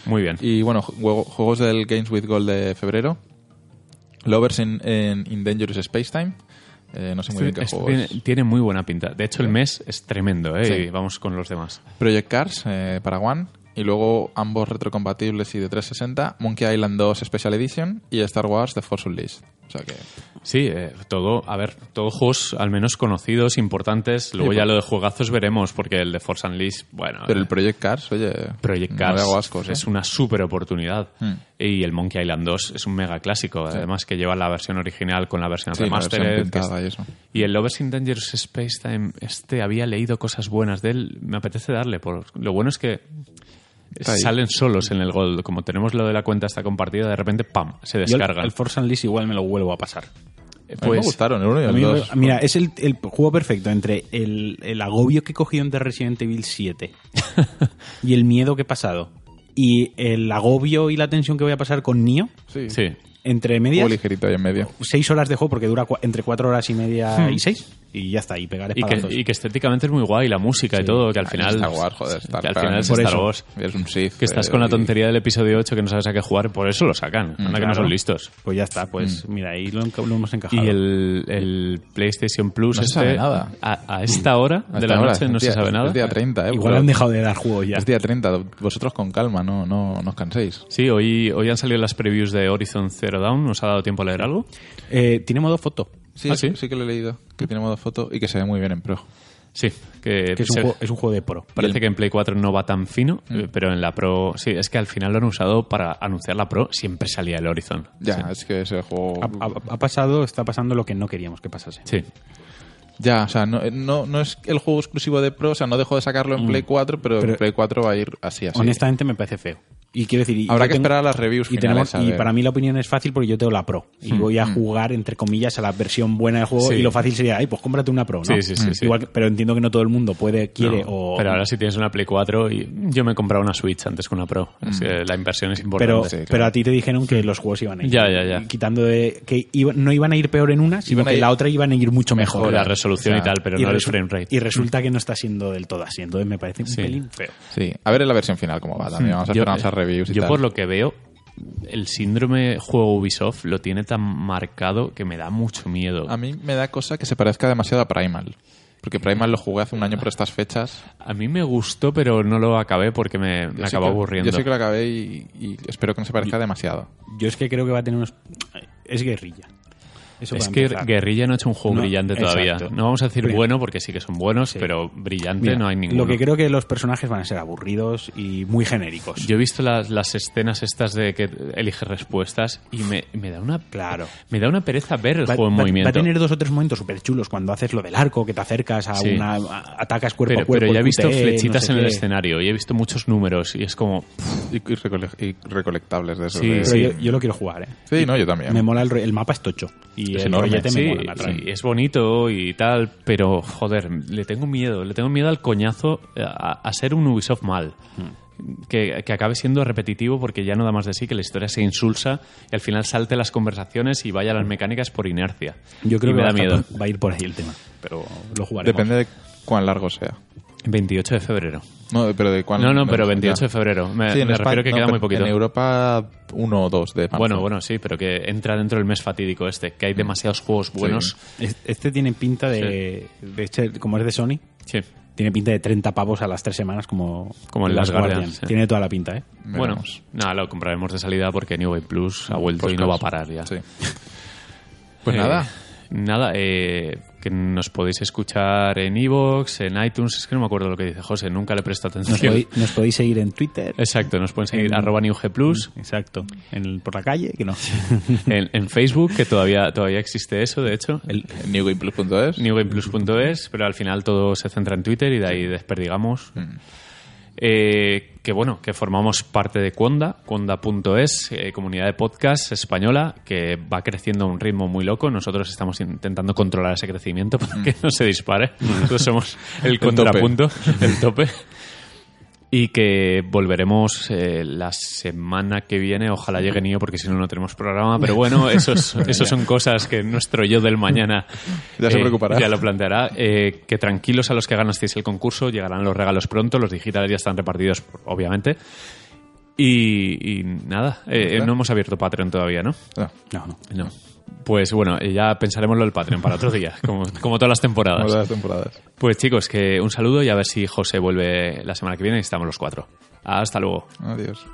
A: Muy bien.
C: Y bueno, juego- juegos del Games with Gold de febrero. Lovers in, in- in Dangerous Space Time. Eh, no sé muy bien qué
A: Esto
C: juego
A: Este tiene,
C: es.
A: tiene muy buena pinta. De hecho, el mes es tremendo, ¿eh?
C: Sí.
A: Y vamos con los demás.
C: Project Cars eh, para One. Y luego ambos retrocompatibles y de 360. Monkey Island 2 Special Edition. Y Star Wars The Force Unleashed. O sea que.
A: Sí, eh, todo, a ver, todos juegos al menos conocidos, importantes. Luego
C: Sí,
A: ya
C: pues-
A: lo de juegazos veremos, porque el de Force Unleashed, bueno.
C: Pero el
A: eh,
C: Project Cars, oye.
A: Project
C: No
A: Cars
C: le hago ascos, ¿eh?
A: es una super oportunidad.
C: Mm.
A: Y el Monkey Island 2 es un mega clásico, además que lleva la versión original con la versión
C: Sí, la versión
A: remastered. que
C: pintada
A: es-
C: y eso.
A: y el Lovers in Dangerous Space Time, este había leído cosas buenas de él, me apetece darle. Por... Lo bueno es que
C: Está ahí.
A: salen solos en el Gold. Como tenemos lo de la cuenta esta compartida, de repente, ¡pam!, se
B: Yo el-
A: descargan.
B: el Force Unleashed igual me lo vuelvo a pasar.
A: Eh,
C: a mí me
A: pues,
C: gustaron el 1 y
B: A
C: el
B: mí me-
C: 2.
B: mira, es el, el juego perfecto entre el, el agobio que cogí de Resident Evil 7 y el miedo que he pasado. Y el agobio y la tensión que voy a pasar con Nio,
C: Sí.
A: sí.
B: entre
C: Juego
B: medias,
C: ligerito ahí en medio.
B: seis horas de juego porque dura cua- entre cuatro horas y media y seis. Y ya está, y pegar
A: Hmm. Y que,
B: espadazos.
A: y que estéticamente es muy guay, la música y todo, que al
C: Ay,
A: final.
C: Star Wars, joder, Star
A: que al
C: Wars.
A: final es
C: Por
A: Star
B: eso.
A: Wars.
C: Eres un Sith.
A: Que estás
C: eh,
A: con la
C: y-
A: tontería del episodio 8 que no sabes a qué jugar, por eso lo sacan. Anda que no
B: claro.
A: son listos.
B: Pues ya está, pues mira, ahí lo, enca- lo hemos encajado.
A: Mm. Y el, el PlayStation Plus
C: No se
A: este,
C: sabe nada.
A: A, a esta hora
C: a
A: de
C: esta
A: la
C: hora,
A: noche no
C: es día-
A: se sabe nada.
C: Es día 30, ¿eh?
B: Igual
C: Pero-
B: han dejado de dar juegos ya.
C: Es día 30. Vosotros con calma, no, no, no os canséis.
A: Sí, hoy, hoy han salido las previews de Horizon Zero Dawn. ¿Nos ha dado tiempo a leer algo?
B: Eh, tiene modo foto.
C: Sí,
A: ¿Ah,
C: sí?
A: sí? Mm.
C: que lo he leído. Que tiene modo foto y que se ve muy bien en pro.
A: Sí, que,
B: que es,
A: se-
B: un juego, es un juego de pro.
A: parece que en Play 4 no va tan fino,
C: Mm.
A: eh, pero en la Pro... Sí, es que al final lo han usado para anunciar la Pro. Siempre salía el Horizon.
C: Ya, es que ese juego.
A: Ah.
B: Ha, ha- ha pasado, está pasando lo que no queríamos que pasase.
A: Sí.
C: Ya, o sea, no, eh, no, no es el juego exclusivo de Pro, o sea, no dejó de sacarlo
A: Mm.
C: en Play 4, pero, en
B: Pero-
C: Play 4 va a ir así, así.
B: Honestamente me parece feo. Y quiero decir, y
C: Habrá
B: yo
C: que
B: tengo-
C: esperar a las reviews
B: y,
C: finales.
B: tenemos- y
C: a ver.
B: para mí la opinión es fácil porque yo tengo la pro y voy a jugar entre comillas a la versión buena del juego
A: Hmm. Sí.
B: y lo fácil sería, ay, pues cómprate una pro, ¿no? Hmm.
A: Sí, sí, sí, sí.
B: Igual que- pero entiendo que no todo el mundo puede, quiere
A: No,
B: o
A: Pero ahora si tienes una Play 4, y yo me he comprado una Switch antes que una Pro. Es
C: Mm.
A: que la inversión es importante. Hmm.
B: pero,
C: sí, claro.
B: pero a ti te dijeron que los juegos iban a ir
A: Ya, ya, ya.
B: quitando de, que iba- no iban a ir peor en una, sino
C: Iban a
B: que
C: ir-
B: la otra iban a ir mucho mejor.
A: la resolución
C: o sea,
A: y tal, pero
B: Y
A: no el
B: resu-
A: frame rate.
B: Y resulta que no está siendo del todo así, entonces me parece un
A: Sí.
B: pelín feo.
C: Sí, a ver en la versión final cómo va también. Vamos a esperar a las reviews y
A: yo
C: tal.
A: por lo que veo, el síndrome juego Ubisoft lo tiene tan marcado que me da mucho miedo.
C: A mí me da cosa que se parezca demasiado a Primal. Porque Primal lo jugué hace un año por estas fechas.
A: A mí me gustó, pero no lo acabé porque me, me
C: Yo sí
A: acabó
C: que-
A: aburriendo.
C: Yo sí que lo acabé y, y espero que no se parezca demasiado.
B: Yo es que creo que va a tener unos... Es guerrilla. Eso
A: es
B: para
A: que
B: empezar.
A: Guerrilla no ha hecho un juego
B: No,
A: brillante todavía.
B: exacto.
A: No vamos a decir
B: Brillante.
A: bueno porque sí que son buenos, pero brillante
B: Mira,
A: no hay ninguno.
B: Lo que creo que los personajes van a ser aburridos y muy genéricos.
A: Yo he visto las, las escenas estas de que eliges respuestas y me, me da una
B: Claro.
A: me da una pereza ver el
B: Va,
A: juego en
B: va-
A: movimiento.
B: va a tener dos o tres momentos súper chulos cuando haces lo del arco, que te acercas a
A: Sí.
B: una. a- atacas cuerpo
A: pero,
B: a cuerpo.
A: pero ya he
B: el
A: visto
B: QTE,
A: flechitas
B: no sé
A: en el
B: qué.
A: escenario y he visto muchos números y es como
C: Y, y recole- y recolectables de esos.
A: Sí,
C: de-
B: Pero
A: sí.
B: yo, yo lo quiero jugar, ¿eh?
C: Sí, no, yo también.
B: Me mola el, ro- el mapa, es tocho. Y
C: Es
B: el
C: enorme.
B: rollete
A: sí,
B: me mola, me atrae.
A: sí, es bonito y tal, pero joder, le tengo miedo, le tengo miedo al coñazo eh, a, a ser un Ubisoft mal.
B: Hmm.
A: Que, que acabe siendo repetitivo porque ya no da más de sí, que la historia se insulsa y al final salte las conversaciones y vaya a las mecánicas por inercia.
B: Yo creo
A: Y
B: que
A: me
B: va,
A: da
B: a estar
A: miedo.
B: por- va a ir por ahí el tema. Pero lo jugaremos.
C: Depende de cuán largo sea.
A: 28 de febrero.
C: No, pero de cuán-
A: No, no, pero
C: ya.
A: 28 de febrero. Me,
C: Sí, en
A: me
C: España-
A: refiero que
C: no,
A: queda
C: pero
A: muy poquito.
C: En Europa, uno o dos de marzo.
A: Bueno, bueno, sí, pero que entra dentro del mes fatídico este, que hay
C: Mm.
A: demasiados juegos buenos.
B: Es- Este tiene pinta de. de este- como es de Sony,
A: Sí.
B: tiene pinta de 30 pavos a las tres semanas, como.
A: Como en Last Guardian, sí.
B: Tiene toda la pinta, ¿eh?
C: Veremos.
A: Bueno, nada, lo compraremos de salida porque New Game Plus ha vuelto
C: Pues
A: y no
C: claro.
A: va a parar ya.
C: Sí. Pues
A: Eh,
C: nada.
A: Nada, eh, que nos podéis escuchar en Evox, en iTunes, es que no me acuerdo lo que dice José, nunca le presto
B: Nos,
A: atención.
B: podéis, nos podéis seguir en Twitter.
A: Exacto, nos pueden seguir
B: En-
A: arroba newgplus,
B: Exacto. En el- por la calle, que no.
A: en, en Facebook, que todavía, todavía existe eso, de hecho,
C: newgameplus.es.
A: newgameplus.es, pero al final todo se centra en Twitter y de ahí desperdigamos. Eh, que bueno, que formamos parte de Conda, Conda.es, eh, comunidad de podcast española que va creciendo a un ritmo muy loco. Nosotros estamos intentando controlar ese crecimiento para que no se dispare. Nosotros somos Mm. el
C: tope.
A: contrapunto, el tope. Y que volveremos eh, la semana que viene. Ojalá llegue Nio, porque si no, no tenemos programa. Pero bueno, eso, es- eso son cosas que nuestro yo del mañana eh,
C: Ya se preocupará.
A: Ya lo planteará. Eh, que tranquilos a los que ganasteis el concurso, llegarán los regalos pronto. Los digitales ya están repartidos, por- obviamente. Y, y nada, eh, eh, no hemos abierto Patreon todavía, ¿no?
C: No,
B: No, no.
A: No. Pues bueno, eh, ya pensaremos lo del Patreon para otro día, como, como todas las
C: como todas
A: temporadas.
C: las temporadas.
A: Pues chicos, que un saludo y a ver si José vuelve la semana que viene y estamos los cuatro. Hasta luego.
C: Adiós.